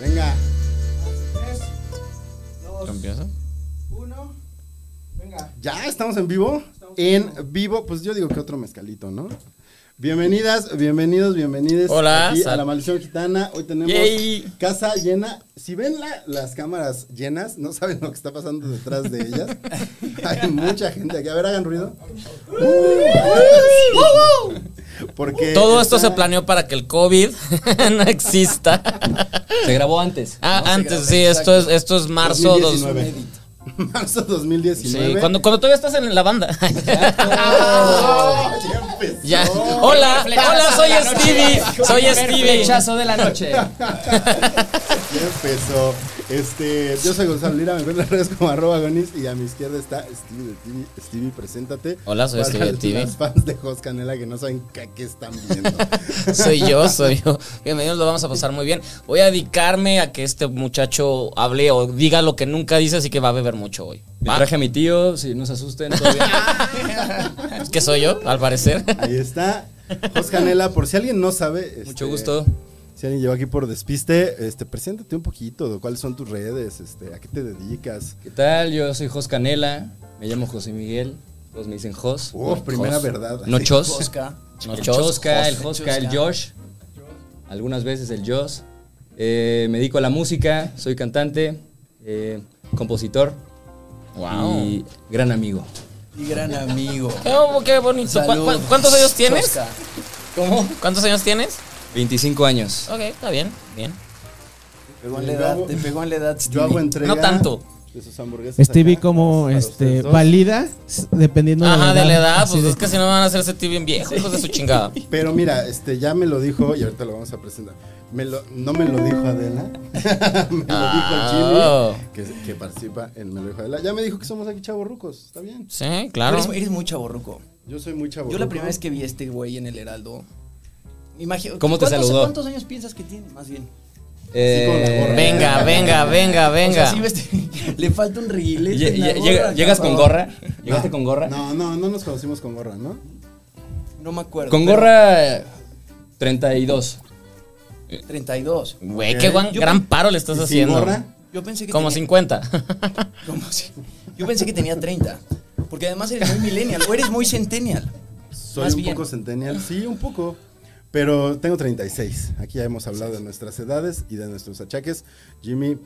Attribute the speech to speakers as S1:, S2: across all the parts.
S1: Venga.
S2: Tres, dos,
S3: ¿Empieza?
S2: uno. Venga.
S1: Ya estamos en vivo. en vivo, pues yo digo que otro mezcalito, ¿no? Bienvenidas, bienvenidos, bienvenides
S3: Hola,
S1: aquí a
S3: sal-
S1: la maldición gitana. Hoy tenemos
S3: Yay.
S1: casa llena. Si ven la- las cámaras llenas, no saben lo que está pasando detrás de ellas. Hay mucha gente aquí. A ver, hagan ruido. Porque
S3: Todo esto se
S1: está-
S3: planeó para que el COVID no exista.
S4: Se grabó antes.
S3: Ah,
S4: ¿no?
S3: antes,
S4: Se
S3: sí,
S4: grabó,
S3: esto es,
S4: exacto.
S3: esto es marzo dos-
S1: 2019. Marzo
S3: Sí,
S1: 2019.
S3: cuando, cuando todavía estás en la banda.
S1: ¡Ah! Ya empezó.
S3: ya. Hola,
S4: Flechazo
S3: hola,
S4: de
S3: soy
S4: la noche.
S3: Stevie. Soy
S4: Primer
S3: Stevie.
S4: Flechazo de la noche.
S1: Ya empezó. Este, yo soy Gonzalo Lira, me encuentro en las redes como arroba gonis y a mi izquierda está Stevie de TV. Stevie, preséntate.
S3: Hola, soy
S1: Para
S3: Stevie de TV.
S1: Los fans de Jos Canela que no saben qué, qué están viendo.
S3: Soy yo, soy yo. Bienvenidos, lo vamos a pasar muy bien. Voy a dedicarme a que este muchacho hable o diga lo que nunca dice, así que va a beber mucho hoy.
S4: Me
S3: ¿Va?
S4: traje a mi tío, si no se asusten, todo bien.
S3: Es que soy yo, al parecer.
S1: Ahí está. Jos Canela, por si alguien no sabe. este,
S4: Mucho gusto.
S1: Si alguien lleva aquí por despiste, este, preséntate un poquito. ¿Cuáles son tus redes? Este, ¿A qué te dedicas?
S4: ¿Qué tal? Yo soy Jos Canela, me llamo José Miguel, todos me dicen Jos.
S1: Uf, primera
S4: Jos.
S1: verdad.
S3: No chos.
S5: Posca.
S3: No
S4: el
S3: chos.
S4: Chosca,
S3: Jos.
S4: el Josca, el Josh. Algunas veces el Jos. Eh, me dedico a la música, soy cantante, eh, compositor
S3: Wow.
S4: y gran amigo.
S5: Y gran amigo.
S3: Oh, qué bonito. ¿Cu-
S5: Salud.
S3: cu- cuántos años tienes?
S5: Chosca.
S3: ¿Cómo? ¿Cuántos años tienes?
S4: 25 años.
S3: Ok, está bien, bien.
S5: Pegó en la edad, te pegó en la edad.
S1: Yo hago entrega
S3: No tanto.
S1: de sus hamburguesas.
S2: Stevie
S1: acá,
S2: como
S1: para
S2: este
S1: ustedes dos.
S2: valida s- dependiendo
S3: Ajá, de la edad,
S2: así
S3: pues
S2: de-
S3: es que si no van a hacerse tío bien viejo, hijos de su chingada.
S1: Pero mira, este ya me lo dijo y ahorita lo vamos a presentar. Me lo- no me lo dijo Adela. me lo
S3: Ah.
S1: dijo Jimmy, que, que participa en Me lo dijo Adela. Ya me dijo que somos aquí chavorrucos. Está bien.
S3: Sí,
S4: Ah,
S3: claro.
S5: Eres, eres muy chaborruco.
S1: Yo soy muy chavorruco.
S5: Yo la primera vez que vi a este güey en el Heraldo. Imagino,
S4: ¿Cómo te
S5: ¿cuántos-
S4: saludó?
S5: ¿Cuántos años piensas que tiene? Más bien.
S1: Así con
S4: Eh,
S1: la gorra.
S3: Venga, venga, venga,
S5: O
S3: venga.
S5: sea, sí ves- le falta un reguilete.
S4: Lle-
S5: en la
S4: lle-
S5: gorra,
S4: llega-
S5: cabrón.
S4: ¿Llegas con gorra? ¿Llegaste
S1: No,
S4: con gorra?
S1: No, no, no nos conocimos con gorra, ¿no?
S5: No me acuerdo.
S4: Con
S5: pero
S4: gorra eh, 32.
S5: 32.
S3: Güey, qué guan- gran paro le estás
S1: ¿Y sin
S3: haciendo.
S1: gorra?
S5: Yo pensé que.
S3: Como
S5: tenía-
S3: 50.
S5: como si- Yo pensé que tenía 30. Porque además eres muy millennial. O eres muy centennial.
S1: Soy
S5: Más
S1: un
S5: bien.
S1: poco centennial. Sí, un poco. Pero tengo 36. Aquí ya hemos hablado de nuestras edades y de nuestros achaques. Jimmy,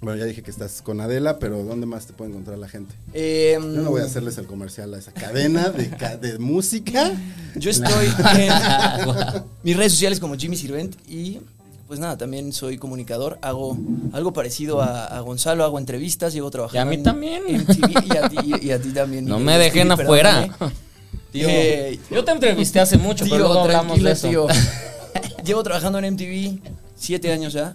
S1: bueno, ya dije que estás con Adela, pero ¿dónde más te puede encontrar la gente? Yo no voy a
S5: Em,
S1: hacerles el comercial a esa cadena de, ca- de música.
S5: Yo estoy en mis redes sociales como Jimmy Sirvent y pues nada, también soy comunicador, hago algo parecido a, a Gonzalo, hago entrevistas, llevo trabajando.
S3: Y a mí
S5: en
S3: también.
S5: MTV y a ti, y- y a ti también.
S3: No
S5: mi
S3: me
S5: querido
S3: dejen
S5: Stevie,
S3: afuera.
S5: perdóname.
S4: Tío.
S5: Eh,
S3: Yo te entrevisté hace mucho,
S5: tío,
S3: pero luego hablamos
S5: tranquilo,
S3: de eso.
S5: tío. Llevo trabajando en MTV siete años ya.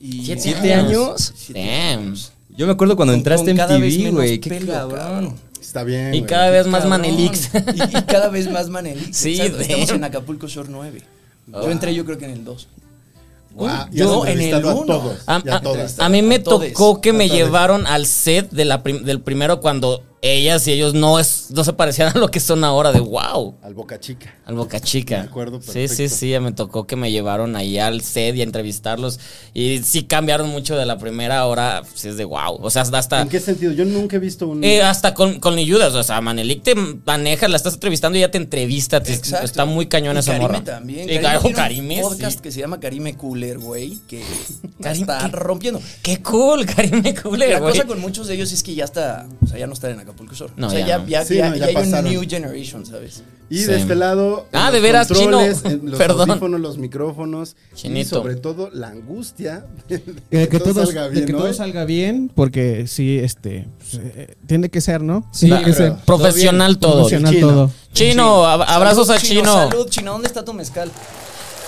S5: Y
S3: ¿Siete,
S4: ¿Siete
S3: años?
S5: Siete
S3: Damn.
S4: Yo me acuerdo cuando
S5: Con-
S4: entraste
S5: con
S4: en
S5: cada vez
S4: TV,
S5: menos
S4: güey. Qué
S5: pelo,
S4: cabrón.
S5: cabrón.
S1: Está bien.
S3: Y
S1: güey.
S3: cada vez más
S5: Cabrón.
S3: Manelix.
S5: Y, y cada vez más Manelix.
S3: Sí, Ah.
S5: Exacto, Estamos
S3: damn.
S5: en Acapulco Shore 9. Yo entré yo creo que en el 2.
S1: Guau,
S5: Uh,
S1: y has
S5: yo en el
S1: entrevistado a
S5: uno.
S1: todos,
S3: A,
S1: y a
S3: a-
S1: todas.
S3: a mí me
S5: A todes.
S3: tocó que me
S1: todes.
S3: llevaron al set de la prim- del primero cuando ellas y ellos no, es, no se parecían a lo que son ahora, de wow.
S1: Al Boca Chica.
S3: Al Boca Chica.
S1: Me acuerdo
S3: sí, sí,
S1: perfecto.
S3: sí, ya me tocó que me llevaron ahí al set y a entrevistarlos. Y sí cambiaron mucho de la primera hora. Sí, es de wow. O sea, hasta.
S1: ¿En qué sentido? Yo nunca he visto un.
S3: eh, hasta con, con Niyudas, o sea, Manelik te maneja, la estás entrevistando y ya te entrevista. te-
S5: Exacto.
S3: está muy cañón
S5: Y
S3: esa
S5: Karime
S3: morra.
S5: también.
S3: Y claro,
S5: tiene un
S3: Karime, sí.
S5: podcast que se llama Karime Cooler, güey, que
S3: Karime,
S5: está
S3: ¿qué?
S5: rompiendo.
S3: Qué cool, Karime Cooler,
S5: La
S3: güey.
S5: cosa con muchos de ellos es que ya está, o sea, ya no están en Acapulco Shore.
S3: No,
S5: o sea,
S3: ya
S5: ya,
S3: no.
S5: ya-
S1: Sí,
S5: ya-
S1: no, ya
S5: ya hay un
S1: pasaron.
S5: new generation, ¿sabes?
S1: y de
S3: sí.
S1: este lado. en
S3: Ah,
S1: los
S3: de veras, chino.
S1: controles, en Los
S3: Perdón.
S1: audífonos, los micrófonos. Y
S3: Chinito.
S1: sobre todo la angustia de, de
S2: de que, todo,
S1: salga
S2: de
S1: bien.
S2: que
S1: ¿no?
S2: todo salga bien, porque sí, este, pues, eh, tiene que ser, ¿no?
S3: Sí,
S2: Tiene que
S3: pero-
S2: ser
S3: profesional todo.
S2: profesional
S1: Chino.
S2: todo.
S3: Chino, ab- abrazos
S5: Salud,
S3: a Chino.
S5: Salud, Chino, ¿dónde está tu mezcal?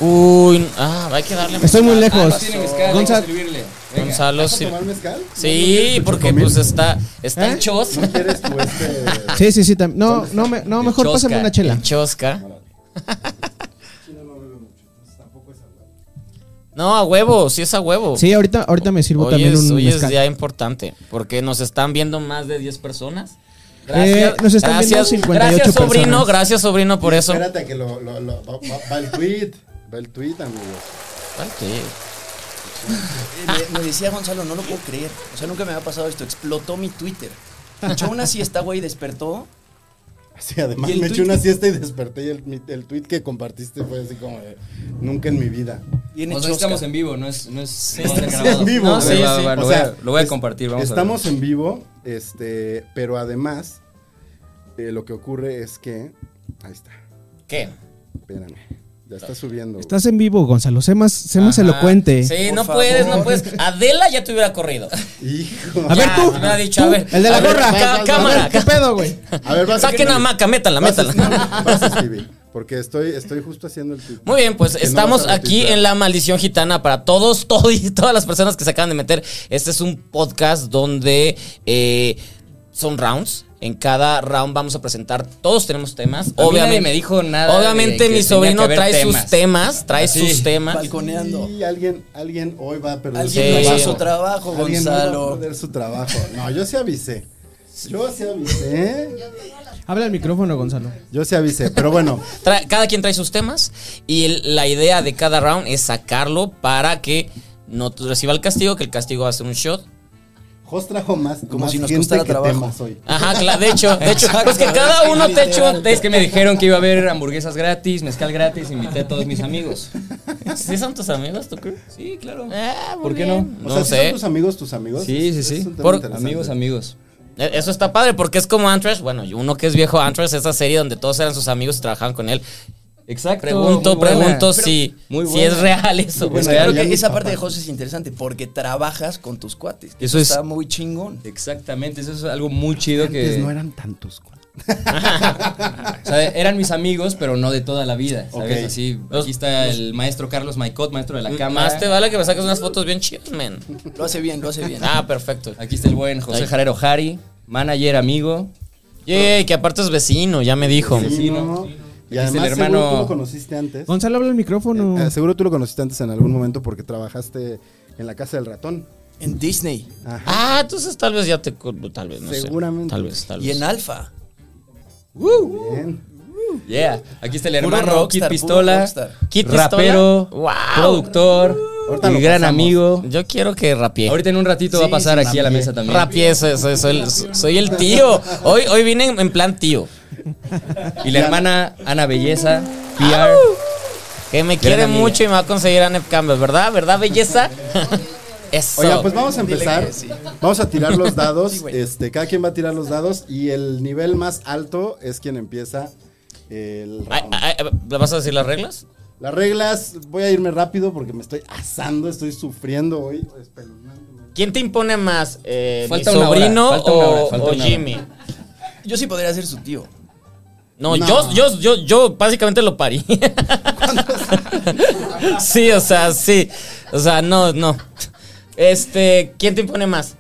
S3: Uy, ah, hay que darle.
S2: Estoy muy
S5: Pues,
S2: lejos.
S4: Ah, no tiene mezcal, hay que
S2: Gonza-
S4: servirle. Venga.
S3: Gonzalo,
S1: ¿Vas a
S3: sí.
S1: tomar mezcal?
S3: Sí, porque pues está, está
S2: ¿Eh?
S3: el chos.
S1: ¿No quieres tu este
S2: Sí, sí, sí. tam- No, no, me- no
S4: El
S2: mejor
S4: chosca,
S2: pásame una chela.
S3: El chosca. No, a huevo, sí es a huevo.
S2: Sí, ahorita, ahorita me sirvo
S3: hoy
S2: también
S3: es,
S2: un
S3: hoy
S2: mezcal.
S3: es día importante, porque nos están viendo más de 10 personas.
S2: Eh, nos están viendo 58
S3: gracias, sobrino,
S2: personas.
S3: gracias, sobrino, por eso.
S1: Espérate a que lo, lo, lo- va, va- va el tweet. Va el tweet, amigos.
S3: ¿Cuál qué?
S5: Eh, Me, me decía Gonzalo, no lo puedo creer. O sea, nunca me había pasado esto. Explotó mi Twitter. Me Echó una siesta, güey, despertó.
S1: Así, además
S5: ¿Y el
S1: me eché
S5: tuit?
S1: una siesta y desperté y el, mi- el tweet que compartiste fue así como de, nunca en mi vida.
S5: Viene
S4: O sea,
S5: chosca.
S4: Pues estamos
S5: Este,
S4: en vivo, no es, no es, no está
S1: Estamos
S4: grabado.
S1: en vivo.
S3: No, sí,
S4: Va, va,
S3: sí.
S4: va, lo,
S1: O
S4: voy a-
S1: sea,
S4: lo voy a
S1: es-
S4: compartir, vamos
S1: Estamos
S4: a
S1: en vivo, este, pero además eh, lo que ocurre es que ahí está.
S3: ¿Qué?
S1: Espérame. Ya está subiendo. güey.
S2: Estás en vivo, Gonzalo. Sé más, sé más
S3: Ajá.
S2: elocuente.
S3: Sí,
S5: Por
S3: no
S5: favor.
S3: puedes, no puedes. Adela ya te hubiera corrido.
S1: Hijo.
S2: A ver
S3: Ya,
S2: tú.
S3: me ha dicho,
S2: tú,
S3: a ver,
S2: el de la
S3: a ver,
S2: gorra.
S3: ca-
S2: A ver,
S3: cámara,
S2: ¿Qué
S3: ca-
S2: pedo, güey?
S1: A ver, vas
S3: Saquen a Maca, métanla, métanla.
S1: Pasa, Stevie, porque estoy, estoy justo haciendo el tweet.
S3: Muy bien, pues
S1: Que no
S3: estamos
S1: vas a
S3: aquí
S1: retuitear.
S3: en La Maldición Gitana para todos, todo y todas las personas que se acaban de meter. Este es un podcast donde eh, son rounds. En cada round vamos a presentar, todos tenemos temas.
S4: nadie
S3: obviamente
S4: me dijo nada
S3: Obviamente
S4: de que
S3: mi
S4: tenía que
S3: sobrino
S4: haber
S3: trae sus
S4: temas.
S3: temas, trae
S4: Así,
S3: sus temas.
S5: Balconeando.
S1: Y alguien, alguien hoy va a perder
S5: Alguien no
S3: Sí.
S5: hizo su trabajo,
S1: Alguien hoy va a
S5: Gonzalo.
S1: perder su trabajo. No, yo sí avisé. Yo sí avisé.
S2: Habla el micrófono, Gonzalo.
S1: Yo sí avisé, pero bueno.
S3: Tra- cada quien trae sus temas y el- la idea de cada round es sacarlo para que no t- reciba el castigo, que el castigo va a ser un shot.
S1: Jos trajo más,
S5: Como
S1: más
S5: si nos
S1: gente
S5: costara
S1: que
S5: trabajo.
S1: temas hoy.
S3: Ajá, cla- de hecho, de hecho,
S5: Exacto,
S3: pues que cada uno te eche un...
S4: hacerlo. Es que me dijeron que iba a haber hamburguesas gratis, mezcal gratis, invité a todos mis amigos.
S3: ¿Sí son tus amigos, tú crees?
S4: Sí, claro.
S3: Ah, muy
S4: ¿Por qué
S3: bien.
S1: O
S3: No
S1: sea, ¿sí
S3: sé.
S1: ¿son tus amigos tus amigos?
S4: Sí, sí,
S1: Es-
S4: sí.
S1: es un tema
S3: Por-
S1: interesante.
S4: Amigos, amigos.
S3: Eh, Eso está padre porque es como Antrash. Bueno, y uno que es viejo Antrash, esa serie donde todos eran sus amigos y trabajaban con él.
S4: Exacto.
S3: Pregunto,
S4: muy buena.
S3: pregunto si,
S4: muy
S3: si
S4: buena.
S3: es real eso.
S1: Muy buena.
S5: Es que
S1: Bueno,
S5: creo
S1: ya
S5: que
S1: mis
S5: esa parte
S1: papás.
S5: de José es interesante porque trabajas con tus cuates.
S4: Eso
S5: Eso
S4: es-
S5: está muy chingón.
S4: Exactamente, eso es algo muy chido
S1: Antes
S4: que...
S1: no eran tantos. güey.
S4: O sea, eran mis amigos, pero no de toda la vida, ¿sabes?
S1: Ok.
S4: Así, aquí está el maestro Carlos Maicot, maestro de la cámara.
S3: Más te vale que me saques unas fotos bien chidas, man.
S5: Lo hace bien, lo hace bien.
S3: Ah, perfecto.
S4: Aquí está el buen José
S3: Ay.
S4: Jarero Jari, manager, amigo.
S3: Yay, que aparte es vecino, ya me dijo.
S1: Sí,
S4: Vecino.
S1: ¿no?
S4: Aquí
S1: Y
S4: está
S1: además hermano... seguro
S4: el
S1: tú
S4: hermano-
S1: lo conociste antes.
S2: Gonzalo, habla el micrófono.
S1: Eh, seguro tú lo conociste antes en algún momento porque trabajaste en la casa del ratón.
S5: En Disney
S1: Ajá.
S3: Ah, entonces tal vez ya te. cu- Tal vez, no sé.
S1: Seguramente.
S3: Tal vez, tal
S5: y
S3: vez.
S5: en Alfa.
S1: Bien.
S4: Yeah. Aquí está el
S5: Puro
S4: hermano Kid
S5: rockstar, puro
S4: Pistola,
S5: rockstar.
S3: Kid Pistola.
S4: rapero,
S3: Wow.
S4: productor,
S1: Ahorita
S4: mi
S1: lo
S4: gran
S1: pasamos.
S4: amigo.
S3: Yo quiero que rapie.
S4: Ahorita en un ratito va a pasar aquí a la mesa también.
S3: Rapie, soy, soy- soy- soy el tío. Hoy, hoy vine en plan tío.
S4: Y la hermana Ana Belleza, PR.
S3: Que me quiere
S4: amiga.
S3: mucho y me va a conseguir a Nep Campbell, ¿verdad? ¿Verdad, belleza? Eso.
S1: Oiga, pues vamos a
S5: Dile
S1: empezar.
S5: que sí.
S1: Vamos a tirar los dados.
S5: Sí, güey.
S1: este, cada quien va a tirar los dados y el nivel más alto es quien empieza el
S3: Ay,
S1: round.
S3: ay, ay, ¿le ¿Vas a decir las reglas?
S1: Las reglas, voy a irme rápido porque me estoy asando, estoy sufriendo hoy. espeluznando.
S3: ¿Quién te impone más? Eh,
S4: Falta
S3: ¿Mi
S4: una hora,
S3: sobrino
S4: falta
S3: o,
S4: una hora, falta
S3: o
S4: una hora.
S3: Jimmy?
S5: Yo sí podría ser su tío.
S3: No,
S1: No.
S3: Yo, yo, yo, yo básicamente lo parí. sí, o sea, sí. O sea, no, no. Este, ¿quién te impone más?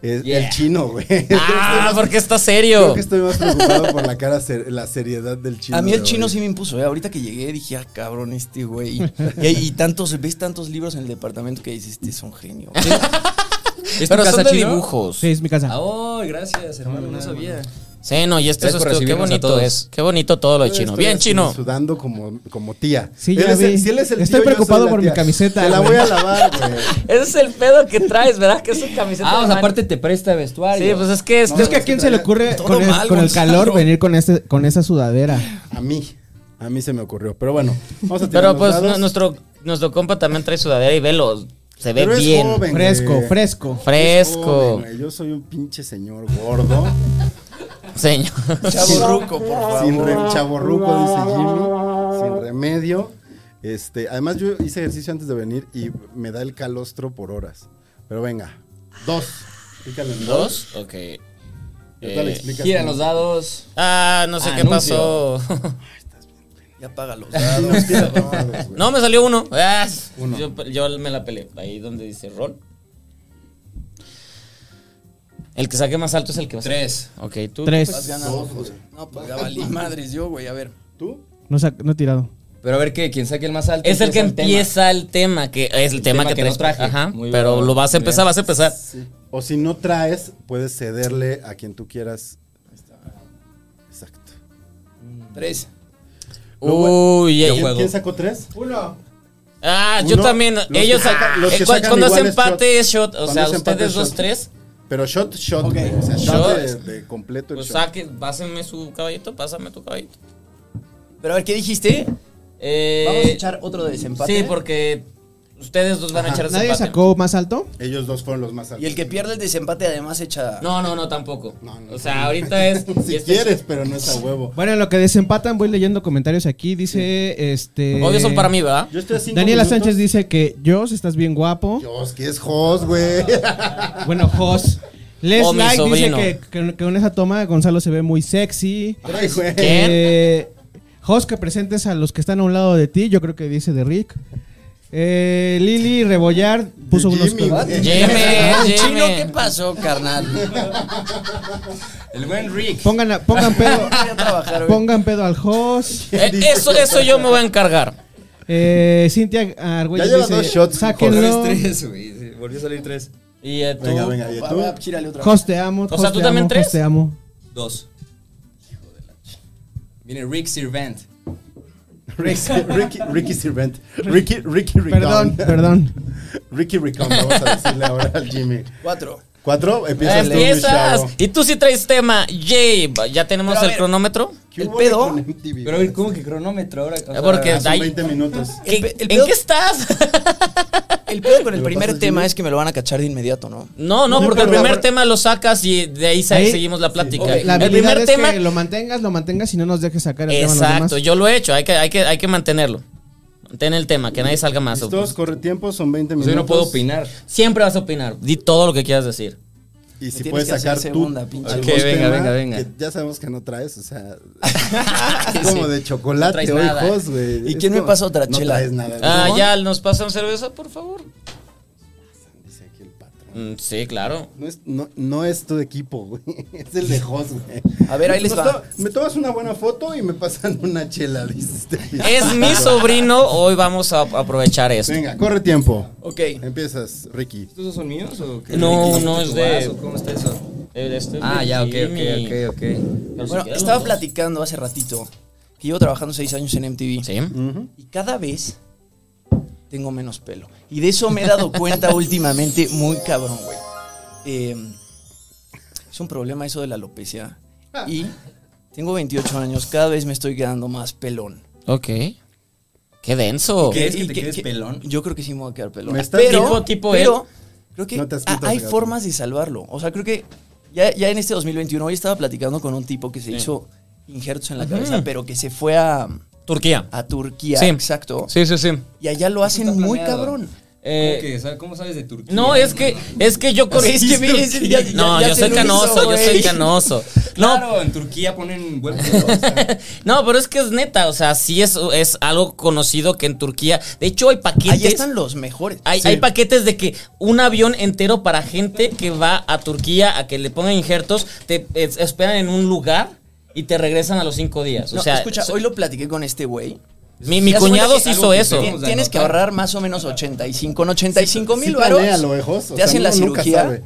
S1: Es
S4: Yeah.
S1: El chino, güey.
S3: Ah, porque está serio.
S1: Creo que estoy más preocupado por la cara, ser- la seriedad del chino.
S5: A mí
S1: de
S5: el chino
S1: hoy.
S5: sí me impuso. eh. Ahorita que llegué dije, ah, cabrón, este güey. Y, y tantos, ves tantos libros en el departamento que dices, este es un genio.
S4: Este ¿Es tu
S3: Pero
S4: casa
S3: son de
S4: chino?
S3: dibujos.
S2: Sí,
S3: Sí.
S2: es mi casa.
S4: Ah, Oh, gracias, hermano, no sabía.
S3: no, y este es
S4: Gracias
S3: estudio. Qué
S4: por recibirnos a
S3: bonito
S4: todos.
S3: es. Qué bonito todo lo de
S1: Estoy
S3: chino. Bien,
S1: así
S3: chino.
S1: Sudando como, como tía.
S2: Sí, ya
S1: es el-
S2: vi.
S1: si él es el
S2: Estoy
S1: tío, yo soy
S2: preocupado
S1: la
S2: por mi
S1: tía.
S2: camiseta,
S1: Te la
S2: güey.
S1: voy a lavar, güey.
S3: Ese es el pedo que traes, ¿verdad? Que es tu camiseta.
S4: Ah, o
S3: de
S4: sea,
S3: mano.
S4: aparte te presta vestuario.
S3: Sí, pues es que este.
S2: No, es que a quién se le ocurre
S5: Todo
S2: con el,
S5: mal,
S2: con el
S5: Gonzalo.
S2: calor venir con, este, con esa sudadera.
S1: A mí. A mí se me ocurrió. Pero bueno, vamos a tirar
S3: Pero
S1: los
S3: pues
S1: dados.
S3: no- nuestro, nuestro compa también trae sudadera y velo. Se ve
S1: Pero es
S3: bien.
S1: joven, güey.
S2: Fresco, fresco.
S1: Es
S3: Fresco.
S1: joven, güey. Yo soy un pinche señor gordo.
S3: Señor.
S5: Chavo Ruco, por
S1: sin re,
S5: favor.
S1: chavorruco, dice Jimmy. Sin remedio. Este, además, yo hice ejercicio antes de venir y me da el calostro por horas. Pero venga, dos. Pícale en dos.
S3: Dos. Ok. Eh,
S1: Ahorita le explicas
S4: Giran
S1: cómo.
S4: los dados.
S3: Ah, no sé qué
S4: Anuncio.
S3: pasó.
S5: Ya paga los
S1: Ah,
S5: dados.
S1: dos pies acabados, güey.
S3: No, me salió uno. Ah,
S1: Uno.
S3: Yo, yo me la peleé. Ahí donde dice rol. El que saque más alto es el que va a sacar.
S4: Tres.
S3: Ok, tú.
S5: Vas
S2: Tres.
S5: ganando, güey. No, pues ya valí madres yo, güey. A ver.
S1: ¿Tú?
S2: No, sac- no he tirado.
S4: Pero a ver qué, quien saque el más alto.
S3: Es el que
S4: el tema.
S3: empieza el tema, que es el, tema,
S4: tema
S3: que,
S4: que no
S3: traes.
S4: traje.
S3: Ajá,
S4: Muy
S3: pero
S4: bien.
S3: lo vas a
S4: Muy
S3: empezar,
S4: bien.
S3: vas a empezar.
S1: O si no traes, puedes cederle a quien tú quieras. Exacto.
S5: Tres.
S1: Lo bueno-
S3: Uy, ya
S1: ¿Quién-
S3: juego.
S1: ¿Quién sacó tres?
S3: Ah,
S1: Uno,
S3: yo también.
S1: los que
S3: Ellos
S1: sacan-
S3: ah,
S1: los que
S3: eh, cu-
S1: sacan
S3: cuando es
S1: igual es
S3: empate
S1: shot.
S3: es shot. O
S1: Cuando
S3: sea,
S1: es empate
S3: ustedes
S1: es
S3: dos,
S1: shot.
S3: tres.
S1: Pero shot, shot.
S5: Ok.
S1: güey. O sea, shot,
S3: Shot.
S1: de- De, completo el
S3: Pues
S1: shot.
S3: saque, pásame su caballito, pásame tu caballito.
S5: Pero a ver, ¿qué dijiste?
S3: Eh,
S5: Vamos a echar otro de desempate.
S3: Sí, porque ustedes dos van a echar ese
S2: ¿Nadie
S3: empate.
S2: sacó más alto?
S1: Ellos dos fueron los más altos.
S5: Y el que pierde el desempate además echa.
S3: No, no, no, tampoco.
S1: No, no,
S3: o sea, ahorita es.
S1: si
S3: este-
S1: quieres, pero no es a huevo.
S2: Bueno, en lo que desempatan, voy leyendo comentarios aquí. Dice, este...
S3: Obvio son para mí, ¿verdad?
S1: Yo estoy a cinco
S2: Daniela
S1: minutos.
S2: Sánchez dice que Jos, estás bien guapo.
S1: Dios, que es Jos, güey.
S2: Bueno, Jos. Les
S3: O mi
S2: Like dice
S3: sobrino.
S2: que, que- que con esa toma Gonzalo se ve muy sexy.
S1: Ay, güey.
S3: ¿Qué? ¿Quién?
S2: Eh, Jos, que presentes a los que están a un lado de ti. Yo creo que dice de Rick. Eh, Lili Rebollar puso
S1: De
S2: unos...
S1: Jimmy,
S2: com-
S1: güey.
S5: Ah,
S3: Yeme,
S5: Chino, ¿qué
S3: Yeme.
S5: pasó, carnal?
S4: El buen Rick.
S2: Pongan, a- pongan pedo...
S5: Voy a trabajar, güey.
S2: Pongan pedo al Jos.
S3: Eh, Eso, eso yo me voy a encargar.
S2: Eh, Cintia Argüelles
S1: Ya lleva
S2: dice,
S1: dos shots,
S2: sáquenlo.
S4: güey. Sí, Volvió a salir tres.
S3: Y eh, tú.
S1: Venga, venga, ¿y
S5: Va,
S1: tú?
S5: va, pues, chírale otra
S2: Jos, te amo.
S3: O sea,
S2: Jos,
S3: ¿tú
S2: te
S3: también
S2: amo,
S3: tres?
S2: Jos, te amo.
S4: Dos. Viene Rick Sirvent.
S1: Ricky, Ricky, Ricky Servant. Ricky, Ricky Ricón.
S2: Perdón, perdón.
S1: Ricky Ricón, vamos a decirle ahora al Jimmy.
S5: Cuatro.
S1: ¿Cuatro?
S3: Ah,
S1: Empiezas tú, mi
S3: Empiezas.
S1: chavo.
S3: Y tú sí traes tema. Yay. Ya tenemos
S5: Pero a
S3: el
S5: ver.
S3: cronómetro.
S1: ¿Qué
S5: El
S1: hubo
S5: pedo-
S1: con MTV,
S4: Pero a
S1: güey?
S4: ver, ¿cómo que cronómetro ahora? O sea,
S3: Porque-
S1: Ah, son
S3: Ay.
S1: 20 minutos.
S5: El
S3: ¿En-
S5: pe- el
S3: ¿En
S5: pedo-
S3: qué estás?
S5: El pedo con el
S1: ¿Lo
S5: primer
S1: pasas,
S5: tema
S1: Jimmy?
S5: es que me lo van a cachar de inmediato, ¿no?
S3: No, no,
S2: No,
S3: porque el
S2: pero-
S3: primer tema lo sacas y de ahí, sa-
S2: Ahí-
S3: seguimos la plática.
S4: Ok,
S2: La
S3: el
S2: habilidad
S3: primer
S2: es
S3: tema.
S2: que lo mantengas, lo mantengas y no nos dejes sacar el tema a los
S3: Exacto,
S2: demás.
S3: yo lo he hecho. Hay que, hay que, hay que mantenerlo. Mantén el tema, que nadie salga más.
S1: Todos corre tiempo, son 20
S4: pues
S1: minutos.
S4: yo no puedo opinar.
S3: Siempre vas a opinar. Di todo lo que quieras decir.
S1: Y si
S5: Tienes
S1: puedes
S5: que hacer
S1: sacar
S5: segunda,
S1: tú
S5: pinche.
S1: algún
S4: Ok, venga,
S1: tema
S4: venga, venga.
S1: que ya sabemos que no traes, o sea, es como de chocolate
S3: traes
S1: hoy,
S3: nada.
S1: Jos, güey.
S5: ¿Y
S1: Es
S5: quién me
S1: como-
S5: pasa otra
S1: no
S5: chela?
S1: traes nada.
S3: Ah,
S1: ¿no?
S3: ya, ¿nos pasan cerveza, por favor?
S1: Dice aquí el patrón.
S3: Mm, sí, claro.
S1: No es, no, no es tu equipo, güey. Es el de Jos, güey.
S5: A ver, ahí les
S1: Nos
S5: va.
S1: to- Me tomas una buena foto y me pasan una chela, dice este pinche.
S3: Es mi sobrino, hoy vamos a aprovechar esto.
S1: Venga, corre tiempo.
S5: Ok.
S1: Empiezas, Ricky.
S4: ¿Estos son míos o qué?
S3: No,
S4: Ricky,
S3: no,
S4: ¿tú
S3: es
S4: vas
S3: de-
S4: o ¿Cómo está eso?
S3: El- este es
S4: Ah,
S3: de
S4: ya, ok,
S3: Jimmy.
S4: ok, ok, ok.
S3: Pero si
S5: Bueno,
S3: quieres,
S5: estaba
S3: los dos.
S5: platicando hace ratito que llevo trabajando seis años en MTV.
S3: Sí.
S5: Y cada vez tengo menos pelo. Y de eso me he dado cuenta últimamente muy cabrón, güey. Eh, es un problema eso de la alopecia. Y tengo 28 años, cada vez me estoy quedando más pelón.
S3: Ok. Qué denso.
S4: ¿Qué? ¿Crees que
S5: Eh, Y
S4: te quedes pelón?
S5: Yo creo que sí me voy a quedar pelón.
S1: Me estás-
S3: Tipo- tipo
S5: pero creo que
S1: No te has
S5: ha-
S1: quitado,
S5: hay
S1: fíjate.
S5: formas de salvarlo. O sea, creo que ya, ya en este 2021 hoy estaba platicando con un tipo que se hizo injertos en la cabeza, pero que se fue a,
S3: Turquía.
S5: a Turquía.
S3: Sí.
S5: exacto.
S3: Sí, sí, sí.
S5: Y allá lo hacen
S4: está
S5: muy
S4: planeado.
S5: cabrón.
S4: ¿Cómo,
S3: Eh,
S4: que, ¿sabes? ¿Cómo sabes de Turquía?
S3: No, es que, es que yo con-
S5: Es que ve, es- ya- ya-
S3: No,
S5: ya
S3: yo
S5: se
S3: soy
S5: lo hizo,
S3: canoso, yo soy
S5: güey.
S3: canoso. No,
S4: Claro, en Turquía ponen buen pelo, o sea.
S3: no, pero es que es neta, o sea, sí es, es algo conocido que en Turquía. De hecho, hay paquetes.
S5: Allá están los mejores.
S3: Hay, hay paquetes de que un avión entero para gente que va a Turquía a que le pongan injertos, te es- esperan en un lugar y te regresan a los cinco días. O
S5: No,
S3: sea,
S5: escucha,
S3: so-
S5: hoy lo platiqué con este güey.
S3: mi, mi
S5: Ya suena
S3: cuñado
S5: que
S3: se
S4: algo
S3: hizo
S4: que
S3: eso.
S4: tenemos. Vamos a
S5: Tienes que
S4: anotar.
S5: ahorrar más o menos 85. Con 85 mil
S1: Sí,
S5: varos
S1: planéalo, eh, Jos. O
S5: Te
S1: sea,
S5: hacen la
S1: uno nunca
S5: cirugía.
S1: sabe.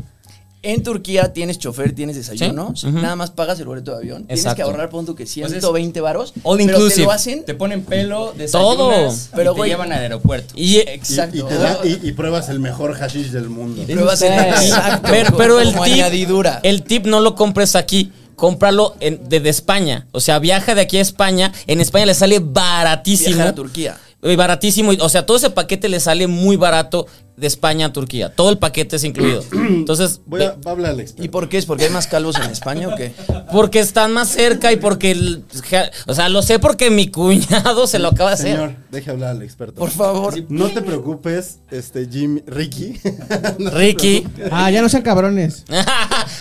S5: En Turquía tienes chofer, tienes desayunos,
S3: ujú.
S5: nada más pagas el boleto de avión. Tienes que
S3: Exacto.
S5: ahorrar, pon tú que
S4: es-
S5: 120 varos.
S3: All
S5: pero Te
S3: inclusive.
S5: lo hacen.
S4: Te ponen pelo, desayunas
S3: Todo.
S4: y
S5: Pero,
S4: te
S5: güey-
S4: llevan al aeropuerto.
S3: Y,
S1: Y-
S5: Exacto.
S1: Y, te da- y- y pruebas el mejor hashish del mundo.
S5: Pero va a ser-
S3: Exacto.
S5: exacto,
S3: Pero,
S5: como-
S3: pero el
S5: como
S3: tip,
S5: añadidura.
S3: el tip no lo compres aquí. Cómpralo en- desde España. O sea, viaja de aquí a España. En España le sale baratísimo.
S5: viajar a Turquía.
S3: Eh, Baratísimo. Y- O sea, todo ese paquete le sale muy barato de España a Turquía. Todo el paquete es incluido. Entonces,
S1: Voy a, va a hablar el experto.
S5: ¿Y por qué es? ¿Porque hay más calvos en España o qué?
S3: porque están más cerca y porque... el- o sea, lo sé porque mi cuñado se lo acaba de hacer.
S1: Señor, deje hablar al experto.
S5: Por favor.
S1: No te preocupes, este Jimmy, Ricky. No te
S3: Ricky.
S1: preocupes.
S2: Ah, ya no sean cabrones.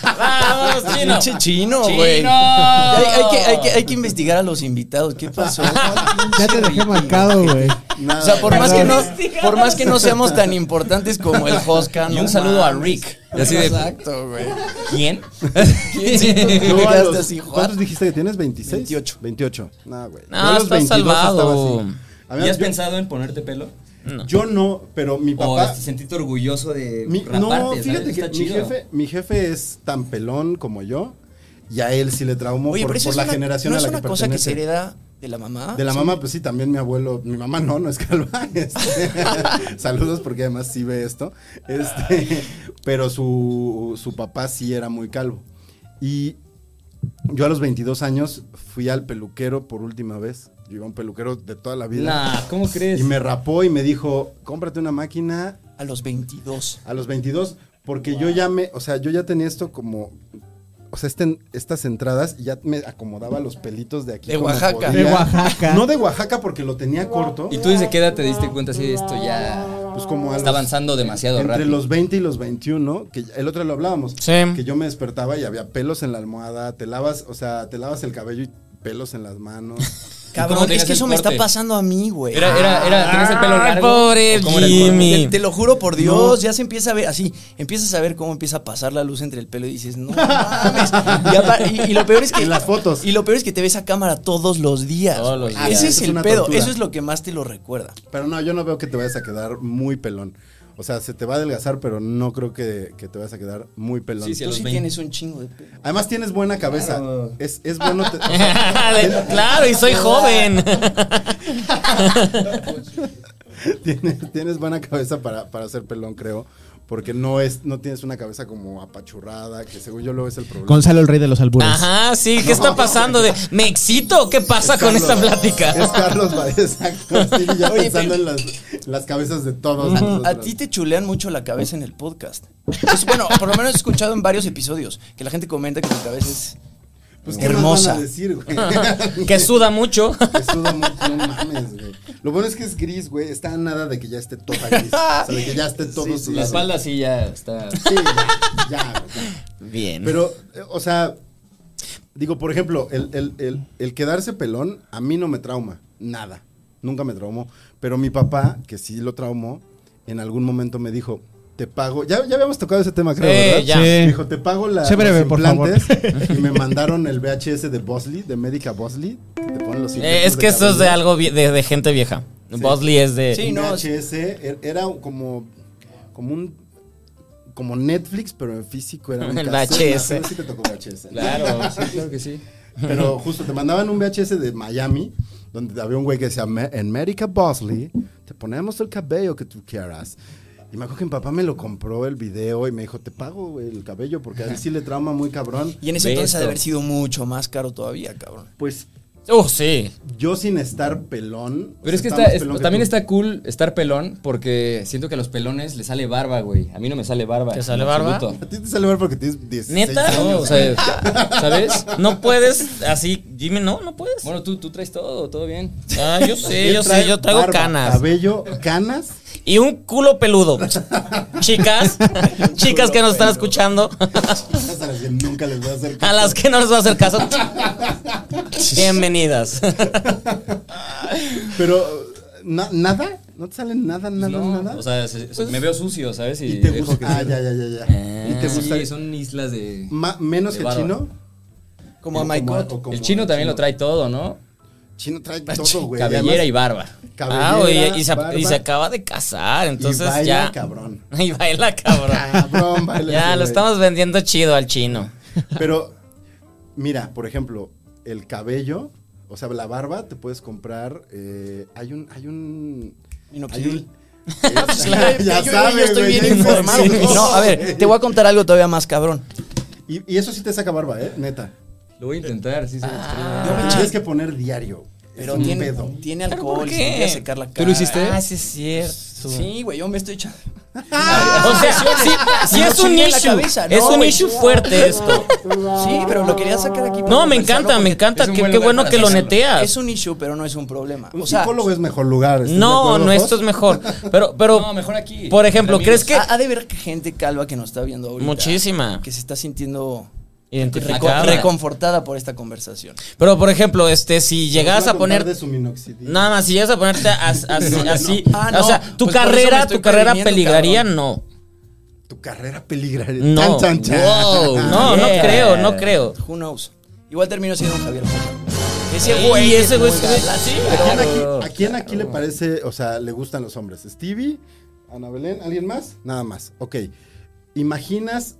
S3: ¡Vamos, chino!
S5: Pinche chino,
S3: ¡Chino!
S5: güey. Hay, hay que, hay, que, hay que investigar a los invitados. ¿Qué pasó?
S2: Ya te dejé marcado, güey.
S1: Nada,
S5: O sea, por
S1: güey.
S5: más, que no, por más que no seamos tan importantes como el Hosca.
S3: Y
S5: no
S3: un saludo a
S5: mames.
S3: Rick. Y así de-
S5: Exacto, güey.
S3: ¿Quién?
S5: ¿Quién?
S1: Tú a
S5: quedaste
S1: los-
S5: así, Juan.
S1: ¿Cuántos dijiste que tienes? ¿26?
S5: 28.
S1: 28. No, güey.
S3: No,
S1: Yo a los
S3: estás
S1: 22 estaba
S3: salvado.
S1: así. A mí,
S4: ¿Y has
S1: yo,
S4: pensado en ponerte pelo?
S1: yo no, pero
S5: Oh,
S1: mi
S4: ¿O
S1: papá...
S4: este, sentirte orgulloso de
S1: mi-
S4: raparte?
S1: no,
S4: ¿sabes?
S1: fíjate que
S4: Está
S1: mi
S4: chido.
S1: jefe, mi jefe es tan pelón como yo y a él sí le traumó
S5: Oye,
S1: por,
S5: pero eso
S1: por
S5: es
S1: la
S5: una-
S1: generación
S5: ¿no
S1: a
S5: es
S1: la
S5: una
S1: que
S5: cosa que
S1: pertenece.
S5: se hereda de la
S4: ¿Ah?
S5: mamá?
S1: De la mamá, pues sí, también mi abuelo, mi mamá no, no es calva. este, saludos porque además sí ve esto. Este, pero su, su papá sí era muy calvo. Y yo a los 22 años fui al peluquero por última vez. Yo iba a un peluquero de toda la vida.
S4: Nah, ¿cómo crees?
S1: Y me rapó y me dijo, cómprate una máquina
S5: A los 22.
S1: a los 22, porque yo ya me, o sea, yo ya tenía esto como, o sea, este- estas entradas y ya me acomodaba los pelitos de aquí.
S5: De
S1: como
S5: Oaxaca.
S1: podía.
S2: De Oaxaca.
S1: No de Oaxaca porque lo tenía corto,
S4: ¿Y tú desde qué edad te diste cuenta si esto ya
S1: pues como a
S4: está
S1: los-
S4: avanzando demasiado
S1: entre
S4: rápido?
S1: los 20 y los 21, que el otro día lo hablábamos,
S3: Sí.
S1: que yo me despertaba y había pelos en la almohada, te lavas, o sea, te lavas el cabello y pelos en las manos.
S4: cómo
S5: Cabrón,
S4: tenías
S5: es que
S4: el
S5: eso me está
S4: corte?
S5: pasando a mí, güey.
S4: Era, era, era, ¿tenías el pelo
S3: Ay,
S4: largo?
S3: pobre
S4: ¿O cómo era el corte?
S3: Jimmy.
S5: Te, te lo juro por Dios, ya se empieza a ver así, empiezas a ver cómo empieza a pasar la luz entre el pelo y dices, no mames. Y, apa- y- y lo peor es que
S1: En las fotos.
S5: Y lo peor es que te ves a cámara todos los días.
S3: Todos los
S5: güey.
S3: días.
S5: Ese es,
S1: Eso es
S5: el
S1: una
S5: pedo,
S1: tortura.
S5: eso es lo que más te lo recuerda.
S1: Pero no, yo no veo que te vayas a quedar muy pelón. O sea, se te va a adelgazar, pero no creo que, que te vayas a quedar muy pelón.
S4: Sí, sí, a
S5: Tú
S4: los
S5: sí
S4: 20.
S5: tienes un chingo de pelo.
S1: Además tienes buena cabeza.
S4: Claro.
S1: Es, es bueno. te- o sea,
S3: De- claro, y soy joven. Pues,
S1: tienes, tienes buena cabeza para, para ser pelón, creo. Porque no es, no tienes una cabeza como apachurrada, que según yo luego es el problema.
S2: Gonzalo, el rey de los albures.
S3: Ajá, sí, ¿qué está pasando? De, ¿Me excito? ¿Qué pasa con
S1: Carlos-
S3: esta
S1: Es
S3: plática?
S1: Carlos Valle, exacto. Sí, ya
S5: Oye,
S1: pensando
S5: pero-
S1: en las, las cabezas de todos.
S5: A,
S1: nosotros.
S5: a ti te chulean mucho la cabeza en el podcast. Es- bueno, por lo menos he escuchado en varios episodios que la gente comenta que tu cabeza es
S1: Pues, ¿qué más
S5: hermosa.
S1: van a decir, güey?
S3: Que suda mucho.
S1: Que suda mucho, no mames, güey. Lo bueno es que es gris, güey. Está a nada de que ya esté toda gris. O sea, de que ya esté todo
S4: Sí, sí,
S1: sudado.
S4: la espalda sí ya está...
S1: Sí, ya, ya, güey, ya.
S3: Bien.
S1: Pero, eh, o sea, digo, por ejemplo, el, el- el- el quedarse pelón a mí no me trauma, nada, nunca me traumó. Pero mi papá, que sí lo traumó, en algún momento me dijo, te pago, ya, ya habíamos tocado ese tema, creo,
S3: Sí,
S1: ¿verdad?
S3: ya.
S2: Sí.
S1: Me dijo, te pago la,
S2: Sé breve,
S1: los
S2: por favor.
S1: implantes", Y me mandaron el VHS de Bosley, de Médica Bosley. que te ponen los
S3: Eh, es
S1: implantes
S3: que eso es de
S1: cabello.
S3: algo vie- de, de gente vieja.
S1: Sí.
S3: Bosley es de.
S5: Sí,
S1: Un
S5: no,
S1: VHS er- era como, como un... Como Netflix, pero en físico era un
S3: El
S1: cassette.
S3: VHS.
S1: No sé si te tocó VHS. ¿no?
S4: Claro, sí, claro que sí.
S1: Pero justo te mandaban un VHS de Miami, donde había un güey que decía, "Me- en America Bosley, te ponemos el cabello que tú quieras. Y me acuerdo que mi papá me lo compró el video y me dijo, te pago güey, el cabello porque a él sí le trauma muy cabrón.
S5: Y en ese
S3: Ve
S5: entonces ha de
S3: esto.
S5: haber sido mucho más caro todavía, cabrón.
S1: Pues
S3: Uh, sí.
S1: yo sin estar pelón. o
S4: Pero es
S1: sea,
S4: que
S1: estaba
S4: está,
S1: más
S4: es-
S1: pelón que
S4: también
S1: tú.
S4: está cool estar pelón porque siento que a los pelones les sale barba, güey. A mí no me sale barba.
S3: ¿Te
S4: en
S3: sale barba?
S4: absoluto.
S1: A ti te sale mal porque tienes 16
S3: ¿Neta?
S1: años.
S4: No, o sea, ¿sabes?
S3: No puedes así, Jimmy, no, no puedes.
S4: Bueno, tú, tú traes todo, todo bien.
S3: Ah, yo sé,
S1: Él
S3: yo
S1: trae
S3: sé, yo traigo
S1: barba,
S3: canas.
S1: Cabello, canas.
S3: Y un culo peludo. Chicas, chicas que nos están escuchando,
S1: Esas a las que nunca les voy a hacer
S3: a
S1: caso.
S3: las que no les va a hacer caso. Bienvenidas.
S1: Pero, na- ¿nada? ¿No te sale nada, nada,
S4: No,
S1: nada?
S4: o sea, se- se- me veo sucio, ¿sabes? Y,
S1: Y te
S4: dejo
S1: gusta.
S4: que
S1: Ah,
S4: se-
S1: ya, ya, ya, ya.
S3: Eh,
S1: y te
S4: Sí,
S1: gusta.
S4: son islas de...
S1: Ma- menos
S4: de
S1: que
S4: barba.
S1: chino.
S5: Como a
S1: Como-
S5: Michael.
S1: o como
S4: El chino también lo trae todo, ¿no?
S1: Chino trae todo, güey.
S4: Cabellera y
S1: Además,
S4: barba.
S1: cabellera,
S3: ah, oye, y se,
S1: barba,
S3: y se acaba de casar, entonces
S1: y baila,
S3: ya.
S1: cabrón.
S3: Y baila, cabrón.
S1: Cabrón, baila ese
S3: ya, lo
S1: güey.
S3: estamos vendiendo chido al chino.
S1: Pero, mira, por ejemplo, el cabello, o sea, la barba, te puedes comprar. eh, hay un. Hay un. Hay
S5: Minoxidil.
S1: un. ya
S5: yo,
S1: sabes,
S5: yo estoy
S1: güey,
S5: bien
S1: ya
S5: informado.
S1: sabes.
S5: No, a ver, te voy a contar algo todavía más cabrón.
S1: Y, y eso sí te saca barba, ¿eh? Neta.
S4: Lo voy a intentar, sí, se
S1: Ah.
S4: me extraña.
S1: Yo me tienes que poner diario.
S5: Pero
S1: es un
S5: tiene,
S1: pedo.
S5: tiene
S3: ¿Pero por
S5: alcohol, y
S3: qué?
S5: se puede secar la cara.
S4: ¿Tú lo hiciste?
S3: Ah, sí es cierto.
S2: esto.
S5: Sí, güey, yo me estoy echando.
S3: O sea, sí, Ah, sí
S5: Me lo
S3: es un
S5: chingué en Ah. la
S3: issue.
S5: cabeza.
S3: es
S5: No,
S3: un
S5: güey.
S3: issue fuerte esto.
S5: Sí, pero lo quería sacar aquí. para
S3: No, me
S5: conversarlo
S3: encanta, me
S5: porque
S3: encanta.
S4: es un
S3: Qué,
S4: buen
S3: qué
S4: lugar
S3: bueno
S4: para
S3: que lo
S4: hacerlo.
S3: neteas.
S5: Es un issue, pero no es un problema.
S1: Un
S5: O sea,
S1: psicólogo es mejor lugar. ¿estás de
S3: No,
S1: acuerdo,
S3: no,
S1: Jos?
S3: esto es mejor. Pero, pero,
S4: No, mejor aquí,
S3: Por ejemplo,
S4: entre amigos. Ah,
S3: ¿crees que
S5: ha, ha de ver gente calva que nos está viendo ahorita.
S3: Muchísima.
S5: Que se está sintiendo
S4: ah,
S3: identificada?
S5: reco- reconfortada por esta conversación.
S3: Pero, por ejemplo, este, si llegas
S1: Nos va
S3: a poner.
S1: contar de su minoxidil.
S3: Nada más, si llegas a ponerte as- así, así,
S5: Ah, no,
S3: o sea, tu
S5: pues por eso me
S3: carrera,
S5: estoy
S3: tu carrera
S5: previniendo,
S3: peligraría,
S5: cabrón.
S3: no.
S1: Tu carrera peligraría.
S3: No,
S1: Chan, chan, chan.
S3: Wow, no, no
S4: Yeah.
S3: creo, no creo.
S5: Who knows? Igual termino siendo un Javier Mora.
S3: Y ese güey
S5: muy
S3: es-
S5: galán.
S3: sí,
S1: ¿A quién aquí,
S3: claro.
S1: a quién aquí le parece, o sea, le gustan los hombres? ¿Stevie? ¿Ana Belén? ¿Alguien más? Nada más. Ok. ¿Imaginas?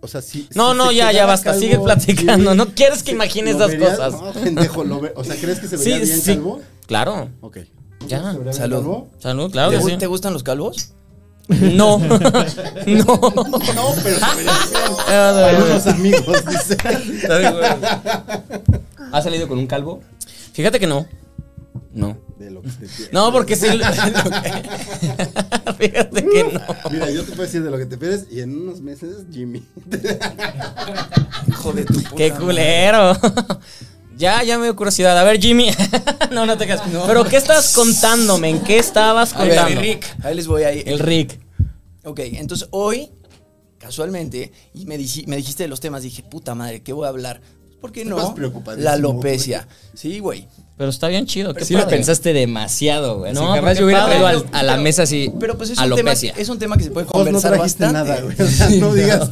S1: O sea, si.
S3: No,
S1: si
S3: no,
S1: se
S3: ya,
S1: quedara
S3: ya basta,
S1: calvo,
S3: sigue platicando, no quieres que
S1: se-
S3: imagines
S1: ¿lo
S3: esas
S1: verías?
S3: cosas.
S1: No, pendejo, lo ve- O sea, ¿crees que se vería
S3: Sí,
S1: bien
S3: sí.
S1: calvo?
S3: Claro.
S1: Ok.
S3: Ya.
S1: ¿Se vería bien
S5: Salud.
S1: calvo?
S3: Salud, claro
S5: ¿Te,
S3: que
S5: gu-
S3: sí.
S5: te gustan los calvos?
S3: No. no.
S1: No, pero se vería bien.
S3: Ah, no,
S1: Para
S3: no, no.
S1: unos amigos, dice.
S4: ¿Has salido con un calvo?
S3: Fíjate que no. No.
S1: De lo que te pierdes.
S3: No, porque sí. Fíjate que no.
S1: Mira, yo te puedo decir de lo que te pierdes y en unos meses, Jimmy.
S5: Hijo de tu puta.
S3: Qué culero. Ya, ya me dio curiosidad. A ver, Jimmy. no, no te creas. Pero, ¿qué estabas contándome? ¿En qué estabas
S5: A ver,
S3: contando?
S5: Rick. Ahí les voy ahí.
S3: El Rick.
S5: Ok, entonces hoy, casualmente, y me, dici- me dijiste de los temas, dije, puta madre, ¿qué voy a hablar? Pues, ¿Por qué
S1: Estás
S5: no?
S1: preocupadísimo,
S5: La alopecia. Sí, güey.
S3: Pero está bien chido. Qué
S4: Sí lo
S3: padre.
S4: pensaste demasiado, güey. No,
S3: No,
S4: jamás
S3: porque
S4: yo hubiera
S3: padre.
S4: traído al- a la mesa así
S5: Pero pues es un, tema,
S4: alopecia.
S5: es un tema que se puede
S1: Vos no
S5: conversar
S1: trajiste
S5: bastante.
S1: nada, güey. O sea, no digas.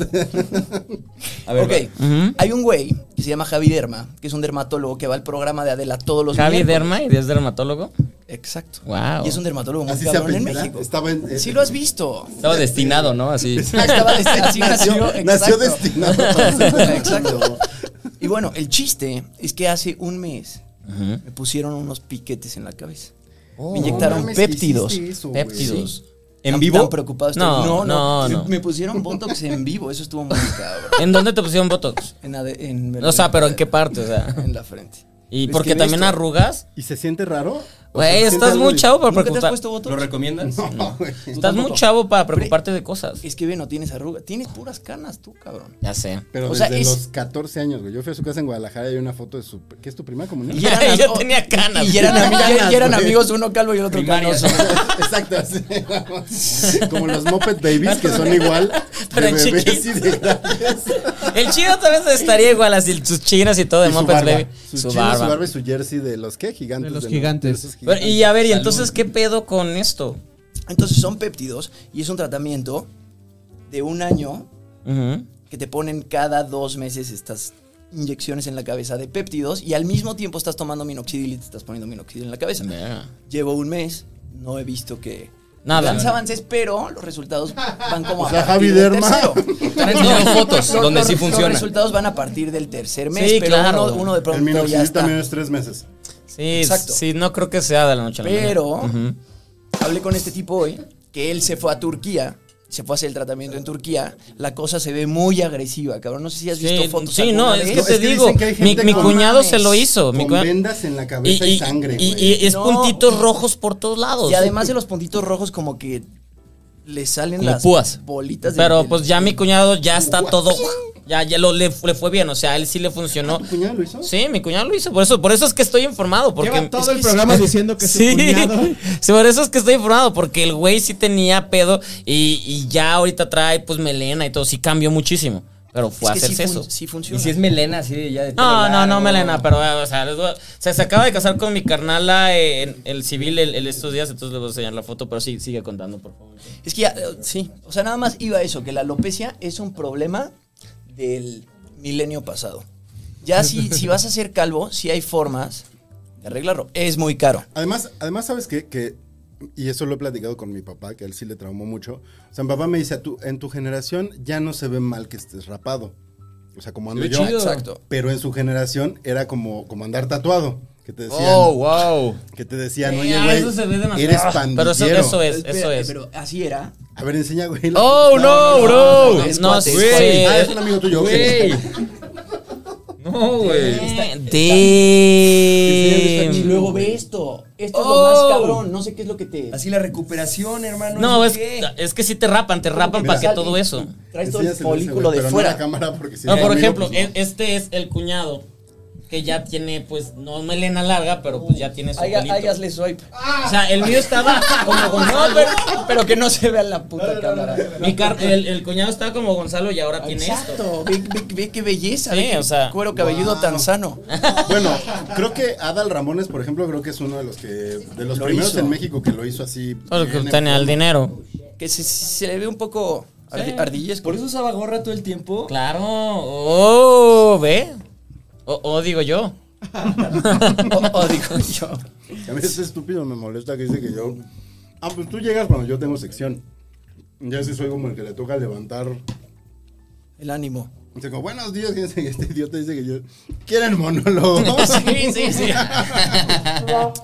S4: A ver,
S5: ok,
S4: va.
S3: Ujú.
S5: hay un güey que se llama Javi Derma, que es un dermatólogo que va al programa de Adela todos los
S3: Javi
S5: miércoles.
S3: Derma y es dermatólogo.
S5: Exacto.
S3: Wow.
S5: Y es un dermatólogo muy
S1: Así se
S5: cabrón en
S1: apellida.
S5: México.
S1: Estaba en- eh,
S5: sí lo has visto.
S4: Estaba destinado, ¿no? Así.
S5: Estaba de- así
S1: nació,
S5: nació,
S1: nació
S5: exacto.
S1: destinado para ser
S5: Exacto. Y bueno, el chiste es que hace un mes
S3: Ujú.
S5: me pusieron unos piquetes en la cabeza.
S3: Oh.
S5: me inyectaron
S1: No mames,
S5: péptidos.
S1: hiciste eso, güey.
S3: Péptidos.
S4: ¿En
S5: Tan-
S4: vivo?
S5: tan preocupado estoy.
S3: No,
S5: No, no,
S3: no, no.
S5: Me pusieron Botox en vivo. Eso estuvo muy cabrón.
S3: ¿En dónde te pusieron botox?
S5: En la de- en-
S3: O sea, pero ¿en qué parte? O sea.
S5: En la frente.
S3: Y
S5: Es
S3: porque
S5: que ve
S3: también
S5: esto.
S3: arrugas.
S1: ¿Y se siente raro? ¿O se
S3: Güey,
S1: siente
S3: estás
S1: algo
S3: muy
S1: de-
S3: chavo para
S5: ¿Nunca te has
S3: preocupar.
S5: puesto Botox?
S4: ¿Lo recomiendas?
S1: No, güey.
S3: Estás muy chavo para preocuparte de cosas.
S5: Es que ve, no tienes arruga. Tienes puras canas tú, cabrón.
S3: Ya sé.
S1: Pero
S5: O
S1: desde
S5: sea, es-
S1: los 14 años, güey. Yo fui a su casa en Guadalajara y hay una foto de su... ¿Qué es tu prima comunión?
S3: Ya,
S5: eran-
S3: yo
S5: oh,
S3: tenía canas.
S5: Y eran, ami-
S1: Canas,
S5: y eran
S1: güey.
S5: amigos uno calvo y el otro
S4: Primarias.
S5: canoso.
S1: Exacto, así. Como los Moped Babies, que son igual
S3: Pero
S1: de
S3: en
S1: bebés y
S3: chiquitos.
S1: de grandes.
S3: El chido tal vez estaría igual, así sus chinas y todo de
S1: Y su
S3: Muppets
S1: barba.
S3: Baby.
S1: Su, chino, su barba. y su jersey de los, ¿qué? Gigantes.
S2: De los gigantes.
S1: esos
S3: Pero, y a ver, ¿y entonces qué pedo con esto?
S5: Entonces son péptidos y es un tratamiento de un año
S3: Ujú.
S5: que te ponen cada dos meses estas inyecciones en la cabeza de péptidos y al mismo tiempo estás tomando minoxidil y te estás poniendo minoxidil en la cabeza. Llevo un mes, no he visto que
S3: Nada.
S5: grandes avances, pero los resultados van como
S1: O sea,
S5: a
S1: Javi
S5: partir del
S1: Derma.
S5: tercero.
S4: Te han enseñado fotos
S5: Los-
S4: donde
S5: los-
S4: sí
S5: Los
S4: funciona.
S5: resultados van a partir del tercer mes,
S3: Sí,
S5: pero
S3: claro.
S5: uno, uno de
S1: El
S5: pronto ya
S1: minoxidil
S5: está.
S1: también es tres meses.
S3: Sí,
S5: Exacto.
S3: sí, no creo que sea de la noche a la mañana.
S5: Pero-
S3: Ujú.
S5: Hablé con este tipo hoy, que él se fue a Turquía, se fue a hacer el tratamiento en Turquía. La cosa se ve muy agresiva, cabrón. No sé si has visto
S3: Sí,
S5: fotos.
S3: sí,
S5: alguna
S3: no,
S5: vez.
S3: es que te
S1: dicen
S3: digo,
S1: que hay
S3: mi,
S1: gente
S3: mi
S1: con-
S3: cuñado
S5: mames,
S3: se lo hizo. mi
S1: Con
S3: cuña-
S1: vendas en la cabeza y, sangre,
S3: y-
S1: güey.
S3: y es
S5: No.
S3: puntitos rojos por todos lados.
S5: Y además de los puntitos rojos, como que le salen
S4: Como
S5: las
S4: púas.
S5: bolitas de
S3: Pero
S5: del-
S3: pues ya mi cuñado ya está todo. Ya, ya lo, le, le fue bien, o sea, a él sí le funcionó.
S1: ¿Tu cuñado lo hizo?
S3: Sí, mi cuñado lo hizo. Por eso, por eso es que estoy informado. Porque
S2: Lleva todo
S3: es que
S2: el programa diciendo que
S3: Sí,
S2: su cuñado.
S3: sí, por eso es que estoy informado, porque el güey sí tenía pedo y, y ya ahorita trae pues melena y todo, sí cambió muchísimo, pero
S5: Es
S3: fue a
S5: que sí
S3: hacerse
S5: fun-
S3: eso.
S5: Sí
S4: Y
S5: funciona.
S4: si es melena, así ya de pelo
S3: No, no, no,
S4: largo.
S3: melena, pero eh, o sea, les voy a- o sea, se acaba de casar con mi carnala eh, en el civil el- el estos días, entonces les voy a enseñar la foto, pero sí, sigue contando, por favor.
S5: Es que ya, eh, sí. O sea, nada más iba a eso, que la alopecia es un problema del milenio pasado. Ya si, si vas a ser calvo, sí hay formas de arreglarlo. Es muy caro.
S1: Además, además sabes qué? que, y eso lo he platicado con mi papá, que a él sí le traumó mucho. O sea, mi papá me dice, "A tu- en tu generación ya no se ve mal que estés rapado. O sea, como ando yo.
S4: chido.
S5: Exacto.
S1: Pero en su generación era como, como andar tatuado. Que te decían,
S4: Oh, wow.
S1: que te decían,
S3: Eh,
S1: oye,
S3: ah,
S1: güey,
S3: eso se ve demasiado.
S1: eres
S3: Ah,
S1: pandillero.
S3: Pero eso, eso es, eso
S5: Espérate,
S3: es.
S5: Pero así era.
S1: A ver, enseña, güey. la-
S4: Oh, no, bro.
S5: es
S3: no,
S5: cuate, es
S3: sí,
S5: cuate.
S1: Ah, es un amigo tuyo, ok.
S4: Güey. No, güey.
S3: Eh, damn.
S5: Y luego ve esto. esto es lo más cabrón. No sé qué es lo que te.
S6: Así la recuperación, hermano.
S3: No, es,
S6: ¿qué?
S3: es que sí te rapan, te rapan para que
S5: Sal-
S3: todo eso.
S5: Traes todo el
S1: Enséñaselo,
S5: folículo
S1: güey,
S5: de
S1: pero No, a la
S5: fuera.
S1: cámara porque si
S3: No,
S1: es
S3: por
S1: conmigo,
S3: ejemplo,
S1: pues,
S3: e- este es el cuñado que ya tiene, pues, no melena larga, pero pues ya tiene su
S5: Haga-
S3: pelito.
S5: hágasle swipe.
S3: O sea, el mío estaba como
S5: No,
S3: Gonzalo.
S5: pero, pero que no se vea en la puta cámara.
S3: Mi car- el, el cuñado estaba como Gonzalo y ahora tiene esto.
S5: Exacto. Ve, ve- ve qué belleza.
S3: Sí,
S5: ve qué
S3: o sea,
S5: cuero cabelludo tan sano.
S1: Bueno, creo que Adal Ramones, por ejemplo, creo que es uno de los que de los
S5: Lo
S1: primeros
S5: hizo.
S1: en México que lo hizo así. bien enfermo.
S3: dinero.
S5: Que se, se le ve un poco ardi- ardillesco.
S6: Por eso usaba gorra todo el tiempo.
S3: Claro. Oh, ve. O, o digo yo.
S5: Oh, oh, digo yo.
S1: A mí este estúpido me molesta que dice que yo. Ah, pues tú llegas cuando yo tengo sección. Ya sí soy como el que le toca levantar.
S5: El ánimo.
S1: Dice como, buenos días, fíjense que este idiota dice que yo. ¿Quieren monólogo?
S3: Sí, sí, sí.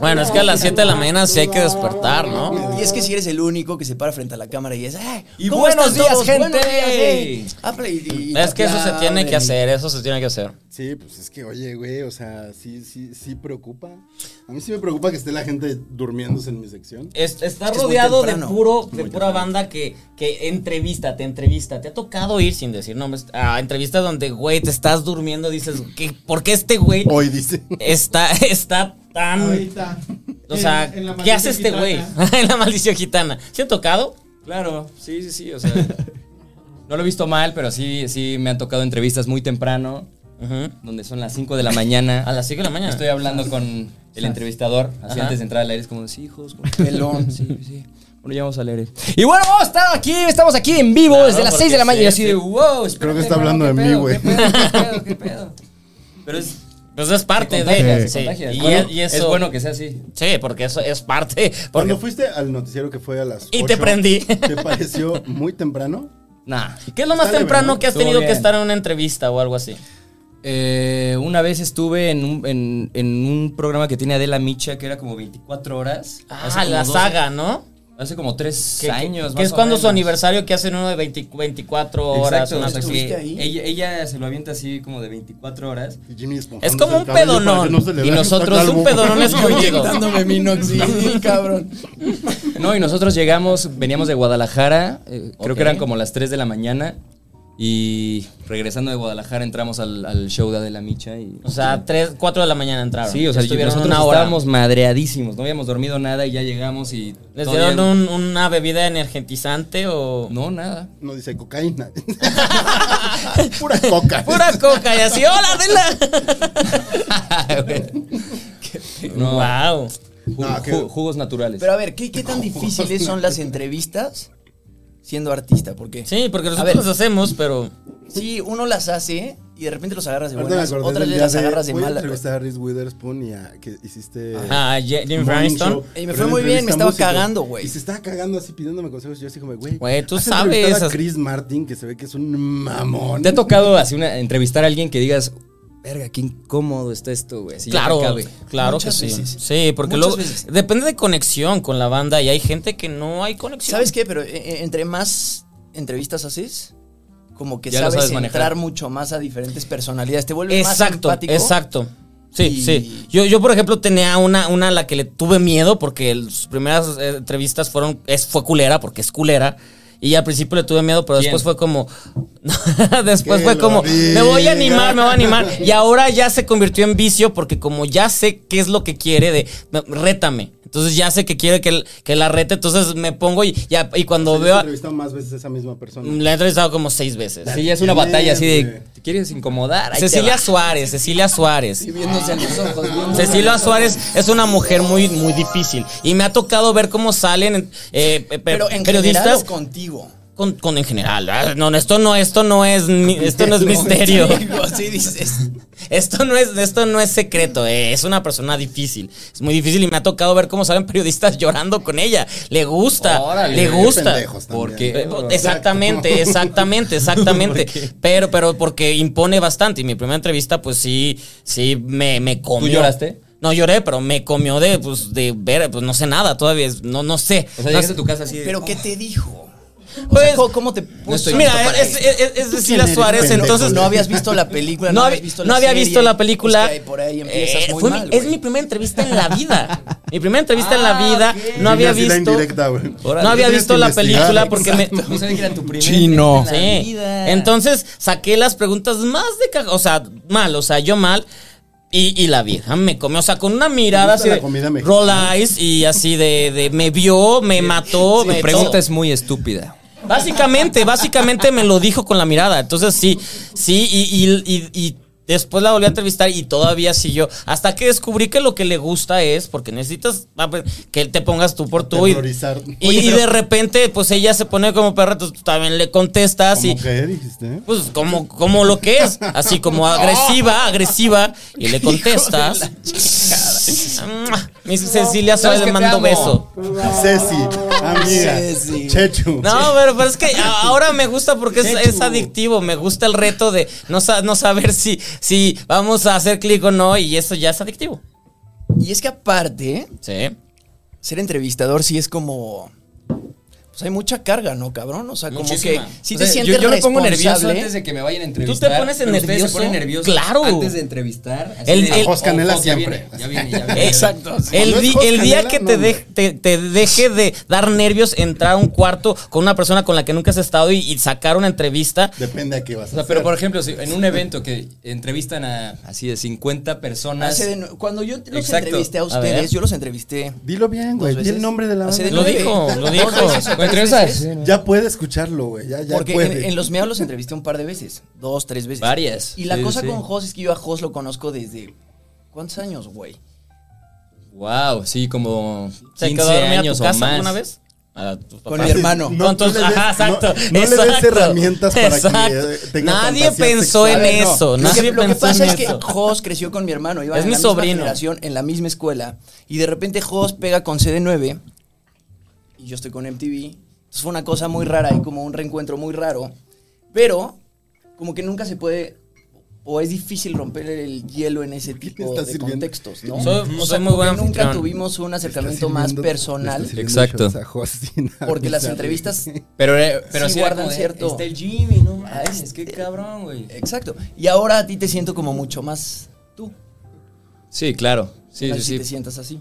S3: bueno, es que a las 7 de la mañana sí hay que despertar, ¿no?
S5: Y es que si eres el único que se para frente a la cámara y es. "Ay,
S6: Y
S5: ¿cómo
S6: buenos
S5: están todos?
S6: días,
S5: Buenos
S6: gente".
S5: días, eh". Ah, pero y- y-
S3: Es que eso se tiene que
S5: aplauden.
S3: hacer, eso se tiene que hacer.
S1: Sí, pues es que, oye, güey, o sea, sí, sí, sí preocupa. A mí sí me preocupa que esté la gente durmiéndose en mi sección.
S3: Es- está
S5: Es que es muy
S3: rodeado de
S5: temprano.
S3: puro, de
S1: Muy
S3: pura
S1: temprano.
S3: banda que, que entrevista, te entrevista. Te ha tocado ir sin decir nombres a entrevistas donde, güey, te estás durmiendo, dices, ¿qué, ¿por qué este güey
S1: Hoy dice.
S3: está, está tan...
S2: Ahorita.
S3: O sea,
S2: En- en la ¿ah?
S3: ¿qué hace este
S2: maldita
S3: güey?
S2: gitana.
S3: en la maldición gitana. ¿Se ha tocado?
S4: Claro, sí, sí, sí, o sea. no lo he visto mal, pero sí, sí me han tocado entrevistas muy temprano,
S3: Ujú.
S4: donde son las 5 de la mañana.
S3: A las 5 de la mañana.
S4: Estoy hablando con el entrevistador, así
S3: Ajá.
S4: antes de entrar al aire, es como, sí, hijos, con pelón, sí, sí. Bueno, ya vamos al aire. Y bueno, vamos, estamos aquí, estamos aquí en vivo
S3: Claro,
S4: desde las
S3: porque
S4: 6 de la mañana.
S3: sí,
S4: Y así de,
S3: sí.
S4: wow, espérate,
S1: Creo que está
S4: hermano,
S1: hablando de mí,
S4: ¿qué pedo,
S1: güey.
S4: ¿Qué pedo, qué pedo, qué pedo? Pero es...
S3: Pues es parte
S4: te
S3: de...
S4: contagias,
S3: sí.
S4: te contagias.
S3: Y,
S4: Bueno,
S3: y eso...
S4: Es bueno que sea así.
S3: Sí, porque eso es parte... Porque
S1: Cuando fuiste al noticiero que fue a las.
S3: Y te
S1: ocho,
S3: prendí.
S1: ¿Te pareció muy temprano?
S4: Nah.
S3: ¿Qué es lo más
S1: Está leve,
S3: temprano
S1: ¿no?
S3: que has
S4: Estuvo
S3: tenido que
S4: bien.
S3: estar en una entrevista o algo así?
S4: Eh, una vez estuve en un, en, en un programa que tiene Adela Micha que era como 24 horas. Hace
S3: Ah,
S4: como
S3: la
S4: 12
S3: saga, ¿no?
S4: Hace como 3
S3: Que- que-
S4: años.
S3: Que,
S4: más
S3: es
S4: o
S3: cuando su
S4: menos.
S3: aniversario que hacen uno de 20 24 horas.
S4: Exacto,
S3: una
S4: o
S3: cosa
S4: sea,
S3: así.
S5: estuviste
S4: que
S5: ahí.
S4: ella, ella se lo avienta así como de 24 horas.
S1: Y Jimmy esponjándose
S3: Es como
S1: el
S3: un
S1: cabello para que
S3: pedonón.
S1: no se le
S3: y
S1: vea que está
S3: nosotros un
S1: calvo.
S3: pedonón escondido.
S5: Dándome mi minoxidil, cabrón.
S4: No, y nosotros llegamos, veníamos de Guadalajara, eh, creo
S3: Ok.
S4: que eran como las 3 de la mañana. Y regresando de Guadalajara entramos al, al show de Adela Micha y...
S3: O sea, 3, 4 de la mañana entraron.
S4: Sí, o sea,
S3: estuvieron
S4: nosotros
S3: una hora.
S4: estábamos madreadísimos, no habíamos dormido nada y ya llegamos y...
S3: ¿Les
S4: todo
S3: dieron un-
S4: bien.
S3: una bebida energizante o.?
S4: No, nada.
S1: No dice cocaína. Pura coca.
S3: Pura coca y así, hola, Adela.
S4: No.
S3: Wow.
S4: Ju-
S1: No, que-
S4: ju- jugos naturales.
S5: Pero a ver, ¿qué, qué tan difíciles son las entrevistas siendo artista? Porque
S3: Sí, porque
S5: A
S3: nosotros
S5: ver.
S3: las hacemos, pero.
S5: sí, uno las hace y de repente los agarras de
S1: Ahorita me
S5: buenas,
S1: acordé
S5: otras
S1: del
S5: veces
S1: día
S5: las agarras de
S1: voy a
S5: malas.
S1: entrevistar a Reese Witherspoon y a, que hiciste.
S3: Ah, Je- Jim
S1: Morning
S3: Bryanston.
S1: Show,
S5: Y me
S1: pero
S5: fue
S1: una
S5: muy bien, me
S1: entrevista
S5: estaba
S1: música.
S5: cagando, güey.
S1: Y se estaba cagando así pidiéndome consejos. Yo así como, güey.
S3: Güey, tú
S1: has
S3: sabes
S1: entrevistado A
S3: esas-
S1: Chris Martin, que se ve que es un mamón.
S4: ¿Te ha tocado así una, entrevistar a alguien que digas, verga, qué incómodo está esto, güey? así ya
S3: claro,
S4: te cabe"?
S3: claro
S5: Muchas
S3: que sí.
S5: veces.
S3: Sí, porque luego
S5: Muchas veces.
S3: depende de conexión con la banda y hay gente que no hay conexión.
S5: ¿Sabes qué? Pero eh, eh, entre más entrevistas haces, como que
S4: Ya lo
S5: sabes,
S4: sabes
S5: entrar
S4: manejar.
S5: mucho más a diferentes personalidades. Te vuelves más
S3: Exacto,
S5: empático.
S3: exacto. Sí,
S5: Y-
S3: sí. Yo, yo, por ejemplo, tenía una, una a la que le tuve miedo porque el- sus primeras eh, entrevistas fueron, es, fue culera, porque es culera. Y al principio le tuve miedo, pero después fue como. después
S1: Que
S3: fue
S1: lo
S3: como. Me voy a
S1: diga".
S3: animar, me voy a animar. Y ahora ya se convirtió en vicio porque, como ya sé qué es lo que quiere, de. "No, Rétame. Entonces ya sé que quiere que, el- que la rete. Entonces me pongo y, ya, y cuando
S1: Yo he
S3: veo. a-
S1: entrevistado más veces a esa misma persona.
S3: La he entrevistado como seis veces.
S4: Sí, ya es una batalla así de, ¿te quieres incomodar? Ahí te
S3: Cecilia
S4: va.
S3: Suárez, Cecilia Suárez.
S5: Y viéndose a los ojos. viéndose.
S3: Cecilia Suárez es una mujer muy, muy difícil. Y me ha tocado ver cómo salen eh, eh,
S5: Pero en general
S3: periodistas
S5: o contigo.
S3: con, con- en general. Ah, No, no, esto no, esto no es mi- esto no es misterio.
S5: Contigo, así dices.
S3: Esto no es, esto no es secreto, eh, es una persona difícil. Es muy difícil y me ha tocado ver cómo salen periodistas llorando con ella. Le gusta,
S4: Órale,
S3: le
S4: qué
S3: gusta.
S4: Porque-
S3: Eh, po- Exactamente, exactamente, exactamente. Pero, pero porque impone bastante. Y mi primera entrevista, pues sí, sí me, me comió.
S4: lloraste?
S3: No lloré, pero me comió de, pues, de ver, pues no sé nada todavía. es- No, no sé.
S4: O sea,
S3: No
S4: llegaste
S3: sé.
S4: a tu casa así de,
S5: Pero ¿qué te dijo? O sea,
S3: Pues,
S5: ¿cómo- ¿Cómo te
S3: No
S5: puso
S3: estoy
S5: tanto
S3: mira,
S5: para
S3: es,
S5: esto?
S3: es, es- es de
S1: ¿Tú
S3: Sila
S1: quién eres,
S3: Suárez,
S1: pendejo?
S3: entonces.
S5: No habías visto la película, no,
S3: No,
S5: habías
S3: habí-
S5: visto la
S3: no había
S5: serie.
S3: visto la película.
S5: Es que ahí por ahí empiezas
S3: Eh,
S5: muy
S3: fue mi-
S5: mal,
S3: es
S5: güey. Ah,
S3: mi primera entrevista en la vida. mi primera entrevista en la vida. No
S1: Y
S3: había
S1: así la
S3: visto.
S1: indirecta, güey.
S3: No había
S1: Tienes
S3: visto
S1: que
S3: la
S1: investigar.
S3: película porque me.
S6: No sabía que era tu primer
S5: Chino.
S6: entrevista en la
S3: Sí.
S6: vida.
S3: Entonces saqué las preguntas más de caja. O sea, mal, o sea, yo mal. Y, y la vieja me comió, o sea, con una mirada
S1: gusta
S3: así
S1: la
S3: de
S1: comida
S3: roll
S1: mexicana?
S3: eyes y así de, de me vio, me mató.
S4: Tu
S3: me
S4: pregunta
S3: todo.
S4: es muy estúpida.
S3: Básicamente, básicamente me lo dijo con la mirada. Entonces sí, sí, y, y- y- y después la volví a entrevistar y todavía siguió. Hasta que descubrí que lo que le gusta es, porque necesitas ah, pues, que te pongas tú por tú. Y,
S1: Aterrorizar.
S3: y-
S1: Oye,
S3: y de repente, pues ella se pone como perra, tú también le contestas
S1: ¿Cómo
S3: y...
S1: que dijiste? ¿eh?
S3: Pues como, como lo que es, así como agresiva, agresiva, y le contestas. Mi Cecilia
S4: Sabes
S3: Suárez le
S4: que te
S3: mandó
S4: amo.
S3: beso.
S1: Ceci, amiga,
S5: Ceci.
S1: Chechu.
S3: No, pero, pero es que a- ahora me gusta porque es, es adictivo. Me gusta el reto de no, sa- no saber si, si vamos a hacer clic o no. Y eso ya es adictivo.
S5: Y es que aparte,
S3: Sí.
S5: ser entrevistador sí es como. Pues hay mucha carga, ¿no, cabrón? O sea, como
S3: Muchísima.
S5: que. Si
S4: O
S5: te
S4: sea,
S5: sientes
S4: yo, yo me pongo nervioso
S5: responsable.
S4: antes de que me vayan a
S3: te
S4: entrevistar.
S3: pones
S4: pero ustedes
S3: nervioso?
S4: se ponen nerviosos
S3: Claro.
S4: Antes de entrevistar. así
S3: El-
S4: de,
S3: el-
S4: "Oh,
S1: Jos Canela
S4: fuck, ya
S1: siempre.
S4: viene, ya viene, ya viene".
S5: Exacto. sí.
S3: El,
S1: Cuando es
S3: di-
S1: Jos
S3: el día
S1: Canela,
S3: que
S1: no,
S3: te,
S1: güey.
S3: de- te, te deje de dar nervios entrar a un cuarto con una persona con la que nunca has estado y, y sacar una entrevista.
S1: Depende a qué vas a
S4: O sea,
S1: hacer.
S4: pero por ejemplo, si en un evento que entrevistan a así de 50 personas.
S5: Hace de nue- cuando yo los
S4: Exacto.
S5: entrevisté a
S4: A
S5: ustedes,
S3: ver.
S5: yo los entrevisté.
S1: Dilo bien, güey.
S5: Dos
S1: Di el
S5: veces.
S1: nombre de la
S5: Hace
S1: banda.
S5: de
S3: Lo
S5: nueve.
S3: dijo, lo dijo.
S5: Dos veces o
S4: ¿Me
S5: tres
S4: entrevistas?
S5: veces.
S1: Ya puede escucharlo, güey. Ya, ya
S5: Porque en,
S1: puede.
S5: en los meados los entrevisté un par de veces. Dos, tres veces.
S4: Varias.
S5: Y la
S4: Sí,
S5: cosa
S4: sí.
S5: con Jos es que yo a Jos lo conozco desde. ¿Cuántos años, güey?
S4: Wow, sí, como
S3: ¿Se
S4: 15
S3: quedó a dormir a
S4: años
S3: tu
S4: o
S3: casa
S4: más.
S3: alguna vez? A tus papás.
S5: Con mi hermano.
S1: No,
S3: Con tus-
S1: no le des-
S3: ajá, exacto.
S1: no- no le des
S3: exacto.
S1: herramientas para que,
S3: Exacto.
S1: eh, tenga
S3: Nadie
S1: fantasías
S3: pensó en
S1: sexuales.
S5: A ver, no.
S3: eso.
S5: Lo que-
S3: Nadie
S5: lo que
S3: pensó
S5: pasa
S3: en
S5: es que
S3: eso.
S5: Jos creció con mi hermano. Iban
S3: Es
S5: en
S3: mi
S5: la misma
S3: sobrino.
S5: generación, en la misma escuela. Y de repente Jos pega con CD9. Y yo estoy con MTV. Entonces fue una cosa muy rara y como un reencuentro muy raro. Pero, como que nunca se puede. O es difícil romper el hielo en ese tipo
S1: estás
S5: de
S1: sirviendo?
S5: contextos, ¿no?
S3: Soy-
S5: O
S3: soy
S5: sea,
S3: muy
S5: como
S3: buen
S5: que Nunca
S3: anfitrión.
S5: tuvimos un acercamiento
S1: Está
S5: más
S1: sirviendo-
S5: personal.
S1: está sirviendo
S4: Exacto.
S1: shots a Justin, a
S5: Porque las
S1: Bizarre.
S5: entrevistas
S4: Pero, eh, pero
S5: Sí
S4: sí, era
S5: guardan
S4: como de,
S5: cierto-
S4: Está el Jimmy, no mames,
S5: este-
S4: qué cabrón, güey.
S5: Exacto. Y ahora a ti te siento como mucho más tú.
S4: Sí, claro. Sí,
S5: Así
S4: sí,
S5: te
S4: sí.
S5: sientas así.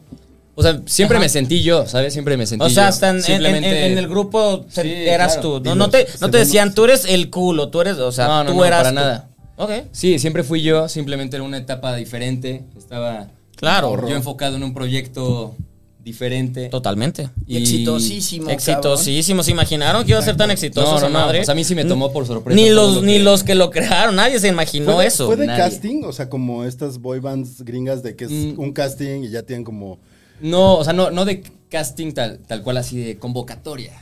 S4: O sea, siempre
S3: Ajá.
S4: me sentí yo, ¿sabes? Siempre me sentí
S3: O sea,
S4: yo.
S3: hasta en, en-
S4: Simplemente-
S3: en- en el grupo te-
S4: Sí,
S3: eras
S4: claro.
S3: tú. No,
S1: Y
S3: no
S1: los
S3: te, no te
S1: segundos.
S3: decían, tú eres el culo, tú eres, o sea,
S4: No, no,
S3: tú
S4: no,
S3: eras
S4: para
S3: tú.
S4: nada.
S3: Ok.
S4: Sí, siempre fui yo, simplemente era una etapa diferente. Estaba
S3: Claro.
S4: yo enfocado en un proyecto diferente.
S3: Totalmente.
S5: Y exitosísimo,
S3: Exitosísimo. ¿Se imaginaron que iba a ser tan exitoso
S4: No,
S3: esa
S4: no, no,
S3: madre?
S4: o sea, a mí sí me tomó por sorpresa
S3: Ni
S4: todo
S3: los,
S4: lo
S3: ni
S4: que-
S3: los que lo crearon, nadie se imaginó
S1: ¿Fue de-
S3: eso.
S1: ¿Fue de
S4: nadie.
S1: casting? O sea, como estas boy bands gringas de que es
S4: Mm.
S1: un casting y ya tienen como.
S4: No, o sea, no, no de casting tal, tal cual así de convocatoria.